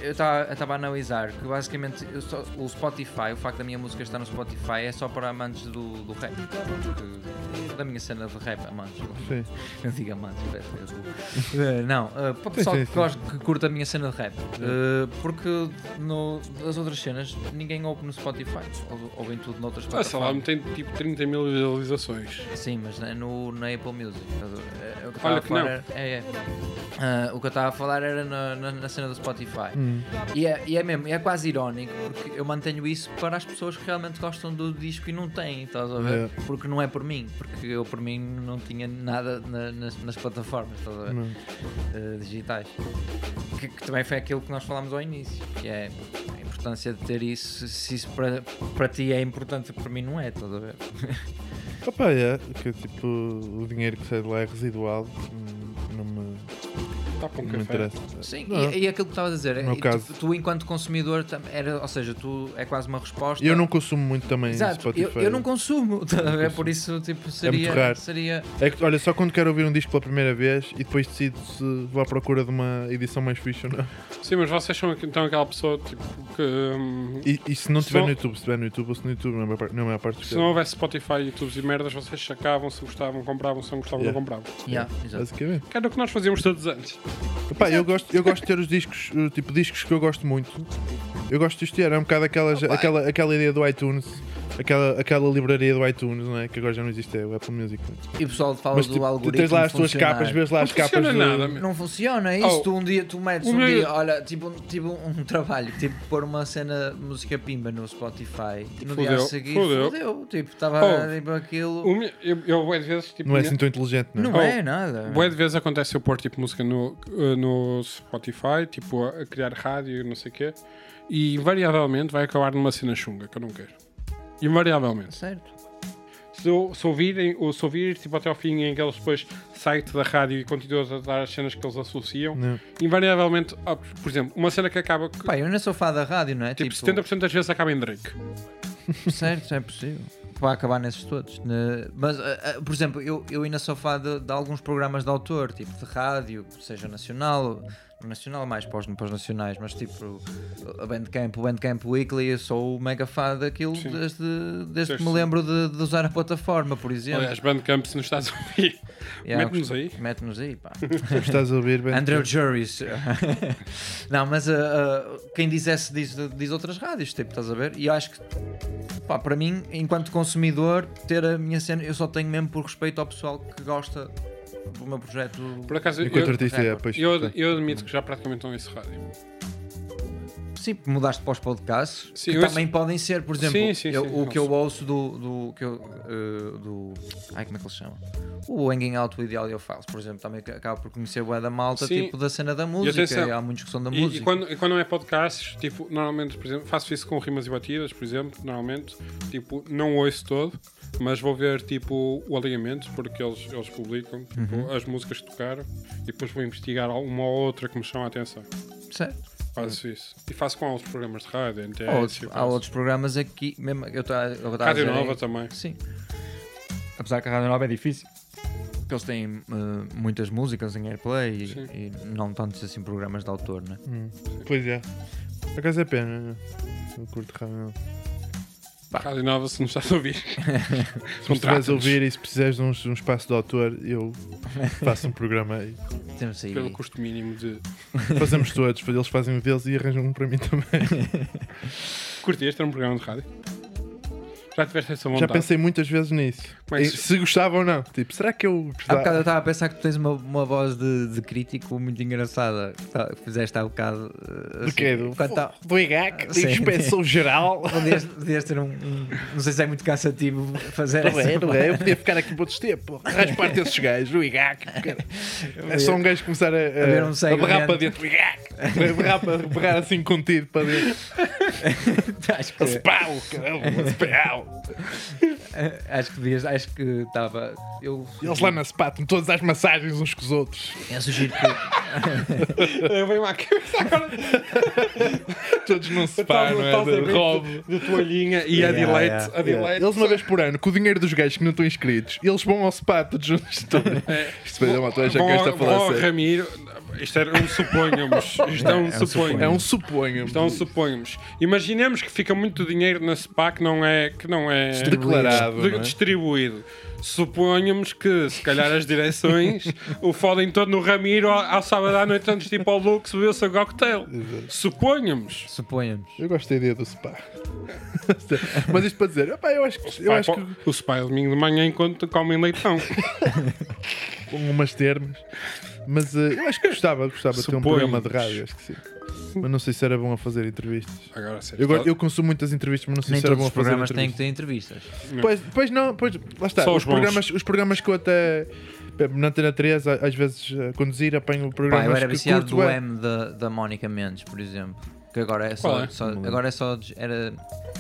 S2: eu estava a analisar que basicamente eu só- o Spotify, o facto da minha música estar no Spotify é só para amantes do, do rap. porque- da minha cena de rap, amantes do rap.
S4: Sim.
S2: Não diga mais, parece que é burro. Eh, Não, eh, para o pessoal
S4: sim,
S2: que,
S4: sim.
S2: gosta, que curta a minha cena de rap. eh, porque no, as outras cenas ninguém ouve no Spotify. ou- Ouvem tudo noutras
S3: Ah, sei lá,
S2: plataformas.
S3: tem tipo 30 mil visualizações.
S2: Sim, mas na, no, na Apple Music. estás a ver? Eh, o que eu
S3: Olha
S2: estava a
S3: que
S2: falar
S3: não.
S2: era- é, é. Ah, o que eu estava a falar era na, na- na cena do Spotify.
S4: Hum.
S2: E, é, e é mesmo, é quase irónico, porque eu mantenho isso para as pessoas que realmente gostam do disco e não têm, estás a ver?
S4: É.
S2: Porque não é por mim, porque eu por mim não tinha nada na- nas, nas plataformas, estás a ver?
S4: Não.
S2: eh, digitais. Que, que também foi aquilo que nós falámos ao início, que é a importância de ter isso, se isso para, para ti é importante, para mim não é, estás a ver?
S4: Opa, é, que tipo, o dinheiro que sai de lá é residual, hum, não
S2: Um
S4: me,
S3: Está para um
S4: não me
S3: café.
S4: interessa.
S2: Sim,
S4: Não. é?
S2: e, e aquilo que estavas a dizer,
S4: No meu
S2: e
S4: caso.
S2: tu, tu enquanto consumidor, tam- era, ou seja, tu é quase uma resposta.
S4: Eu não consumo muito também
S2: Exato, eu-
S4: Spotify.
S2: eu, não consumo, estás a ver?
S4: consumo.
S2: Por isso, tipo, seria.
S4: raro.
S2: seria
S4: É que, olha, só quando quero ouvir um disco pela primeira vez e depois decido se vou à procura de uma edição mais fixe ou não.
S3: Sim, mas vocês são então aquela pessoa tipo, que. hum,
S4: E, e se não
S3: Se
S4: estiver
S3: não-
S4: no YouTube, se estiver no YouTube ou se no YouTube, na maior parte, na maior parte dos
S3: Se não
S4: casos.
S3: houvesse Spotify, YouTube e merdas, vocês sacavam se gostavam, compravam, se não gostavam,
S4: Yeah.
S3: não compravam.
S2: Yeah,
S4: É.
S2: exato.
S4: Basicamente.
S3: Que era o que nós fazíamos todos antes.
S4: Epá, eu, gosto, eu gosto de ter os discos, eh, tipo, discos que eu gosto muito. Eu gosto de os ter, é um bocado aquela, aquela, aquela ideia do iTunes. Aquela, aquela livraria do iTunes, não é? Que agora já não existe, é o Apple Music. não é?
S2: E o pessoal fala do algoritmo.
S4: tens lá as tuas
S2: funcionar.
S4: capas, vês lá
S3: Não
S4: as capas.
S3: funciona
S4: de-
S3: nada, meu.
S2: Não funciona, é isso.
S3: Oh,
S2: tu um dia tu metes
S3: o
S2: um
S3: meu-
S2: dia, olha, tipo, um- tipo um trabalho, tipo pôr uma cena música pimba no Spotify e no dia a
S3: Fudeu,
S2: seguir
S3: fudeu.
S2: fudeu, tipo, estava
S3: Oh,
S2: tipo aquilo.
S4: Um
S3: O meu- Eu, eu bué de vezes, tipo.
S4: Não é
S3: minha-
S4: assim tão inteligente, não é?
S2: Não
S3: Oh,
S2: é nada.
S3: bué de vezes acontece eu pôr tipo música no, eh, no Spotify, tipo a, a criar rádio e não sei o quê, e invariavelmente vai acabar numa cena chunga que eu não quero. Invariavelmente.
S2: Certo.
S3: Se, eu- se ouvirem, ou se ouvir tipo, até ao fim em que eles depois saem da rádio e continuam a dar as cenas que eles associam,
S4: Não.
S3: invariavelmente, ah, por exemplo, uma cena que acaba. que-
S2: Pá, eu ainda sou fã da rádio, não é?
S3: Tipo, 70% das vezes acaba em Drake.
S2: Certo, é possível. Vai acabar nesses todos. né? Mas, ah, ah, por exemplo, eu, eu ainda sou fã de, de alguns programas de autor, tipo de rádio, seja nacional, não nacional mais para os, para os nacionais, mas tipo a Bandcamp, o Bandcamp Weekly, eu sou mega fã daquilo
S3: Sim.
S2: desde, desde que
S3: Sim,
S2: me
S3: sim.
S2: lembro de, de usar a plataforma, por exemplo.
S3: Aliás, Bandcamp, se nos estás a ouvir,
S2: Yeah,
S3: mete-nos aí.
S2: Mete-nos aí, pá.
S4: Se Estás a ouvir bem.
S2: Andrew Juries. não, mas ah, ah, quem diz esse diz, diz outras rádios, tipo, estás a ver? E eu acho que, pá, para mim, enquanto consumidor, ter a minha cena, eu só tenho mesmo por respeito ao pessoal que gosta do meu projeto.
S3: Por acaso,
S4: Enquanto
S3: eu,
S4: artista, é, pois.
S3: eu, eu admito que já praticamente não ouço rádio.
S2: Sim, mudaste para os podcasts,
S3: Sim,
S2: que
S3: eu-
S2: também podem ser, por exemplo,
S3: Sim, sim,
S2: eu-
S3: sim,
S2: o que eu ouço
S3: ouço.
S2: do. do, que eu, eh, do ai, como é que ele se chama? O Hanging Out with the Audio Files, por exemplo, também que acabo por conhecer o da malta,
S3: Sim.
S2: tipo da cena da música,
S3: atenção.
S2: e há muitos que são da
S3: E- E,
S2: música.
S3: quando, e quando não é podcasts, tipo, normalmente, por exemplo, faço isso com rimas e batidas, por exemplo, normalmente, tipo, não ouço todo, mas vou ver, tipo, o alinhamento, porque eles, eles publicam, tipo,
S2: Uhum.
S3: as músicas que tocaram, e depois vou investigar uma ou outra que me chama a atenção.
S2: Certo?
S3: Faço isso. E faço com outros programas de rádio, NTS,
S2: Há outros,
S3: e
S2: há
S3: faço.
S2: outros programas aqui, mesmo eu tá, eu tava a
S3: É, Rádio
S2: dizer aí-
S3: Nova também.
S2: Sim. Apesar que a Rádio Nova é difícil. Porque eles têm eh, muitas músicas em airplay
S3: Sim.
S2: e, e não tantos assim programas de autor, né?
S4: Hum, Pois é. Por acaso é pena. Não curto rádio, não.
S3: Rádio Nova, se não estás a ouvir.
S4: Se me estiveres a ouvir e se precisares de um, de um espaço de autor, eu faço um programa aí.
S2: Temos aí.
S3: Pelo custo mínimo de.
S4: Fazemos todos, eles fazem o deles e arranjam um para mim também.
S3: Curti este era um programa de rádio. Já tiveste essa
S4: Já
S3: vontade.
S4: pensei muitas vezes nisso.
S3: Como é que
S4: Em-
S3: se-
S4: se gostava ou não. Tipo, será que eu
S2: Há
S4: gostava?
S2: bocado eu estava a pensar que tu tens uma, uma voz de, de crítico muito engraçada. que tá- que Fizeste há bocado. eh,
S4: Do quê?
S2: assim,
S4: é Do,
S2: quanto ao-
S4: do IGAC?
S2: Sim.
S4: Da inspeção geral?
S2: Podias, podias ter um, um- Não sei se é muito cansativo fazer
S4: Não é,
S2: essa
S4: não é? Eu podia ficar aqui por outros tempos. Raspar-te esses gajos, o IGAC. cara. É só um gajo começar a,
S2: ver
S4: a,
S2: um
S4: a
S2: segmento.
S4: berrar para dentro. O IGAC! A berrar, para- berrar assim contido para dentro.
S2: acho,
S4: A
S2: que,
S4: spau, caramba, a spau.
S2: eh, acho que devias. Acho que estava. Eu, um
S4: Eles lá na SPA estão todos às massagens uns com os outros.
S2: eu É sugiro que.
S3: Eu venho à cabeça agora.
S4: Todos num SPA,
S2: Então,
S3: Pá,
S4: não é? De Rob.
S3: de, de toalhinha e a
S2: Yeah,
S3: delete.
S2: yeah,
S3: a delete.
S4: Eles uma vez por ano, com o dinheiro dos gajos que não estão inscritos, eles vão ao SPA todos juntos.
S3: É.
S4: Isto vai dar uma toalha, já que
S3: Bom,
S4: eu estou a falar
S3: bom,
S4: sério.
S3: Ramiro, isto era um suponhamos. Isto é um suponho.
S4: É um suponho.
S3: Então suponhamos. Imaginemos que fica muito dinheiro na SPA que não é, que não é
S4: Declarado,
S3: de-
S4: não é?
S3: distribuído. Suponhamos que, se calhar, as direções o fodem todo no Ramiro ao, ao sábado à noite antes de ir para o Lux beber o seu cocktail. Suponhamos.
S2: Suponhamos.
S4: Eu gosto da ideia do spa. Mas isto para dizer, opá, eu acho que, eu
S3: Pá,
S4: acho
S3: pá,
S4: que
S3: O SPA é domingo de manhã enquanto comem leitão.
S4: com umas termas, mas eh, eu acho que gostava, gostava de ter um
S3: Suponho.
S4: programa de rádio, acho que sim. Mas não sei se era bom a fazer entrevistas.
S3: Agora, a sério,
S4: Eu, go- eu consumo muitas entrevistas, mas não sei
S2: Nem
S4: se era
S2: todos
S4: bom
S2: os
S4: a fazer
S2: programas têm que
S4: entrevistas.
S2: ter entrevistas.
S4: Pois, pois não, pois lá está.
S3: Só
S4: Os,
S3: os bons.
S4: programas, os programas que eu até pá, na Antena 3, a- às vezes a conduzir, apanho programas
S2: Pá, eu era
S4: que
S2: viciado
S4: curto,
S2: do
S4: é.
S2: M da, da Mónica Mendes, por exemplo. Que agora é
S3: Qual
S2: só.
S3: é?
S2: só- agora é só. de- Era,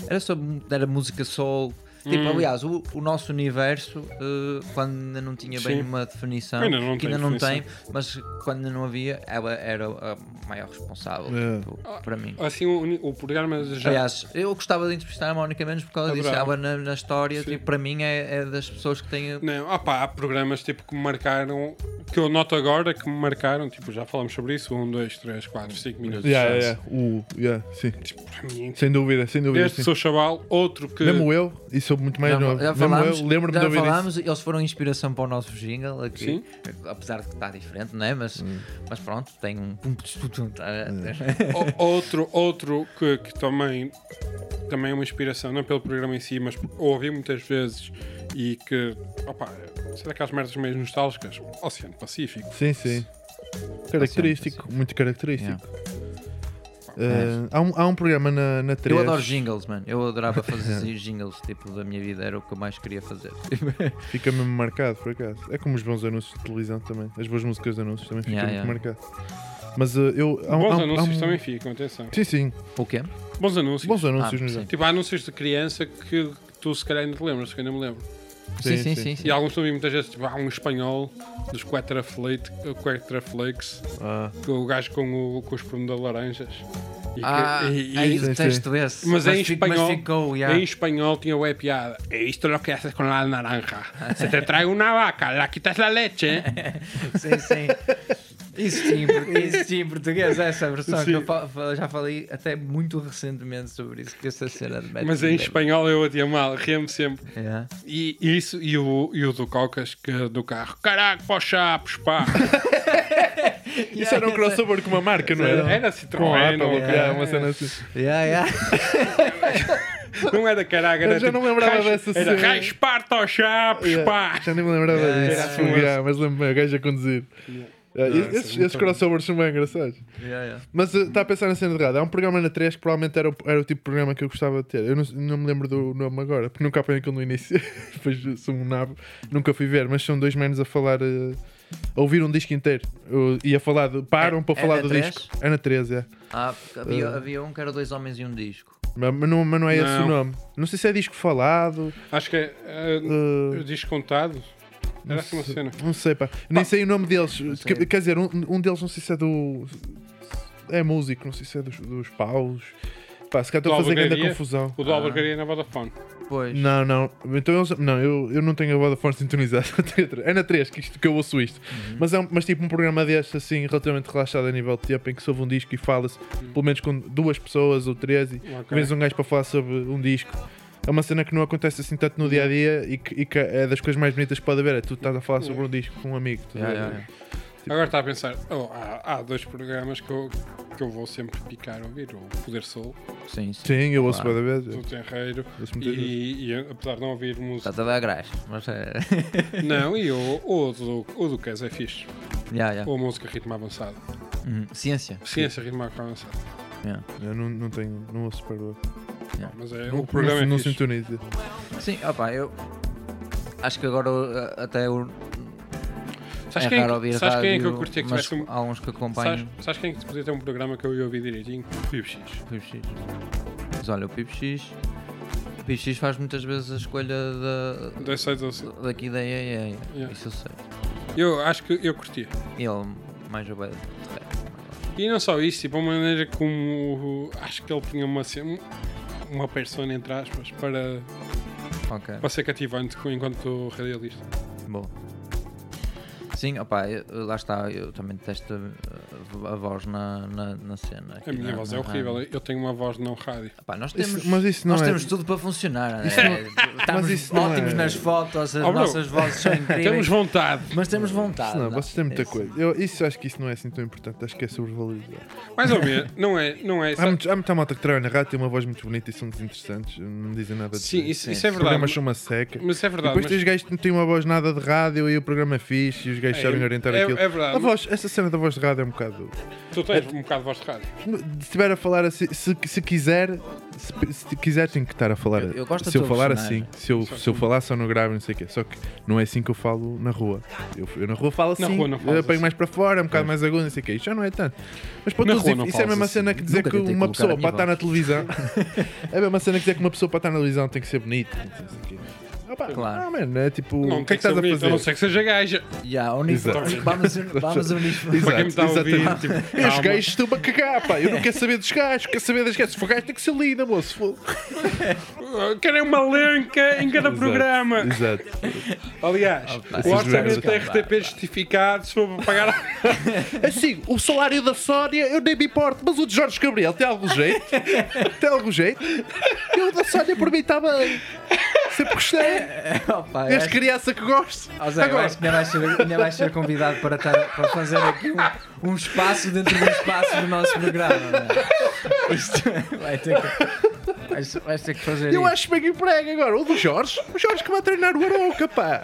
S2: era só. Era música soul. Tipo,
S3: Hum.
S2: aliás, o, o nosso universo, eh, quando ainda não tinha bem
S3: Sim.
S2: uma definição,
S3: Ainda não
S2: que
S3: tem
S2: ainda não tem,
S3: definição.
S2: mas quando ainda não havia, ela era a maior responsável
S4: É.
S2: tipo, para mim.
S3: Assim, o, o programa
S4: Ah,
S3: já.
S2: Aliás, eu gostava de entrevistar a Mónica Mendes por causa disso.
S3: Adorava.
S2: Ela na, na história,
S3: Sim.
S2: tipo, para mim, é, é das pessoas que têm.
S3: Não, ah pá, há programas tipo que me marcaram, que eu noto agora que me marcaram, tipo, já falamos sobre isso, 1, 2, 3, 4, 5 minutos.
S4: Yeah,
S3: de
S4: yeah,
S3: chance.
S4: yeah. O- yeah, sim.
S3: Tipo, para mim,
S4: Sem dúvida, sem dúvida.
S3: desde
S4: sim.
S3: que sou chaval, outro que.
S4: Mesmo eu, e sou muito mais novo.
S2: já
S4: Mesmo
S2: falámos,
S4: eu, lembro-me de
S2: já
S4: ouvir isso.
S2: falámos, eles foram inspiração para o nosso jingle aqui,
S3: Sim.
S2: apesar de que está diferente, não é? Mas,
S4: Hum.
S2: mas pronto, tem um ponto de estudo. tá?
S4: É.
S3: O- outro outro que, que também, também é uma inspiração, não pelo programa em si, mas ouvi muitas vezes e que, opa, sei daquelas merdas meio nostálgicas, Oceano Pacífico.
S4: Sim, sim. Característico, muito
S2: é.
S4: característico. Eh, há, um, há um programa na, na 3.
S2: Eu adoro jingles, mano. Eu adorava fazer esses jingles, tipo, da minha vida, era o que eu mais queria fazer.
S4: Fica mesmo marcado, por acaso. É como os bons anúncios de televisão também. As boas músicas de anúncios também ficam
S2: Yeah,
S4: muito marcado. Mas eh, eu. Há, um-
S3: Bons
S4: há um-
S3: anúncios
S4: há um-
S3: também ficam, atenção.
S4: Sim, sim.
S2: O quê?
S3: Bons anúncios.
S4: Bons anúncios
S2: Ah,
S4: no
S2: sim.
S4: geral.
S3: Tipo, há anúncios de criança que tu se calhar ainda te lembras, que eu ainda me lembro.
S2: Sim, sim, sim.
S4: Sim,
S2: sim,
S4: sim.
S3: E alguns também muitas vezes, tipo, há um espanhol dos Quatra Flakes, Quatra Flakes
S4: Ah,
S3: que é o gajo com, o, com os prumos de laranjas. E que-
S2: Ah,
S3: e- e-
S2: ai,
S4: sim,
S2: detesto esse.
S3: Mas,
S4: é
S3: em
S2: fico-
S3: espanhol,
S2: Mas ficou, yeah.
S3: em espanhol tinha web piada. E isto é o que haces com la naranja. Se te trae uma vaca, la quitas la leche. eh?
S2: Sim, sim. Isso sim, por- isso sim, em português, é essa versão que eu fa- fa- já falei até muito recentemente sobre isso, que essa cena de
S3: Mas é em
S2: Metin-
S3: espanhol eu odia mal, ria-me sempre.
S2: Yeah.
S3: E isso, e o, e o do Cocas, que do carro. Caraca, pós chapos, pá.
S4: Isso era um crossover com uma marca, não
S2: é?
S4: era?
S3: Era
S4: Com a
S3: Citroën,
S4: Apple,
S3: não, é.
S4: yeah,
S3: era-
S4: uma cena assim.
S2: Yeah, yeah.
S3: não era caraca, era
S4: Eu já
S3: tipo,
S4: não lembrava
S3: rais-
S4: dessa
S3: Era
S4: cena.
S3: raspar-te aos chapos,
S4: Yeah,
S3: pá.
S4: Já nem me lembrava
S2: Yeah,
S4: disso.
S2: yeah,
S3: yeah.
S4: Yeah, mas lembro-me, o gajo a conduzir. Yeah,
S3: Não,
S4: esses
S3: isso é
S4: esses
S3: muito
S4: crossovers são bem engraçados.
S2: Yeah, yeah.
S4: Mas está a pensar na cena de rádio. Há um programa na 3 que provavelmente era o, era o tipo de programa que eu gostava de ter. Eu não, não me lembro do nome agora, porque nunca apanhei aquele no início. Depois sou um nabo, nunca fui ver. Mas são dois menos a falar, eh, a ouvir um disco inteiro. Eu ia falar, de, param
S2: É-
S4: para
S2: é
S4: falar
S2: na
S4: do
S2: 3?
S4: disco. É na 3, é.
S2: Ah, porque havia,
S4: Uh.
S2: havia um que era dois homens e um disco.
S4: Mas, mas não, mas não é esse
S3: Não.
S4: o nome. Não sei se é disco falado.
S3: Acho que é
S4: eh,
S3: descontado. Era assim uma cena.
S4: não sei, pá. Nem sei o nome deles.
S2: sei.
S4: Quer, quer dizer, um, um deles não sei se é do. É músico, não sei se é dos, dos paus. Pá, se calhar estou a
S3: Do
S4: fazer grande
S3: Albergaria?
S4: confusão.
S3: O do Albergaria na Vodafone.
S2: Pois.
S4: Não, não. Então eles, não, eu, eu não tenho a Vodafone sintonizada. é na 3 que, isto, que eu ouço isto.
S2: Uhum.
S4: Mas, é um- mas tipo um programa deste, assim, relativamente relaxado a nível de tempo, em que se ouve um disco e fala-se,
S2: Uhum.
S4: pelo menos com duas pessoas ou três, e
S3: Ok.
S4: vês um gajo para falar sobre um disco. É uma cena que não acontece assim tanto no
S2: Uhum.
S4: dia a dia e que, e que é das coisas mais bonitas que pode haver. É tu estás a falar sobre um disco com um amigo. estás a
S2: Uhum. Yeah,
S4: ver?
S2: yeah, yeah.
S3: Agora está a pensar, oh, há, há dois programas que eu, que eu vou sempre picar a ouvir: o Poder Soul,
S2: Sim, sim.
S4: Sim, eu ouço
S2: Claro.
S4: cada vez. é,
S3: do Terreiro,
S4: ouço muitas vezes.
S3: e, e apesar de não ouvir música.
S2: Estás Tá a dar graça, mas é.
S3: Não, e o, o, do, o do Kes é fixe,
S2: yeah,
S4: É.
S2: yeah.
S3: ou a música ritmo avançado.
S2: Uhum. Ciência.
S3: Ciência ritmo avançado.
S2: Yeah.
S4: Eu não, não tenho, não ouço para o
S3: Mas é,
S4: não,
S3: o programa
S4: não,
S3: é
S4: não
S3: fixe.
S4: sintonizo.
S2: Sim, opa, eu acho que agora uh, até o.
S3: Sabes
S2: é
S3: quem,
S2: raro ouvir
S3: sabes quem é que eu
S2: rádio,
S3: curtia que
S2: mas
S3: tivesse um.
S2: Há uns que acompanham.
S3: Sabes, sabes quem é que podia ter um programa que eu ia ouvir direitinho? Fio X.
S2: O Pipo X. Mas olha, o Pipo X. O Pipo X faz muitas vezes a escolha da.
S3: Dois sites assim.
S2: Daqui da EA.
S3: Yeah.
S2: Isso eu sei.
S3: Eu acho que eu curtia.
S2: E ele mais ou menos.
S3: E não só isso, tipo, a maneira como acho que ele tinha uma cena- uma persona entre aspas para,
S2: Ok.
S3: para ser cativante com- enquanto radialista.
S2: Bom. Sim, opá, eu- eu- lá está, eu também detesto uh, a, voz na, na, na cena.
S3: A
S2: aqui
S3: minha
S4: Ah,
S2: na-
S3: voz
S2: na
S3: é horrível,
S2: rádio.
S3: eu tenho uma voz não rádio.
S2: Opá, nós
S4: Isso-
S2: temos,
S4: mas isso não
S2: nós
S4: é-
S2: temos tudo para funcionar.
S4: Isso
S2: é-
S4: não-
S2: Estamos
S4: mas isso não
S2: ótimos
S4: é-
S2: nas fotos, as
S3: Oh, bro.
S2: nossas vozes são incríveis.
S3: Temos vontade.
S2: Mas temos vontade.
S3: Tá,
S2: é?
S4: Isso não, vocês têm
S3: é
S4: muita
S2: Isso.
S4: coisa. Eu, isso acho que isso não é assim tão importante, acho que é sobrevalorizado.
S3: Mais ou menos, não é, não é.
S4: Há,
S3: sabe?
S4: muitos- há muita malta que trabalha na rádio, tem uma voz muito bonita e são desinteressantes, não dizem nada de
S3: Sim,
S4: jeito.
S3: isso, isso é
S4: Os programas
S3: verdade.
S4: são uma seca.
S3: Mas isso é
S4: E
S3: verdade.
S4: depois
S3: mas-
S4: tem os gajos que não têm uma voz nada de rádio e o programa é fixe e os gajos
S3: É,
S4: sabem orientar
S3: é-
S4: aquilo.
S3: é verdade,
S4: A
S3: mas-
S4: voz, essa cena da voz de rádio é um bocado.
S3: Tu tens um bocado de voz de rádio.
S4: Se estiver a falar assim, se, se quiser, se, se quiser, tenho que estar a falar.
S2: Eu- eu gosto da
S4: se eu
S2: tua
S4: falar
S2: personagem.
S4: assim, se eu, se eu falar só no grave, não sei o quê. Só que não é assim que eu falo na rua. Eu, eu na rua falo assim,
S3: Na rua não falas
S4: eu apanho
S3: assim.
S4: mais para fora, um
S2: É.
S4: bocado mais agudo, não sei o quê. Isso já não é tanto. Mas para
S3: Na
S4: todos,
S3: rua não
S4: isso é a mesma
S3: falas assim.
S4: cena que dizer
S2: Nunca
S4: que
S2: tentei
S4: uma
S2: colocar a
S4: pessoa
S2: minha
S4: para estar na
S2: voz.
S4: televisão. é a mesma cena que dizer que uma pessoa para estar na televisão tem que ser bonita. não sei o quê. Opa,
S2: Claro.
S4: Não, mano, é tipo,
S3: Não
S4: o que é que estás a
S3: bonito, a não
S4: fazer?
S3: ser que seja gaja.
S2: Yeah, unir-
S4: Exato.
S2: Vamos, unir- vamos unir.
S4: Exato,
S3: Para quem me está a ouvir,
S4: exatamente.
S3: tipo,
S4: E os
S3: calma.
S4: gajos estão a cagar, pá. Eu não quero saber dos gajos, quero saber das gajas. Se for gajo, tem que ser linda, moço. Se for-
S3: Ah, Querem uma lenca em cada programa.
S4: Exato.
S3: Aliás, o
S4: esses
S3: orçamento da
S2: brancos.
S3: RTP justificado se for para pagar.
S4: Assim, o salário da Sónia eu nem me importo, mas o de Jorge Gabriel tem algum jeito? tem algum jeito? Eu o da Sónia por mim está bem. Sempre gostei.
S2: Opa,
S4: És
S2: acho-
S4: criança que gosto.
S2: É. Ó Zé, eu
S4: Agora,
S2: acho que ainda vais ser, ainda vais ser convidado para, estar- para fazer aqui um, um espaço dentro do espaço do nosso programa. não é? Isto vai ter que, vais, vais ter que fazer
S4: eu
S2: isso.
S4: acho bem que emprego agora. O do Jorge. O Jorge que vai treinar o Arouca, pá.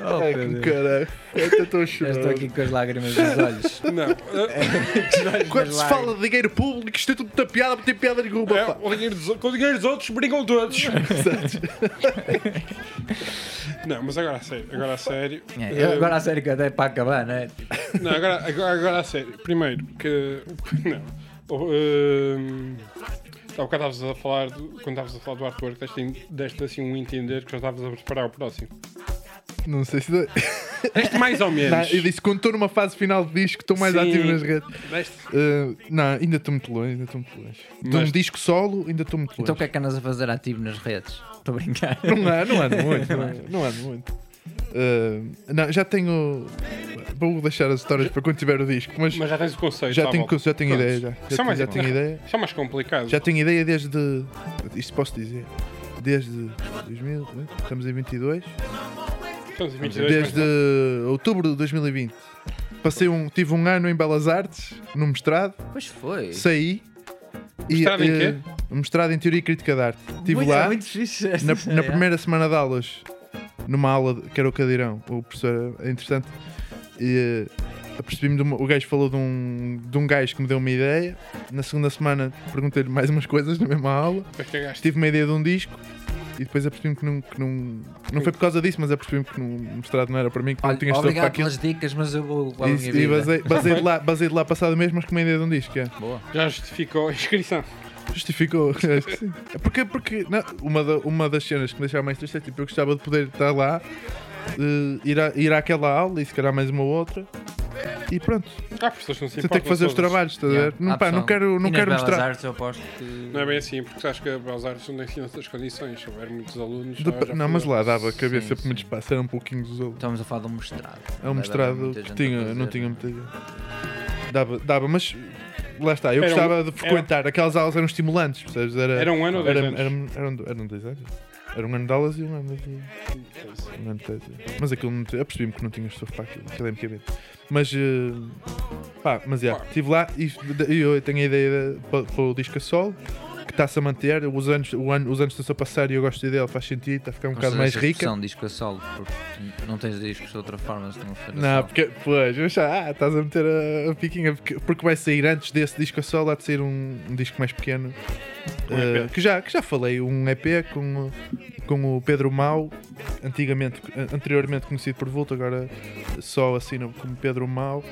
S2: Oh,
S4: Ai,
S2: meu
S4: que
S2: Deus.
S4: caralho. É, Eu até estou a
S2: Já
S4: chorar.
S2: estou aqui com as lágrimas nos olhos.
S3: Não.
S4: É.
S3: Ah,
S4: Quando se
S2: Mas
S4: fala de dinheiro público, isto é tudo muita piada, não tem piada nenhuma,
S3: É,
S4: pá.
S3: o dinheiro dos- com o dinheiro dos outros brincam todos. não, mas agora a sério. Agora a sério.
S2: É, eu
S3: Eh,
S2: agora a sério que até é para acabar, não é? Tipo,
S3: Não, agora, agora, agora a sério. Primeiro, que. Não. Oh, ehm, Há bocado estavas a falar, do- quando estavas a falar do artwork, deste, deste assim um entender que já estavas a preparar o próximo.
S4: Não sei se. dá-
S3: Deste mais ou menos.
S4: Não, eu disse, quando estou numa fase final de disco, estou mais
S3: Sim.
S4: ativo nas redes.
S3: Deste-
S4: Uh, não, ainda estou muito longe, ainda estou muito longe. De um
S3: Mas-
S4: disco solo, ainda estou muito longe.
S2: então o que é que andas a fazer ativo nas redes? Estou a brincar.
S4: Não há, não ando muito, não ando- não ando muito. Uh, não, já tenho. Vou deixar as histórias para quando tiver o disco, mas,
S3: Mas já tens o conceito. tá à
S4: já, tenho,
S3: volta.
S4: co- já tenho
S3: Pronto.
S4: ideia. Já, já,
S3: Isso é
S4: tenho-
S3: mais
S4: já
S3: ou
S4: tenho
S3: menos.
S4: ideia.
S3: Isso é mais complicado.
S4: Já tenho ideia desde. Isto posso dizer. Desde 2000, né? estamos em 22.
S3: Estamos em 22, mas
S4: Desde outubro de 2020. Passei um, tive um ano em Belas Artes, no mestrado.
S2: Pois foi.
S4: saí e,
S3: Mestrado em
S4: eh, mestrado em teoria e crítica de arte. Estive
S2: Muito-
S4: lá
S2: Muito fixe.
S4: na,
S2: esta
S4: na
S2: série.
S4: primeira semana de aulas, numa aula de- que era o cadeirão, o professor é interessante, e eh, apercebi-me de uma- o gajo falou de um, de um gajo que me deu uma ideia. Na segunda semana perguntei-lhe mais umas coisas na mesma aula.
S3: depois cagaste.
S4: Tive uma ideia de um disco. E depois apercebi-me que não, que não. Não foi por causa disso, mas apercebi-me que não, o mestrado não era para mim, que não
S2: Olha,
S4: tinha estado Ah, para
S2: obrigado
S4: aquilo.
S2: pelas dicas, mas eu vou. vou à minha
S4: E, e
S2: vida.
S4: basei, basei de lá, basei de lá passado mesmo, mas com uma ideia de um disco. é.
S2: Boa.
S3: Já justificou a inscrição.
S4: Justificou, acho que sim. É Porque, porque não, uma, da- uma das cenas que me deixava mais triste é tipo, eu gostava de poder estar lá, eh, ir, a, ir àquela aula e se calhar mais uma ou outra. E pronto,
S3: Há pessoas que não se
S4: você tem que fazer os
S3: todas.
S4: trabalhos, estás a ver?
S2: Yeah,
S4: Não,
S2: há
S4: pá, não
S2: pessoal.
S4: quero, não
S2: E nas
S4: quero
S2: Belas
S4: mostrar.
S2: Artes eu aposto que-
S3: Não é bem assim, porque acho que a Belas Artes não ensina essas condições. Se houver muitos alunos. já-
S2: é?
S4: Depa-
S3: já
S4: não,
S3: foi.
S4: mas lá dava, que havia
S2: Sim,
S4: sempre
S2: sim.
S4: muito espaço, um eram pouquinhos os alunos.
S2: Estamos a falar de um mestrado.
S4: É um
S2: Deve haver
S4: mestrado
S2: muita
S4: que
S2: gente a
S4: tinha,
S2: fazer. né?
S4: não tinha um muita ideia. Dava, dava, mas lá está, eu
S3: Era um-
S4: gostava de
S3: era-
S4: frequentar, aquelas aulas eram estimulantes, percebes? Era,
S3: Era um ano ou dois
S4: era-
S3: anos?
S4: era- Eram, eram dois anos. Era um ano de aulas e um ano de. Um ano de tese. Mas aquilo não. Eu percebi-me que não tinha estofo para aquilo, academicamente. Mas. eh, pá, mas é. Estive lá e e eu tenho a ideia de- para, para o disco a solo, que está-se a manter. Os anos, o ano, os anos estão-se a passar e eu gosto da ideia, faz sentido, está a ficar um bocado mais rica.
S2: disco a é solo, porque não tens discos de outra forma se não for a
S4: Não,
S2: solo.
S4: porque, pois, eu já, ah, estás a meter a, a piquinha, porque, porque vai sair antes desse disco a solo, há de sair um, um disco mais pequeno.
S3: Um
S4: eh,
S3: EP.
S4: que, já, que já falei, um EP com, o- com o Pedro Mau, antigamente, an- anteriormente conhecido por Vulto, agora só assina como Pedro Mau.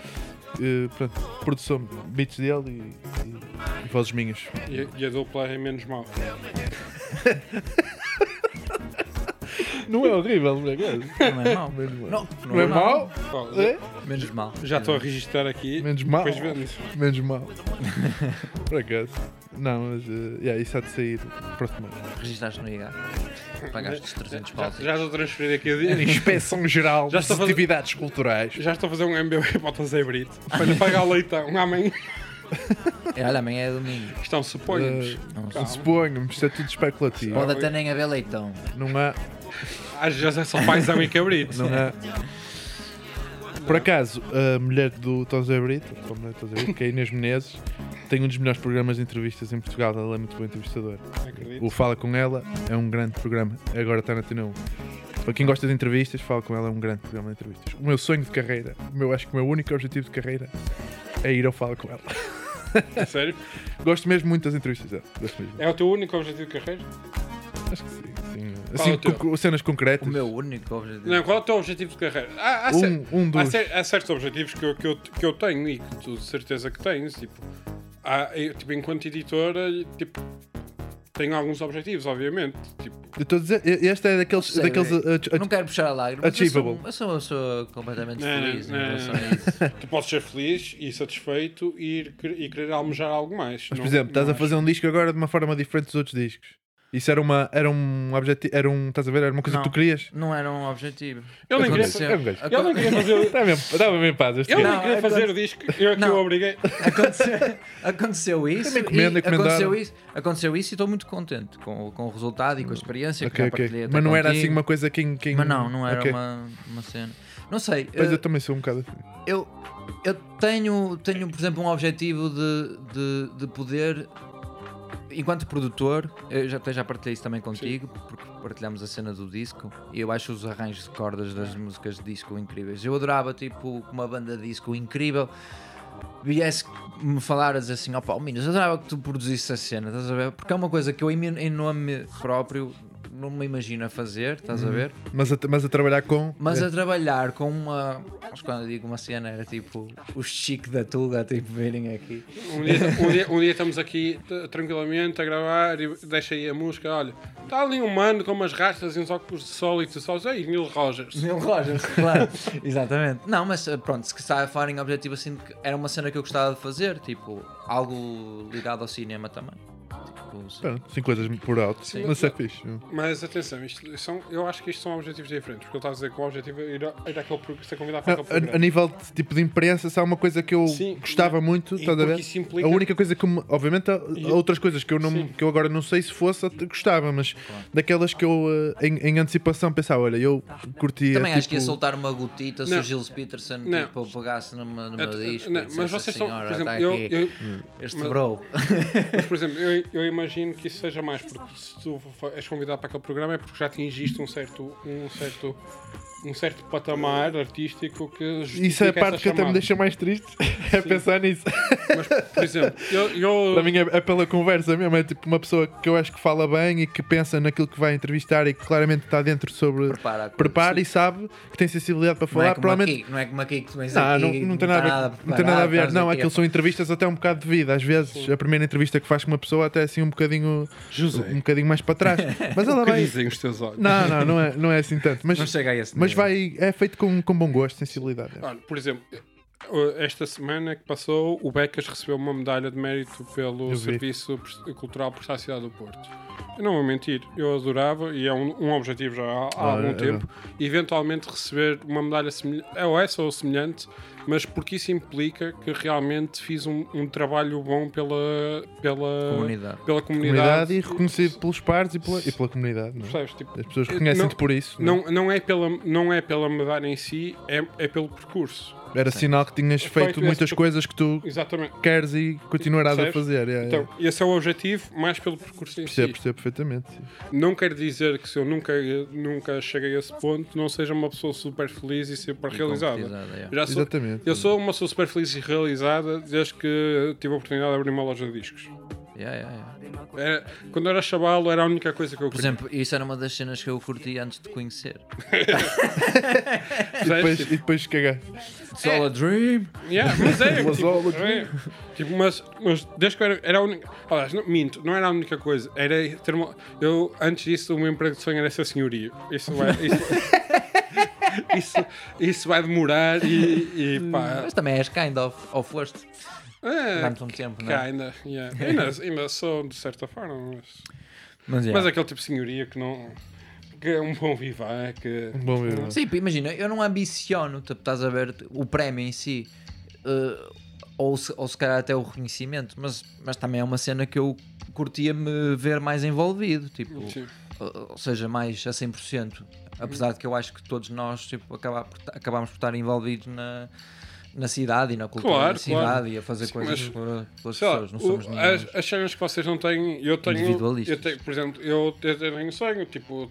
S4: Eh, pronto, produção, beats dele e, e- e vozes minhas.
S3: E, e a dupla é menos mal.
S4: Não é horrível, não é?
S2: Não é mau.
S4: Não,
S2: não é
S4: é mau? É?
S2: Menos mal.
S3: Já estou a registrar aqui.
S4: Menos mau.
S3: Depois vemos.
S4: Menos mal. Por acaso. Não, mas eh, yeah, isso há de sair próximo ano.
S2: Registaste no IGA. Pagaste os 300
S3: Já,
S2: paus.
S3: já estou a transferir aqui a dinheiro.
S4: Inspeção geral
S3: Já
S4: das
S3: estou a fazer-
S4: atividades culturais.
S3: Já estou a fazer um MBB para o José Brito. Para lhe pagar o leitão. Amém.
S2: É, Olha, amanhã é domingo.
S3: Estão
S4: Eh.
S3: suponhos.
S2: Não sei.
S3: Calma.
S4: Suponho, mas isto é tudo especulativo.
S2: Pode até nem haver leitão.
S4: Não há.
S3: Às vezes é só paisão e cabrito.
S4: Não há. Por acaso, a mulher do Tom Zé Brito, a mulher do Tom Zé Brito, que é a Inês Menezes, tem um dos melhores programas de entrevistas em Portugal. Ela é muito boa entrevistadora.
S3: Acredito.
S4: O Fala Com Ela é um grande programa. Agora está na Tena 1. Para quem gosta de entrevistas, Fala Com Ela é um grande programa de entrevistas. O meu sonho de carreira, o meu, acho que o meu único objetivo de carreira é ir ao Fala Com Ela.
S3: Sério?
S4: Gosto mesmo muito das entrevistas dela. Gosto mesmo.
S3: É o teu único objetivo de carreira?
S4: Acho que sim. sim.
S3: Qual é
S4: Assim,
S3: o teu?
S4: com- cenas concretas.
S2: O meu único objetivo.
S3: Não, qual é o teu objetivo de carreira? Ah, Há, há cer-
S4: Um, um
S3: há
S4: dos.
S3: cer- há certos objetivos que eu, que, eu, que eu tenho e que tu de certeza que tens. Tipo, há- eu, tipo enquanto editora, tipo, tenho alguns objetivos, obviamente. Tipo,
S4: Eu estou a dizer, e- esta é daqueles.
S2: Sei
S4: daqueles
S2: bem.
S4: uh, t-
S2: Não quero puxar a lágrima. mas
S4: Achievable.
S2: Eu sou, eu sou uma pessoa completamente
S3: Não, não,
S2: feliz em
S3: não,
S2: relação
S3: não.
S2: a isso.
S3: tu podes né. Tipo, ser feliz e satisfeito e, ir quer- e querer almejar algo mais.
S4: mas,
S3: Não-
S4: por exemplo, estás
S3: não
S4: a fazer um disco agora de uma forma diferente dos outros discos. Isso era uma. Era um objetivo. Era um. Estás a ver? Era uma coisa que
S2: Não.
S4: tu querias.
S2: Não era um objetivo.
S3: acho. Eu nem queria,
S4: Acontece.
S3: fa-
S4: é um gajo.
S3: eu não queria fazer.
S4: Dá-me
S3: tá
S4: dá-me em paz. este
S3: Eu
S4: gajo.
S3: não
S2: Não,
S3: queria
S2: é
S3: fazer
S2: quando-
S3: o disco, eu é que
S2: Não.
S3: o obriguei.
S2: Aconteceu, aconteceu isso.
S4: Também
S2: e
S4: comendo, encomendaram.
S2: aconteceu isso. Aconteceu isso e estou muito contente com, com o resultado e com a experiência que
S4: Ok,
S2: já
S4: ok.
S2: partilhei até
S4: Mas não era
S2: contigo.
S4: assim uma coisa quem. quem...
S2: Mas não, não era
S4: Ok.
S2: uma, uma cena. Não sei.
S4: Pois
S2: eh,
S4: eu também sou um bocado assim.
S2: eu, eu tenho, tenho, por exemplo, um objetivo de, de, de poder, enquanto produtor, eu já, até já partilhei isso também contigo, porque partilhamos a cena do disco, e eu acho os arranjos de cordas das músicas de disco incríveis. Eu adorava, tipo, que uma banda de disco incrível viesse me falar a dizer assim: ó pá, Minas, eu adorava que tu produzisse a cena, estás a ver? Porque é uma coisa que eu, em, mi- em nome próprio, não me imagino a fazer, estás a ver?
S4: Mas a, mas a trabalhar com.
S2: Mas
S4: é.
S2: a trabalhar com uma. Mas quando eu digo uma cena era tipo o chique da Tuga, tipo virem aqui.
S3: Um dia, um dia- um dia estamos aqui t- tranquilamente a gravar e deixa aí a música. Olha, está ali um mano com umas rastas e uns óculos de sol e tu só Ei, Neil Rogers.
S2: Neil Rogers, claro. Exatamente. Não, mas eh, pronto, se está a falar em objetivo assim, de que era uma cena que eu gostava de fazer, tipo algo ligado ao cinema também. Tipo, sim.
S4: Pronto, sim, coisas por alto.
S2: Sim.
S4: Mas é fixe.
S3: Mas atenção, isto são, eu acho que isto são objetivos diferentes. Porque ele está a dizer que o objetivo é ir, a- ir àquele programa, ser convidado para
S4: Não,
S3: aquele
S4: a, a
S3: programa.
S4: nível de tipo de imprensa, se há uma coisa que eu
S3: Sim,
S4: gostava muito,
S3: e
S4: estás a
S3: porque
S4: ver?
S3: isso implica-
S4: A única coisa que me, obviamente há há outras coisas que eu, não,
S3: Sim.
S4: que eu agora não sei se fosse, até gostava, mas daquelas que eu eh, em, em antecipação pensava, olha, eu curtia.
S2: Ah, Também acho que ia
S4: tipo,
S2: soltar uma gotita se
S3: Não.
S2: o Gilles Peterson
S3: Não.
S2: tipo, pegasse numa, numa
S3: É,
S2: disco.
S3: não,
S2: e dissesse,
S3: mas vocês estão,
S2: "Senhora,
S3: por exemplo,
S2: tá
S3: eu,
S2: aqui
S3: eu-
S2: este
S3: mas-
S2: bro.
S3: mas, por exemplo, eu, eu imagino que isso seja mais, porque se tu fo- és convidado para aquele programa é porque já atingiste um certo, um certo, um certo patamar artístico que
S4: Isso é
S3: justifica
S4: a
S3: essa
S4: parte que até me
S3: chamada.
S4: deixa mais triste, é pensar nisso.
S3: Mas, por exemplo, eu, eu-
S4: Para mim é, é pela conversa mesmo, é tipo uma pessoa que eu acho que fala bem e que pensa naquilo que vai entrevistar e que claramente está dentro sobre.
S2: Prepara a coisa.
S4: Prepara e sabe que tem sensibilidade para
S2: Não
S4: falar,
S2: é, como
S4: provavelmente.
S2: aqui, não é como aqui que tu vens
S4: Não,
S2: aqui.
S4: não, não tem nada, a ver- não tem nada a ver.
S2: preparado,
S4: Não,
S2: estás aqui
S4: aquilo são entrevistas até um bocado de vida. Às vezes a primeira entrevista que faz com uma pessoa até assim um bocadinho um bocadinho mais para trás. Mas ela
S3: O que
S4: vai.
S3: dizem os teus olhos?
S4: Não, não, não é, não é assim tanto. Mas,
S2: Não chega a esse
S4: mas
S2: nível.
S4: vai. É feito com, com bom gosto, sensibilidade.
S3: Olha, por exemplo, eh, esta semana que passou, o Becas recebeu uma medalha de mérito pelo
S4: Eu vi.
S3: Serviço Pres- Cultural Prestado à Cidade do Porto. Eu não vou mentir, eu adorava, e é um, um objetivo já há, há
S4: Ah,
S3: algum
S4: é.
S3: tempo, eventualmente receber uma medalha semelhante, ou essa ou semelhante, mas porque isso implica que realmente fiz um, um trabalho bom pela, pela
S2: Comunidade.
S3: Pela comunidade.
S4: comunidade e reconhecido pelos pares e pela, e pela comunidade. Não? é?
S3: Percebes? Tipo,
S4: As pessoas
S3: Eh,
S4: reconhecem-te por isso. não é?
S3: não, não, é pela, não é pela medalha em si, é, é pelo percurso.
S4: Era sinal que tinhas feito
S3: Feito
S4: muitas
S3: esse-
S4: coisas que tu
S3: Exatamente.
S4: queres e continuarás a
S3: Percebes?
S4: fazer. é, é.
S3: Então, esse é o objetivo, mais pelo percurso em si.
S4: Percebo, percebo perfeitamente. sim.
S3: Não quer dizer que se eu nunca, nunca cheguei a esse ponto, não seja uma pessoa super feliz e super realizada.
S2: Concretizada, é.
S3: Eu Já sou,
S4: Exatamente.
S3: eu sou uma pessoa super feliz e realizada desde que tive a oportunidade de abrir uma loja de discos.
S2: Yeah, yeah, yeah.
S3: Era- quando era chavalo, era a única coisa que eu
S2: Por
S3: queria.
S2: exemplo, isso era uma das cenas que eu curti antes de conhecer.
S4: Depois-
S3: Percebes?
S4: e depois cagar.
S2: It's all a dream!
S3: Yeah, mas é,
S4: Mas olha
S3: tipo,
S4: que-
S3: é. Tipo, mas, mas desde que eu era, era a única. Aliás, não, minto, não era a única coisa. Era ter uma. Eu, antes disso, o meu emprego de sonho era ser senhorio. Isso vai. Isso, isso, isso vai demorar e, e pá.
S2: Ah. Mas também és kind of, of worst.
S3: É,
S2: Dá-te um tempo, não
S3: cá
S2: é?
S3: ainda, yeah. ainda. Ainda sou, de certa forma, mas.
S2: Mas,
S3: Mas
S2: yeah.
S3: aquele tipo de senhoria que não. Que é um bom vivar, que.
S4: Um Bom, meu.
S2: Sim, pá, imagina, eu não ambiciono, tipo, estás a ver o prémio em si, eh, ou, se, ou se calhar até o reconhecimento, mas, mas também é uma cena que eu curtia me ver mais envolvido, tipo,
S3: Sim.
S2: eh, ou seja, mais a 100%.
S3: Uhum.
S2: Apesar de que eu acho que todos nós tipo, acabar por ta- acabámos por estar envolvidos na, na cidade e na cultura
S3: Claro,
S2: da
S3: claro.
S2: cidade e a fazer
S3: Sim,
S2: coisas
S3: mas,
S2: para pelas
S3: Sei lá,
S2: pessoas, não
S3: o-
S2: somos ninguém.
S3: as, as cenas que vocês não têm, eu tenho,
S2: Individualistas.
S3: eu tenho por exemplo, eu, eu tenho um sonho, tipo,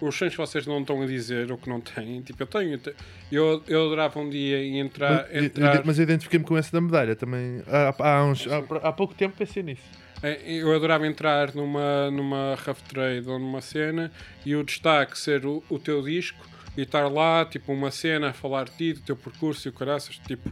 S3: os sonhos que vocês não estão a dizer ou que não têm, tipo, eu tenho, eu te- eu, eu adorava um dia em entrar,
S4: Mas,
S3: entrar
S4: mas eu identifiquei-me com essa da medalha também. Há, há- há uns, há, há pouco tempo pensei nisso.
S3: em- É, eu adorava entrar numa, numa rough trade ou numa cena e o destaque ser o, o teu disco e estar lá, tipo, uma cena a falar de ti, do teu percurso e o caraças, tipo,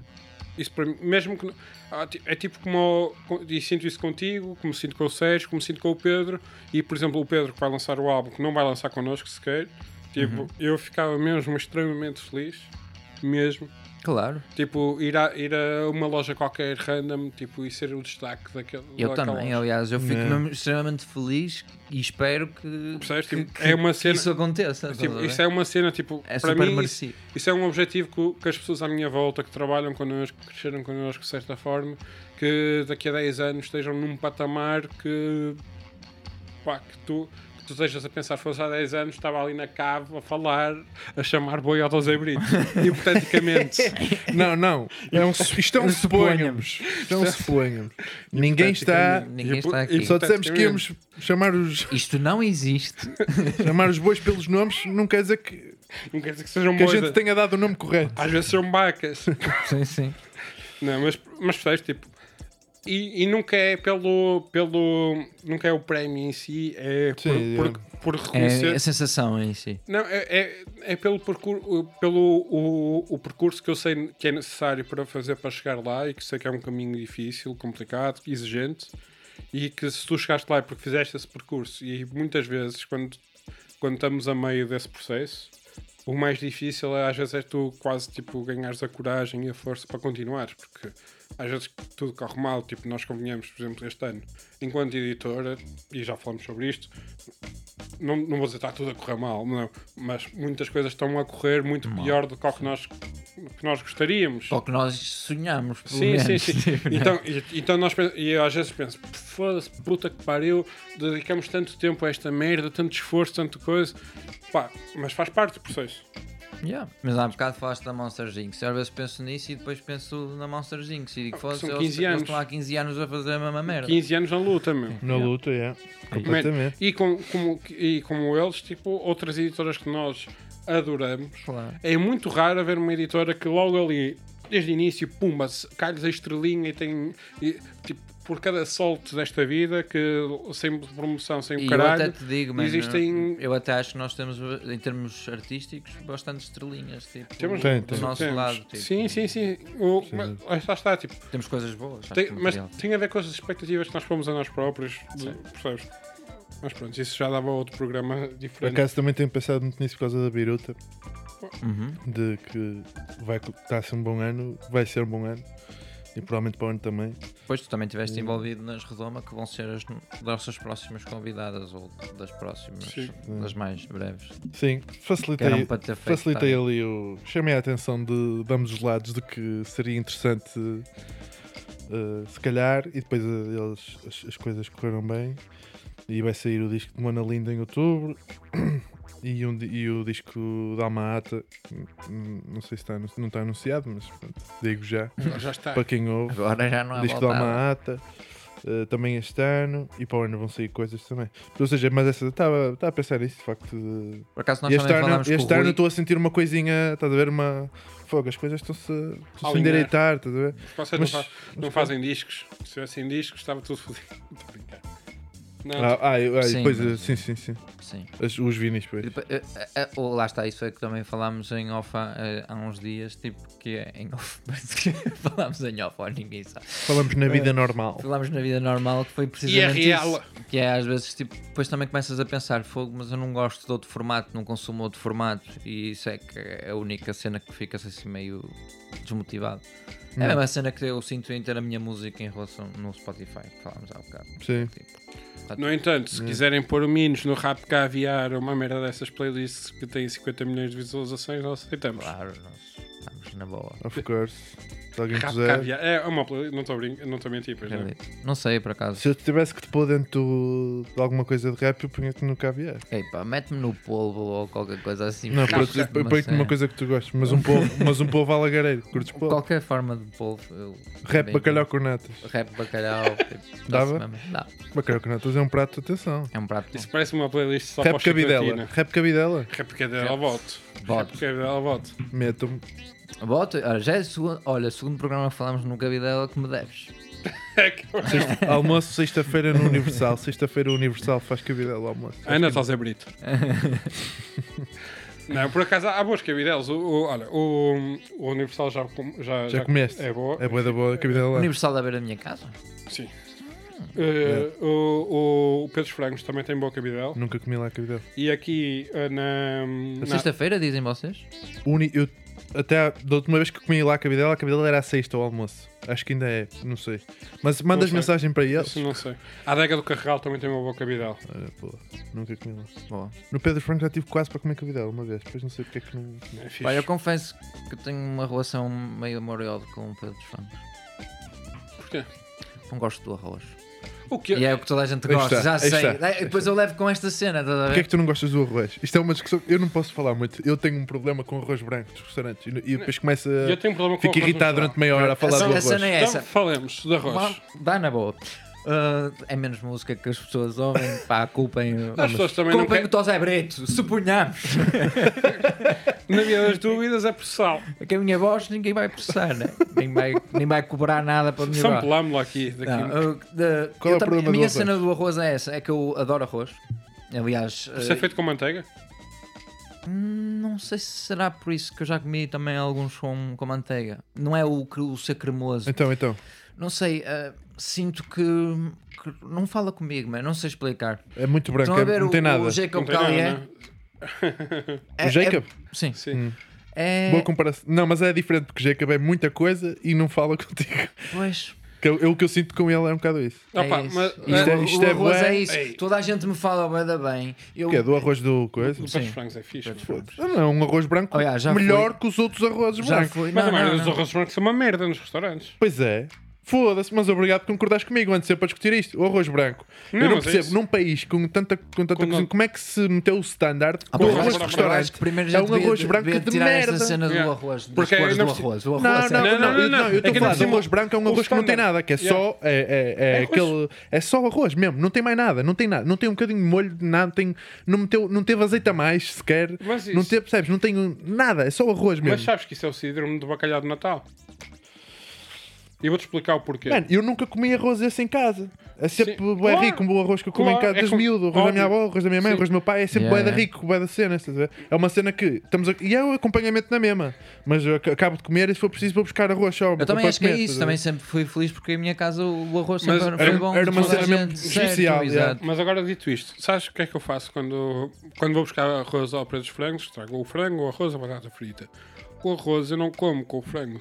S3: isso para mim, mesmo que. não- ah, ti- É tipo como. o- E sinto isso contigo, como sinto com o Sérgio, como sinto com o Pedro. E, por exemplo, o Pedro que vai lançar o álbum, que não vai lançar connosco sequer.
S2: Uhum.
S3: Tipo, eu ficava mesmo extremamente feliz. Mesmo.
S2: Claro,
S3: Tipo, ir a, ir a uma loja qualquer random, tipo, e ser o destaque daquele.
S2: eu
S3: daquela
S2: também,
S3: loja.
S2: aliás, eu fico
S4: Não.
S2: mesmo extremamente feliz e espero que,
S3: Percebes?
S2: que-
S3: Tipo,
S2: que-
S3: é uma
S2: que
S3: cena-
S2: isso aconteça. estás a
S3: Tipo,
S2: ver?
S3: isso é uma cena, tipo,
S2: É
S3: para
S2: super
S3: mim, isso,
S2: merecido.
S3: isso é um objetivo que, o- que as pessoas à minha volta, que trabalham connosco, que cresceram connosco de certa forma, que daqui a 10 anos estejam num patamar que, pá, que tu, que tu estejas a pensar, se fosse há 10 anos, estava ali na cave a falar, a chamar boi ao Dose Brito, hipoteticamente.
S4: Não, não. É um, su- isto é um suponhamos. Isto é um suponhamos. Ninguém está.
S2: Ninguém
S3: tipo,
S2: está
S3: e
S2: aqui.
S4: Só dissemos que íamos chamar os,
S2: Isto não existe.
S4: chamar os bois pelos nomes, não quer dizer que,
S3: Não quer dizer que sejam
S4: que a
S3: bois.
S4: gente tenha dado o nome correto.
S3: Às vezes são vacas.
S2: sim, sim.
S3: Não, mas, mas percebes, tipo. E, e nunca é pelo, pelo. Nunca é o prémio em si, é por-
S4: Sim,
S3: por,
S4: é.
S3: por
S2: É
S3: reconhecer.
S2: a sensação em si.
S3: Não, é, é, é pelo, percur, pelo o, o percurso que eu sei que é necessário para fazer para chegar lá e que sei que é um caminho difícil, complicado, exigente e que se tu chegaste lá é porque fizeste esse percurso e muitas vezes quando, quando estamos a meio desse processo o mais difícil é às vezes é tu quase tipo ganhares a coragem e a força para continuar porque às vezes tudo corre mal, tipo nós convenhamos por exemplo este ano, enquanto editora e já falamos sobre isto não, não vou dizer que está tudo a correr mal, não, mas muitas coisas estão a correr muito pior do que o que nós, que nós gostaríamos.
S2: Só que nós sonhamos. Pelo
S3: Sim, sim,
S2: menos. né?
S3: sim. Então, e- então nós pen- e eu às vezes penso, foda-se, puta que pariu, dedicamos tanto tempo a esta merda, tanto esforço, tanto coisa. Pá, mas faz parte tipo, do processo.
S2: Yeah. Mas há bocado falaste da Monsters Inc. Eu às vezes penso nisso e depois penso na Monsters Inc. E digo, foda-se,
S3: Ah, são
S2: eles,
S3: 15
S2: eles
S3: anos.
S2: estão há 15 anos a fazer a mesma merda.
S3: 15 anos na luta, meu.
S4: Na luta, é.
S3: Man,
S4: Completamente.
S3: e, com, como, e como eles, tipo, outras editoras que nós adoramos,
S2: Claro.
S3: é muito raro haver uma editora que logo ali, desde o início, pumba, se- calhes a estrelinha e tem. e, tipo, por cada solto desta vida, que sem promoção, sem o
S2: E
S3: um caralho.
S2: eu até te digo, mano,
S3: existem-
S2: eu até acho que nós temos, em termos artísticos, bastante estrelinhas, tipo,
S3: Temos-
S4: Tem,
S2: do
S4: tem.
S2: nosso
S3: Temos.
S2: lado, tipo,
S3: Sim, sim, sim. O, mas, lá está, está, tipo,
S2: temos coisas boas, acho
S3: tem-
S2: que
S3: mas
S2: material.
S3: tem a ver com as expectativas que nós pomos a nós próprios, de- percebes? Mas pronto, isso já dava outro programa
S4: Por
S3: diferente.
S4: acaso também tenho pensado muito nisso por causa da biruta.
S2: Uhum.
S4: tá De que vai estar a ser um bom ano, vai ser um bom ano. E provavelmente para o ano também.
S2: Depois tu também estiveste envolvido nas Redoma, que vão ser as nossas próximas convidadas, ou das próximas,
S3: Sim.
S2: das mais breves.
S4: Sim,
S2: Que eram
S4: facilitei,
S2: para ter feito.
S4: facilitei
S2: tá?
S4: ali o. Chamei a atenção de, de ambos os lados do que seria interessante eh, se calhar e depois eh, eles, as, as coisas correram bem. E vai sair o disco de Mona Linda em outubro e, um, di- e o disco da Alma Ata. Hum, hum, Não sei se está, anu- não está anunciado, mas pronto, digo já
S3: Já está.
S4: para quem ouve.
S2: Agora já não é
S4: disco da
S2: voltada.
S4: Alma Ata. eh, também este ano e para o ano vão sair coisas também. Ou seja, mas essa estava estava a pensar nisso de facto. de-
S2: Por acaso nós
S4: e este
S2: também
S4: ano,
S2: falámos com o
S4: este ano
S2: Rui.
S4: estou a sentir uma coisinha, estás a ver? Uma. Fogo, as coisas estão-se estão a
S3: Alinhar. é
S4: endireitar, estás a ver?
S3: Vocês
S4: Mas-
S3: não, fa- não fazem discos. Se tivessem discos, estava tudo fodido. Estou a brincar. Não,
S4: Ah, ah, eu- ah,
S2: Sim, né?
S4: depois,
S2: mas-
S4: sim, sim, sim.
S2: Sim.
S4: As- os vinis,
S2: E
S4: pois.
S2: depois, eh, eh, eh, lá está, isso é que também falámos em off há, eh, há uns dias, tipo que é em off, parece que falámos em off, ó, ninguém sabe.
S4: Falamos
S3: É.
S4: na vida normal.
S2: Falámos na vida normal que foi
S3: e é
S2: precisamente
S3: real.
S2: isso. Que é às vezes tipo, depois também começas a pensar, fogo, mas eu não gosto de outro formato, não consumo outro formato, e isso é que é a única cena que ficas assim meio desmotivado. É a mesma cena que eu sinto em ter a minha música em relação no Spotify, que falámos há bocado.
S4: Sim. Ah.
S3: No entanto,
S4: É.
S3: se quiserem pôr o Minos no Rap Caviar ou uma merda dessas playlists que têm 50 milhões de visualizações, nós aceitamos.
S2: Claro, nós estamos na boa.
S4: Of course. Se alguém
S3: Rap
S4: quiser.
S3: Caviar. É uma playlist, não estou a brincar, não estou a mentir, pois é. não.
S2: Acredito. Não sei por acaso.
S4: Se eu tivesse que te pôr dentro de alguma coisa de rap, eu punha-te no caviar.
S2: Ei, pá, mete-me no polvo ou qualquer coisa assim.
S4: Não,
S2: Faz
S4: pronto, eu
S2: uma
S4: ponho-te numa
S2: cena.
S4: coisa que tu gostes, mas um povo, mas um povo alagareiro. Curtes povo?
S2: Qualquer forma de polvo. Eu...
S4: Rap
S2: bem-
S4: bacalhau com natas.
S2: Rap bacalhau. tipo,
S4: Dava?
S2: dá-se mesmo. Dá.
S4: Bacalhau com natas é um prato, atenção.
S2: É um prato
S3: Isso parece uma playlist só para
S4: Rap
S3: os chiclatina.
S4: cabidela. Rap cabidela.
S3: Rap Cabidela, voto.
S2: Voto.
S3: Rap Cabidela, voto.
S4: Metam-me.
S2: bom. Bota, olha, já é o segundo, olha, o segundo programa que falámos no Cabidela que me deves.
S3: É que-
S4: Almoço sexta-feira no Universal. Sexta-feira o Universal faz cabidela ao almoço.
S3: Ana estás a Brito. Não, por acaso há boas cabidelas. O, o- olha, o, o Universal já, com- já,
S4: Já comeste?
S3: É boa.
S4: É boa da boa a cabidela lá.
S2: Universal da beira da minha casa.
S3: Sim. Eh,
S4: é.
S3: o, o Pedro Frangos também tem boa cabidela.
S4: Nunca comi lá a cabidela.
S3: E aqui eh, na. na-
S2: Sexta-feira, dizem vocês?
S4: Uni- eu, até a- da última vez que comi lá a cabidela, a cabidela era a sexta ao almoço. Acho que ainda é, não sei. Mas mandas
S3: sei.
S4: mensagem para eles.
S3: isso não sei. A adega do Carregal também tem uma boa cabidela.
S4: Olha, pô, nunca comi lá.
S2: Boa.
S4: No Pedro Franco já tive quase para comer cabidela uma vez, depois não sei porque é que não.
S3: É fixe.
S2: Pá, eu confesso que tenho uma relação meio amorosa com o Pedro dos Santos.
S3: Porquê?
S2: Não gosto do arroz.
S3: O que
S2: E é o que toda a gente
S4: Aí
S2: gosta,
S4: está,
S2: já
S4: aí
S2: sei.
S4: está, aí
S2: Depois eu levo com esta cena, estás a ver?
S4: Porquê é que tu não gostas do arroz? Isto é uma discussão. Eu não posso falar muito. Eu tenho um problema com arroz branco dos restaurantes. E, e depois começo a.
S3: Eu tenho um problema com
S4: Fico
S3: arroz
S4: irritado
S3: no geral.
S4: durante meia hora a falar do
S2: cena- a
S4: arroz.
S2: cena é
S3: Então,
S2: essa.
S3: falemos de arroz.
S2: Vá- Dá na boa. Ah, é menos música que as pessoas ouvem, pá, culpem, o-
S3: As pessoas também não
S2: culpem
S3: querem.
S2: o Tosé Breto, suponhamos.
S3: Na minha das dúvidas é por sal.
S2: É que a minha voz ninguém vai processar, né? nem, vai, nem vai cobrar nada para a minha voz.
S3: Samplamo-la aqui. Daqui.
S2: Não, eu- Ah, de-
S4: Qual é
S2: eu tam-
S4: o problema
S2: a
S4: do
S2: minha
S4: arroz?
S2: cena do arroz é essa, é que eu adoro arroz. Aliás,
S3: Isso é
S2: eh,
S3: feito com manteiga?
S2: hum, não sei se será por isso que eu já comi também alguns com, com manteiga. Não é o, cre- o ser cremoso.
S4: Então, então.
S2: Não sei, eh, sinto que, que não fala comigo, mas não sei explicar.
S4: É muito branco.
S2: Estão a
S4: é-
S2: ver
S4: não
S2: o,
S4: tem nada.
S2: o
S3: Não
S2: Jacob
S3: tem nada,
S2: Collier?
S3: não é?
S2: É-
S4: O Jacob?
S2: é- sim.
S4: Hum.
S3: Sim.
S2: É,
S4: Boa comparação. Não, mas é diferente porque Jacob é muita coisa e não fala contigo.
S2: pois,
S4: Que eu, eu- o que eu sinto com ele é um bocado isso.
S2: é
S3: Opa,
S2: isso.
S3: mas-
S2: Isto é-
S4: Isto é- isto
S2: o
S4: é
S2: arroz
S4: bué.
S2: é isso.
S3: Ei.
S2: Toda a gente me fala bué da bem. Eu,
S4: O quê? é Do arroz do coisa?
S3: O peixe
S2: Sim.
S3: frangos é fixe. mano.
S4: Ah, Não, um arroz branco
S2: Olha, já
S4: melhor
S2: fui.
S4: que os outros arrozes
S2: já
S4: brancos.
S2: fui.
S3: Mas
S2: Não,
S3: a maioria
S2: não,
S3: dos
S2: não.
S3: arroz brancos são uma merda nos restaurantes.
S4: Pois é. Foda-se, mas obrigado por concordares comigo. Ando sempre a discutir isto. O arroz branco.
S3: Não,
S4: Eu não
S3: mas é
S4: percebo,
S3: isso.
S4: num país com tanta, com tanta
S3: Com
S4: cozinha,
S3: não-
S4: como é que se meteu o standard
S2: Ah,
S4: com
S2: pá,
S4: o
S2: eu
S4: arroz
S2: acho
S4: de
S2: que- eu acho
S4: restaurante?
S2: que primeiro já
S4: É um
S2: devia-
S4: arroz branco
S2: devia
S4: de
S2: tirar
S4: merda.
S2: esta cena do
S3: Yeah.
S2: arroz. das
S3: Porque
S2: cores
S3: não
S2: do
S3: precisa-
S2: arroz. O
S4: Não,
S2: arroz é-
S4: assim, não, não, não, eu- não, eu
S3: É que
S4: estou a
S3: ainda
S4: falar
S3: por
S4: de
S3: cima
S4: arroz branco é um
S3: o
S4: arroz que não tem
S3: standard.
S4: nada, que é
S3: Yeah.
S4: só é, é, é
S3: É
S4: aquele,
S3: arroz.
S4: é só arroz mesmo, não tem mais nada, não tem nada, não tem um bocadinho de molho, nada, tem, não, meteu, não teve azeite a mais sequer,
S3: Mas isso-
S4: não teve, percebes, não tem um- nada, é só arroz mesmo.
S3: Mas sabes que isso é o síndrome do bacalhau de Natal. E vou-te explicar o porquê.
S4: Mano, eu nunca comi arroz esse em casa. É sempre
S3: Sim,
S4: bué
S3: claro.
S4: rico, um bom arroz que eu como
S3: Claro,
S4: em casa,
S3: é
S4: das
S3: com-
S4: miúdo, arroz da minha
S3: óbvio.
S4: avó, arroz da minha mãe,
S3: Sim.
S4: arroz do meu pai, é sempre
S2: Yeah,
S4: bué da
S2: yeah.
S4: rico, bué da cena, estás a ver? É uma cena que estamos a... E é o acompanhamento na mesma, mas eu ac- acabo de comer e se for preciso vou buscar arroz só.
S2: Eu também
S4: para
S2: acho que é
S4: comer,
S2: isso.
S4: estás a ver?
S2: Também sempre fui feliz porque em minha casa o arroz
S3: Mas
S2: sempre
S3: era-
S2: foi bom.
S4: era uma
S2: toda a
S4: cena mesmo
S2: gente, certo,
S4: especial, yeah.
S2: exato.
S3: Mas agora dito isto, sabes o que é que eu faço quando, quando vou buscar arroz ao preço dos frangos? Trago o frango, o arroz, a batata frita. O arroz eu não como com o frango.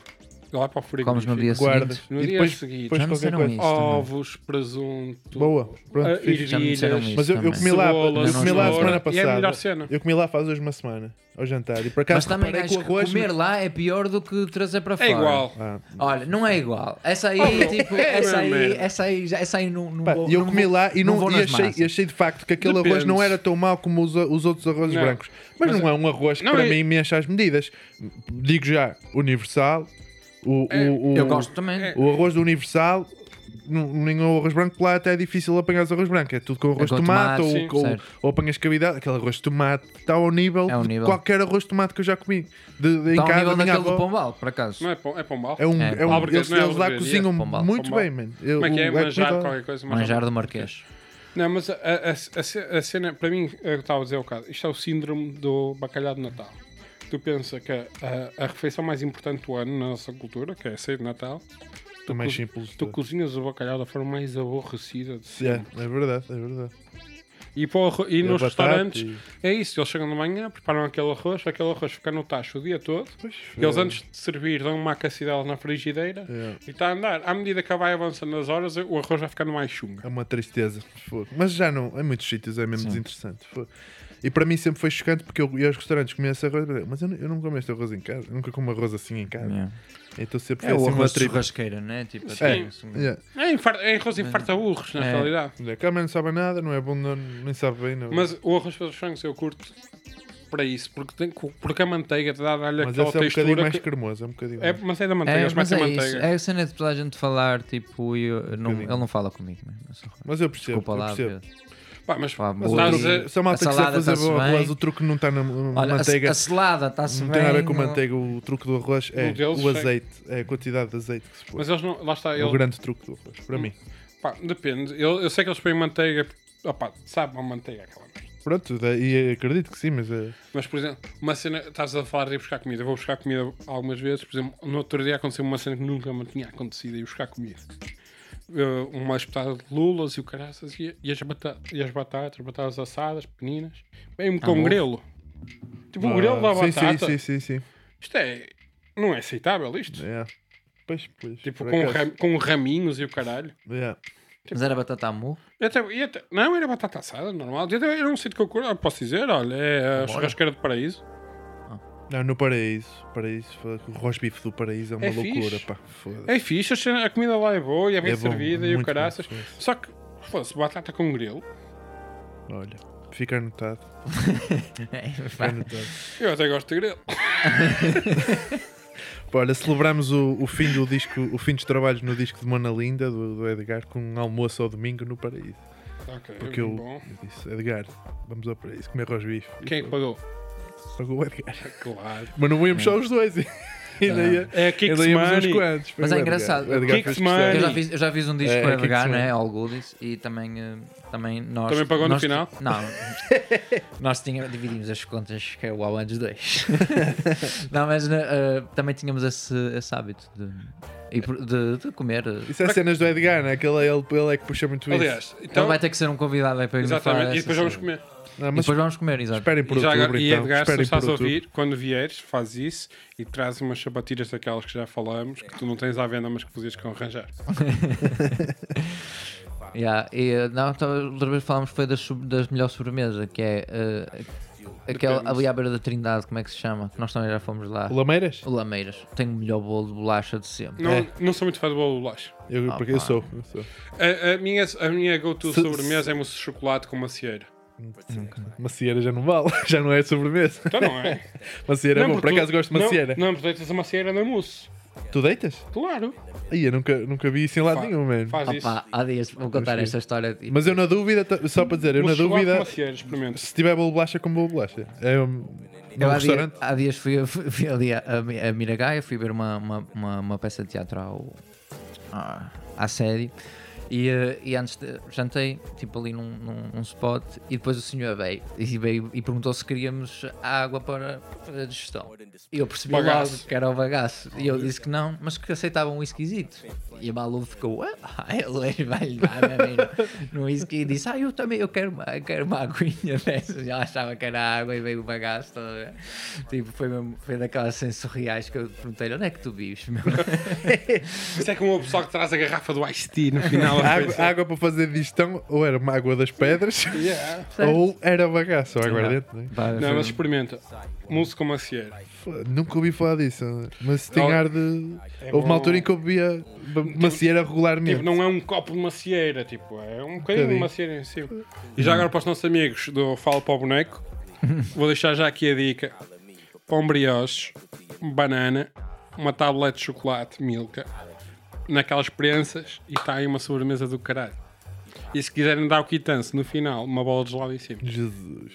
S3: Lá para o frigorífico.
S2: Comes assim, no dia
S4: Guardas.
S2: seguinte.
S3: No
S4: E
S3: dia
S4: depois-
S3: seguinte.
S4: depois
S2: Já me
S4: qualquer
S2: disseram
S4: coisa.
S2: isto.
S3: ovos, presunto.
S4: Boa, pronto,
S3: ah,
S4: fixe.
S2: Já me disseram
S3: ervilhas,
S2: isto
S4: Mas eu- eu
S2: também.
S4: comi lá-
S3: cebola,
S4: eu comi lá a
S3: cenoura.
S4: semana
S3: E é a melhor
S4: passada.
S3: cena.
S4: Eu comi lá faz hoje uma semana, ao jantar. E por
S2: Mas
S4: acaso
S2: também
S4: reparei que
S2: acho
S4: o
S2: que
S4: arroz.
S2: comer lá é pior do que trazer para fora.
S3: É igual.
S4: Ah,
S2: Olha, não é igual. Essa aí, tipo,
S3: é
S2: essa
S3: uma
S2: aí,
S3: merda.
S2: essa aí, já- essa aí não, não
S4: pá,
S2: vou-
S4: e eu
S2: não
S4: comi
S2: vou-
S4: lá e, não,
S2: vou
S4: e
S2: nas
S4: achei,
S2: massas.
S4: e achei de facto que aquele arroz
S3: Depende.
S4: não era tão mau como os, os outros arrozes
S3: Não.
S4: brancos. Mas,
S3: Mas
S4: não é um arroz que
S3: não,
S4: para
S3: é-
S4: mim mexe às medidas. Digo já, universal. O,
S3: É,
S4: o, o,
S2: Eu gosto também.
S3: É.
S4: O arroz do universal. nu- Nenhum arroz branco lá até é difícil apanhar arroz branco. É tudo com arroz
S2: com
S4: de
S2: tomate,
S4: tomate, ou,
S3: sim,
S4: com-
S2: certo.
S4: ou apanhas cavidade. Aquele arroz de tomate está ao nível,
S2: É ao
S4: de
S2: nível.
S4: qualquer arroz de tomate que eu já comi. De, de, em
S2: Está ao
S4: casa,
S2: nível
S4: da minha
S2: daquele do
S4: avó.
S2: Pombal, por acaso.
S3: Não é pão, é pão mal.
S4: É um,
S2: É,
S4: é um-
S3: albergues,
S4: eles,
S3: não é
S4: eles lá
S3: albergues,
S4: cozinham
S2: é, Pombal.
S4: muito
S3: Pombal.
S4: bem, mano.
S3: Como é que é?
S2: um
S3: Manjar,
S4: muito bom.
S3: qualquer coisa. manjar.
S2: Manjar do Marquês.
S3: Não, mas a, a- a ce- a cena, para mim, é o que estava a dizer o caso, isto é o síndrome do bacalhau de Natal. Tu pensa que a, a refeição mais importante do ano na nossa cultura, que é a ceia de Natal,
S4: Estou mais simples.
S3: tu
S4: tá?
S3: cozinhas o bacalhau da forma mais aborrecida de sempre.
S4: Yeah, é verdade, é verdade.
S3: E, para o arro- e
S4: a
S3: nos
S4: batata
S3: restaurantes
S4: e-
S3: é isso, eles chegam de manhã, preparam aquele arroz, aquele arroz fica no tacho o dia todo, e
S4: é.
S3: eles antes de servir dão uma cacidela na frigideira
S4: Yeah.
S3: e está a andar. À medida que vai avançando as horas, o arroz vai ficando mais chunga.
S4: É uma tristeza. fogo. Mas já não, em muitos sítios é mesmo desinteressante. fogo. E para mim sempre foi chocante porque eu ia aos restaurantes comer esse arroz, mas eu, não- eu não como este arroz em casa, eu nunca como arroz assim em casa. Então sempre
S2: É o
S4: foi assim uma
S2: arroz de
S4: tripa.
S2: churrasqueira, né? Tipo,
S3: Sim.
S2: até isso.
S4: Yeah.
S3: É, infarto, é arroz infarta burros, na
S2: É.
S3: realidade.
S4: Olha, A câmera não sabe nada, não é bom, não, nem sabe bem. Não.
S3: Mas o arroz pelos frangos eu curto para isso, porque, tem, porque a manteiga te dá-lhe
S4: Mas
S3: aquela
S4: esse é um bocadinho
S3: textura.
S4: mais
S3: que-
S4: cremoso, é um bocadinho.
S3: É,
S4: mais.
S3: mas é da manteiga,
S2: É,
S3: eles
S2: mas
S3: metem
S2: é isso.
S3: manteiga.
S2: É a cena de toda a gente falar, tipo, e eu, não,
S4: Um bocadinho.
S2: ele não fala comigo, né? Eu só-
S4: Mas eu percebo,
S2: Desculpa
S4: eu
S2: lá,
S4: percebo.
S2: Pedro.
S3: Pá, mas
S2: Pá,
S4: Mas o
S2: boa.
S3: Estás
S4: truque-
S3: a-
S4: se a malta
S2: a
S4: que sabe
S2: salada
S4: fazer
S2: está-se
S4: bom
S2: bem.
S4: arroz, o truque não está na, na
S2: Olha, a-
S4: manteiga.
S2: a, selada está-se
S4: Não
S2: bem.
S4: tem nada a ver com
S2: não-
S4: manteiga, o truque do arroz é
S3: O deles
S4: o
S3: tem.
S4: azeite, é a quantidade de azeite que se põe.
S3: Mas Hum. eles não. Lá está,
S4: É o
S3: eles,
S4: grande truque do arroz, para mim.
S3: pá, depende. Eu, eu sei que eles põem manteiga. Opá, sabe a manteiga aquela merda.
S4: Pronto, da- e acredito que sim, mas é.
S3: Mas, por exemplo, uma cena. Estás a falar de ir buscar comida. Eu vou buscar comida algumas vezes. Por exemplo, no outro dia aconteceu uma cena que nunca me tinha acontecido. Ir buscar comida. Eh, uma espetada de lulas e o caraças e, e as, bata e as batatas, batatas assadas, pequeninas. Mesmo com
S2: bom.
S3: grelo. Tipo, o grelo da
S4: Ah, sim,
S3: batata.
S4: Sim, sim, sim, sim.
S3: Isto é. Não é aceitável isto.
S4: É. Pois, pois.
S3: Tipo,
S4: por
S3: com,
S4: acaso.
S3: ram- com raminhos e o caralho.
S4: É.
S2: Mas era batata amor?
S3: Eu até- e até- não, era batata assada, normal. Eu, eu não sinto que eu curto. Ah, Posso dizer, olha, é a churrasqueira do paraíso.
S4: Não, no Paraíso. Paraíso, foda- o rosbife do Paraíso é uma
S3: É
S4: loucura,
S3: fixe.
S4: pá. Foda-se.
S3: É fixe, a cena- a comida lá é boa e é bem
S4: É bom,
S3: servida e o
S4: muito bom,
S3: caraças.
S4: foda-se.
S3: Só que, fosse batata com grilo,
S4: Olha, fica anotado. Fica
S2: É,
S4: anotado.
S3: eu até gosto de grilo.
S4: Pá, Olha, celebramos o, o fim do disco, o fim dos trabalhos no disco de Mona Linda, do, do Edgar, com um almoço ao domingo no Paraíso.
S3: Ok,
S4: Porque
S3: bem
S4: eu-
S3: bom.
S4: Eu disse, Edgar, vamos ao Paraíso comer rosbife.
S3: Quem é que pagou?
S4: Pagou o Edgar.
S3: Claro.
S4: Mas não íamos só os dois. E daí ia-
S3: É Kix
S4: ainda íamos uns
S3: Money.
S4: quantos. Foi
S2: Mas é
S4: o Edgar.
S2: engraçado.
S4: O Edgar
S3: Kix
S4: fez
S3: Money.
S4: questão.
S2: Eu já, fiz, eu já fiz um disco
S4: É,
S2: para
S4: que que
S2: Edgar,
S4: se-
S2: né? All Goodies. E também, eh, também nós.
S3: Também pagou no
S2: nós-
S3: final?
S2: Não. nós tinha- dividimos as contas, que é o Alan dos dois. não, mas né, eh, também tínhamos esse, esse hábito de, e por- de, de comer. eh.
S4: Isso é cenas do Edgar, né? Aquele, ele, ele é que puxa muito isso.
S3: Aliás,
S2: Então
S3: então.
S2: vai ter que ser um convidado aí para ir
S3: Exatamente, e depois vamos comer.
S4: Não,
S2: E
S4: mas
S2: depois vamos comer, exato.
S4: esperem por
S3: E, já,
S4: outubro,
S3: agora- e
S4: então.
S3: Edgar, se
S4: esperem por
S3: estás a
S4: outubro.
S3: ouvir, quando vieres, faz isso e traz umas sapatilhas daquelas que já falamos, que tu não tens à venda, mas que podias arranjar.
S2: Yeah, e, eh, não, então, outra vez falámos foi das, sub- das melhores sobremesas, que é eh, aquela ali à beira da Trindade, como é que se chama? Que nós também já fomos lá.
S4: Lameiras?
S2: O Lameiras. Tem o melhor bolo de bolacha de sempre.
S3: Não,
S4: É.
S3: não sou muito fã do bolo de bolacha.
S4: Eu,
S2: Ah,
S4: porque
S2: pá.
S4: eu sou. eu sou.
S3: A, a minha, a minha go-to
S4: Se-
S3: sobremesa é mousse de chocolate com macieira.
S4: Macieira já não vale, já não é sobremesa.
S3: Então não é?
S4: Macieira é
S3: não,
S4: bom, por
S3: porque tu-
S4: acaso gosto de macieira.
S3: Não, não porque deitas a macieira na mousse.
S4: Tu deitas?
S3: Claro.
S4: Aí eu nunca, nunca vi isso em lado
S3: Fa-
S4: nenhum, mano.
S3: Faz isso.
S2: Opa, há dias, vou contar esta história. tipo,
S4: Mas eu na dúvida, ta- só para dizer, eu na
S3: Mousse de chocolate
S4: dúvida,
S3: com macieira, experimenta.
S4: se tiver bolo bolacha, como bolo bolacha. É um,
S2: eu
S4: num
S2: há, dia-
S4: restaurante.
S2: há dias fui, fui ali a, a, a Miragaia, fui ver uma, uma, uma, uma peça de teatro ao, à, à série E, eh, e antes de, jantei, tipo ali num, num, num spot, e depois o senhor veio e, veio e perguntou se queríamos água para fazer digestão. E eu percebi
S3: Bagaço.
S2: logo que era o bagaço. E eu disse que não, mas que aceitavam um whiskyzito. E a Malu ficou, ah, ele vai-lhe dar a mim é no whisky. E disse, ah, eu também, eu quero uma, eu quero uma aguinha dessas. E ela achava que era água e veio o bagaço. estás a ver? Tipo, foi, mesmo- foi daquelas cenas surreais que eu perguntei-lhe, onde é que tu vives, meu?
S3: Isso é como o pessoal que traz a garrafa do Ice Tea no final. é?
S4: Água, água para fazer digestão, ou era uma água das pedras,
S3: Yeah.
S4: ou era bagaço, ou aguardente, né?
S2: Pá,
S3: Não,
S2: foi-
S3: mas experimenta. Mousse com macieira.
S4: F- Nunca ouvi falar disso, mas tinha
S3: Não.
S4: ar de.
S3: É
S4: Houve
S3: bom.
S4: uma altura em que eu bebia b- macieira regularmente.
S3: Tipo, não é um copo de macieira, tipo, é um bocadinho de
S4: Bocadinho.
S3: macieira em cima. E já agora para os nossos amigos do Falo para o Boneco, vou deixar já aqui a dica: pão brioche, banana, uma tablete de chocolate, milka, naquelas prensas e está aí uma sobremesa do caralho. E se quiserem dar o quitance no final, uma bola de gelado em cima.
S4: Jesus.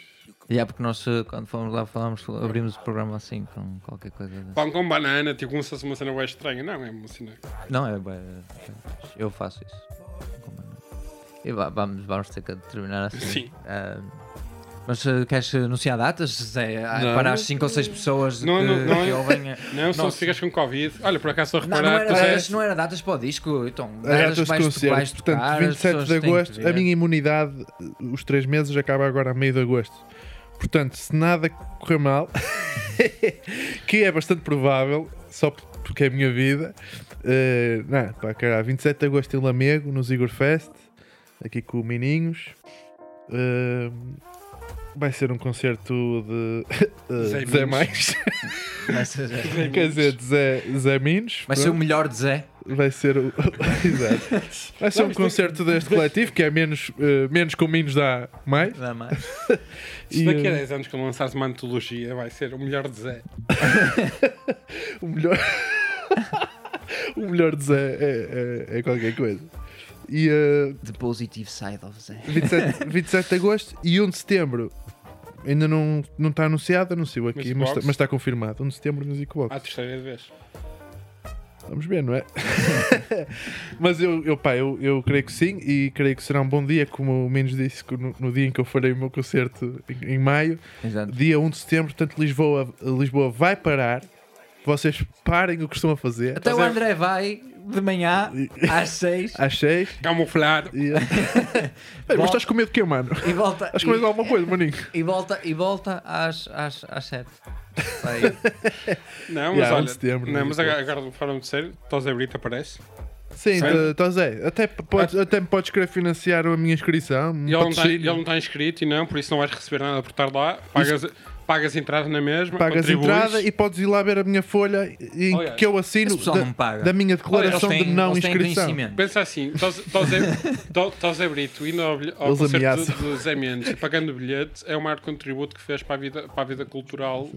S2: E é porque nós, eh, quando fomos lá, falámos, abrimos o programa assim, com qualquer coisa. dessas.
S3: Pão com banana, tipo, como se fosse uma cena bem estranha. Não, é uma cena.
S2: Não, é. bué- Eu faço isso. Como não? E vá- vamos, vamos ter que terminar assim.
S3: Sim.
S2: Ah, mas eh, queres anunciar datas? Zé? Ah,
S4: Não.
S2: Para as 5 ou 6 pessoas
S3: Não,
S2: que,
S3: não, não
S2: que
S3: é-
S2: ouvem. eh,
S3: Não, só
S2: Nossa.
S3: se ficas com Covid. Olha, por acaso, só
S2: Não, não
S3: reparar,
S2: era,
S3: tu já-
S2: datas, não era datas para o disco, então.
S4: Era
S2: Datas
S4: dos
S2: vais, tu, vais
S4: concertos.
S2: tocar,
S4: Portanto,
S2: as
S4: 27
S2: pessoas
S4: de
S2: têm que
S4: agosto, a
S2: ver.
S4: minha imunidade, eh, os três meses, acaba agora a meio de agosto. Portanto, se nada correr mal, que é bastante provável, só p- porque é a minha vida, eh, não, pá, caralho, 27 de agosto em Lamego, no Zigor Fest, aqui com o Mininhos. Eh, vai ser um concerto de eh,
S3: Zé
S4: Zé
S3: Minos.
S4: Mais,
S2: Vai ser,
S4: quer dizer, de Zé, Zé Minos.
S2: vai ser um o melhor de Zé.
S4: Vai ser o. Exato. Vai ser um concerto deste coletivo, que é menos, eh, menos com menos dá mais.
S2: Dá mais.
S3: Se
S4: E,
S3: daqui é a
S4: eh,
S3: 10 anos que eu lançares uma antologia, vai ser o melhor de Zé.
S4: o melhor. o melhor de Zé é, é- é qualquer coisa. E eh,
S2: The Positive Side of Zé.
S4: 27, 27 de agosto e 1 de setembro. Ainda não, não está anunciado, anuncio
S3: Music
S4: aqui, mas está,
S3: Box.
S4: mas está confirmado. 1 de setembro no Zicobox.
S3: À terceira vez.
S4: Vamos ver, não é? Mas eu, eu, pá, eu, eu creio que sim e creio que será um bom dia, como o Menos disse, que no, no dia em que eu farei o meu concerto em, em maio,
S2: Exato.
S4: dia 1 de setembro, portanto Lisboa, Lisboa vai parar. Vocês parem o que estão a fazer.
S2: Até o
S3: Zé-
S2: André vai de manhã às 6
S4: Às 6.
S3: Camuflado.
S4: E... Ei, mas estás com medo de quê, mano?
S2: e volta.
S4: Estás
S2: e-
S4: com medo de alguma coisa, maninho?
S2: E volta, e volta às, às, às 7.
S3: Não, mas
S4: Yeah, um
S3: olha.
S4: de setembro,
S3: não,
S4: no
S3: mas
S4: Zé
S3: agora, agora falando de sério, Tose Brito aparece.
S4: Sim,
S3: Sim.
S4: então Zé, até, p- podes, até me podes querer financiar a minha inscrição. um
S3: E ele não tá-
S4: patrocínio.
S3: ele não está inscrito e não, por isso não vais receber nada por estar lá. Pagas, pagas entrada na mesma.
S4: Pagas
S3: contribuis.
S4: entrada e podes ir lá ver a minha folha em
S3: Olha,
S4: que eu
S2: Esse
S4: assino
S2: pessoal
S4: da,
S2: não paga.
S4: da minha
S3: Eles
S4: declaração de não inscrição.
S3: Pensa assim, Tose- Tose To- Tose Brito indo ao, bilhe- ao
S4: Eles
S3: concerto
S4: ameaçam.
S3: do, do Zé Mendes e pagando o bilhete é o maior contributo que fez para a vida, para a vida cultural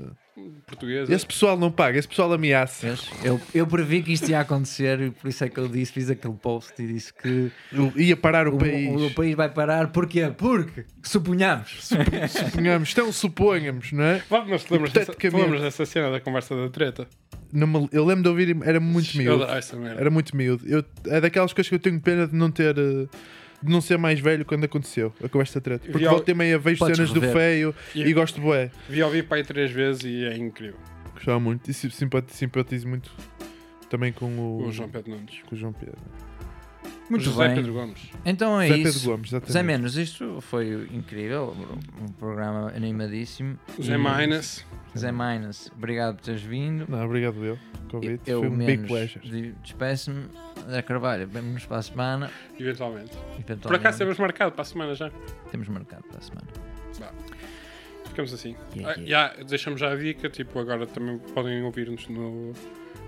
S3: portuguesa.
S4: Esse pessoal não paga, esse pessoal ameaça.
S2: Eu, eu previ que isto ia acontecer e por isso é que eu disse, fiz aquele post e disse que
S4: Eu Ia parar o,
S2: o,
S4: país.
S2: o- o país vai parar. Porquê? Porque suponhamos.
S4: Suponhamos, então suponhamos, não é?
S3: Vá, Mas te lembras, dessa, te
S4: Hipoteticamente.
S3: lembras dessa cena da conversa da treta?
S4: Não me- eu lembro de ouvir, era muito
S3: Eu
S4: miúdo.
S3: adoro essa merda.
S4: Era muito miúdo. Eu, é daquelas coisas que eu tenho pena de não ter. eh, de não ser mais velho quando aconteceu. A conversa treta. Porque
S3: Vi al-
S4: volta e meia vejo
S2: Podes
S4: cenas do
S2: rever.
S4: feio
S3: E-
S4: e gosto de boé.
S3: Vi ouvir pai três vezes e é incrível.
S4: Gostava muito. E sim- simpati- simpatizo muito também com o,
S3: O João Pedro Nunes.
S4: com o João Pedro.
S2: Muito
S3: José
S2: bem.
S3: Pedro Gomes.
S2: Então é
S4: Zé Pedro
S2: isso.
S4: Gomes, exatamente.
S2: Zé Menos, isto foi incrível. Um programa animadíssimo.
S3: Zé
S2: E-
S3: Minus.
S2: Zé Minus, obrigado por teres vindo.
S4: Não, obrigado eu. Convite.
S2: Eu,
S4: Foi um big
S2: menos,
S4: pleasure.
S2: de- despeço-me. André Carvalho, vemo-nos para a semana.
S3: Eventualmente.
S2: Tá
S3: Por acaso temos marcado para a semana já.
S2: Temos marcado para a semana.
S3: Ficamos assim.
S2: Yeah,
S3: Ah, já, deixamos já a dica. Tipo, agora também podem ouvir-nos no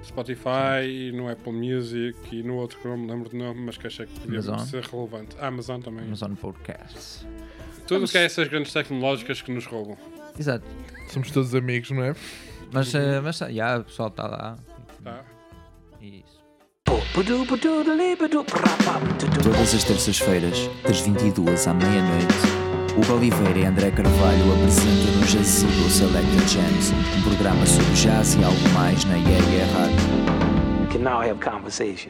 S3: Spotify e no Apple Music e no outro que eu não me lembro do nome, mas que achei que podia
S2: Amazon.
S3: ser relevante. Ah, Amazon também.
S2: Amazon Podcasts.
S3: Tudo o que é essas grandes tecnológicas que nos roubam.
S2: Exato.
S4: Somos todos amigos, não é?
S2: Mas,
S3: Uhum.
S2: eh, mas já, o pessoal está lá.
S3: Tá?
S2: E isso.
S1: Todas as terças-feiras, das 22 à meia-noite, Hugo Oliveira e André Carvalho apresentam-nos Jazigo Selecta Jams, um programa sobre jazz e algo mais na IER Rádio.
S5: We can now have conversation.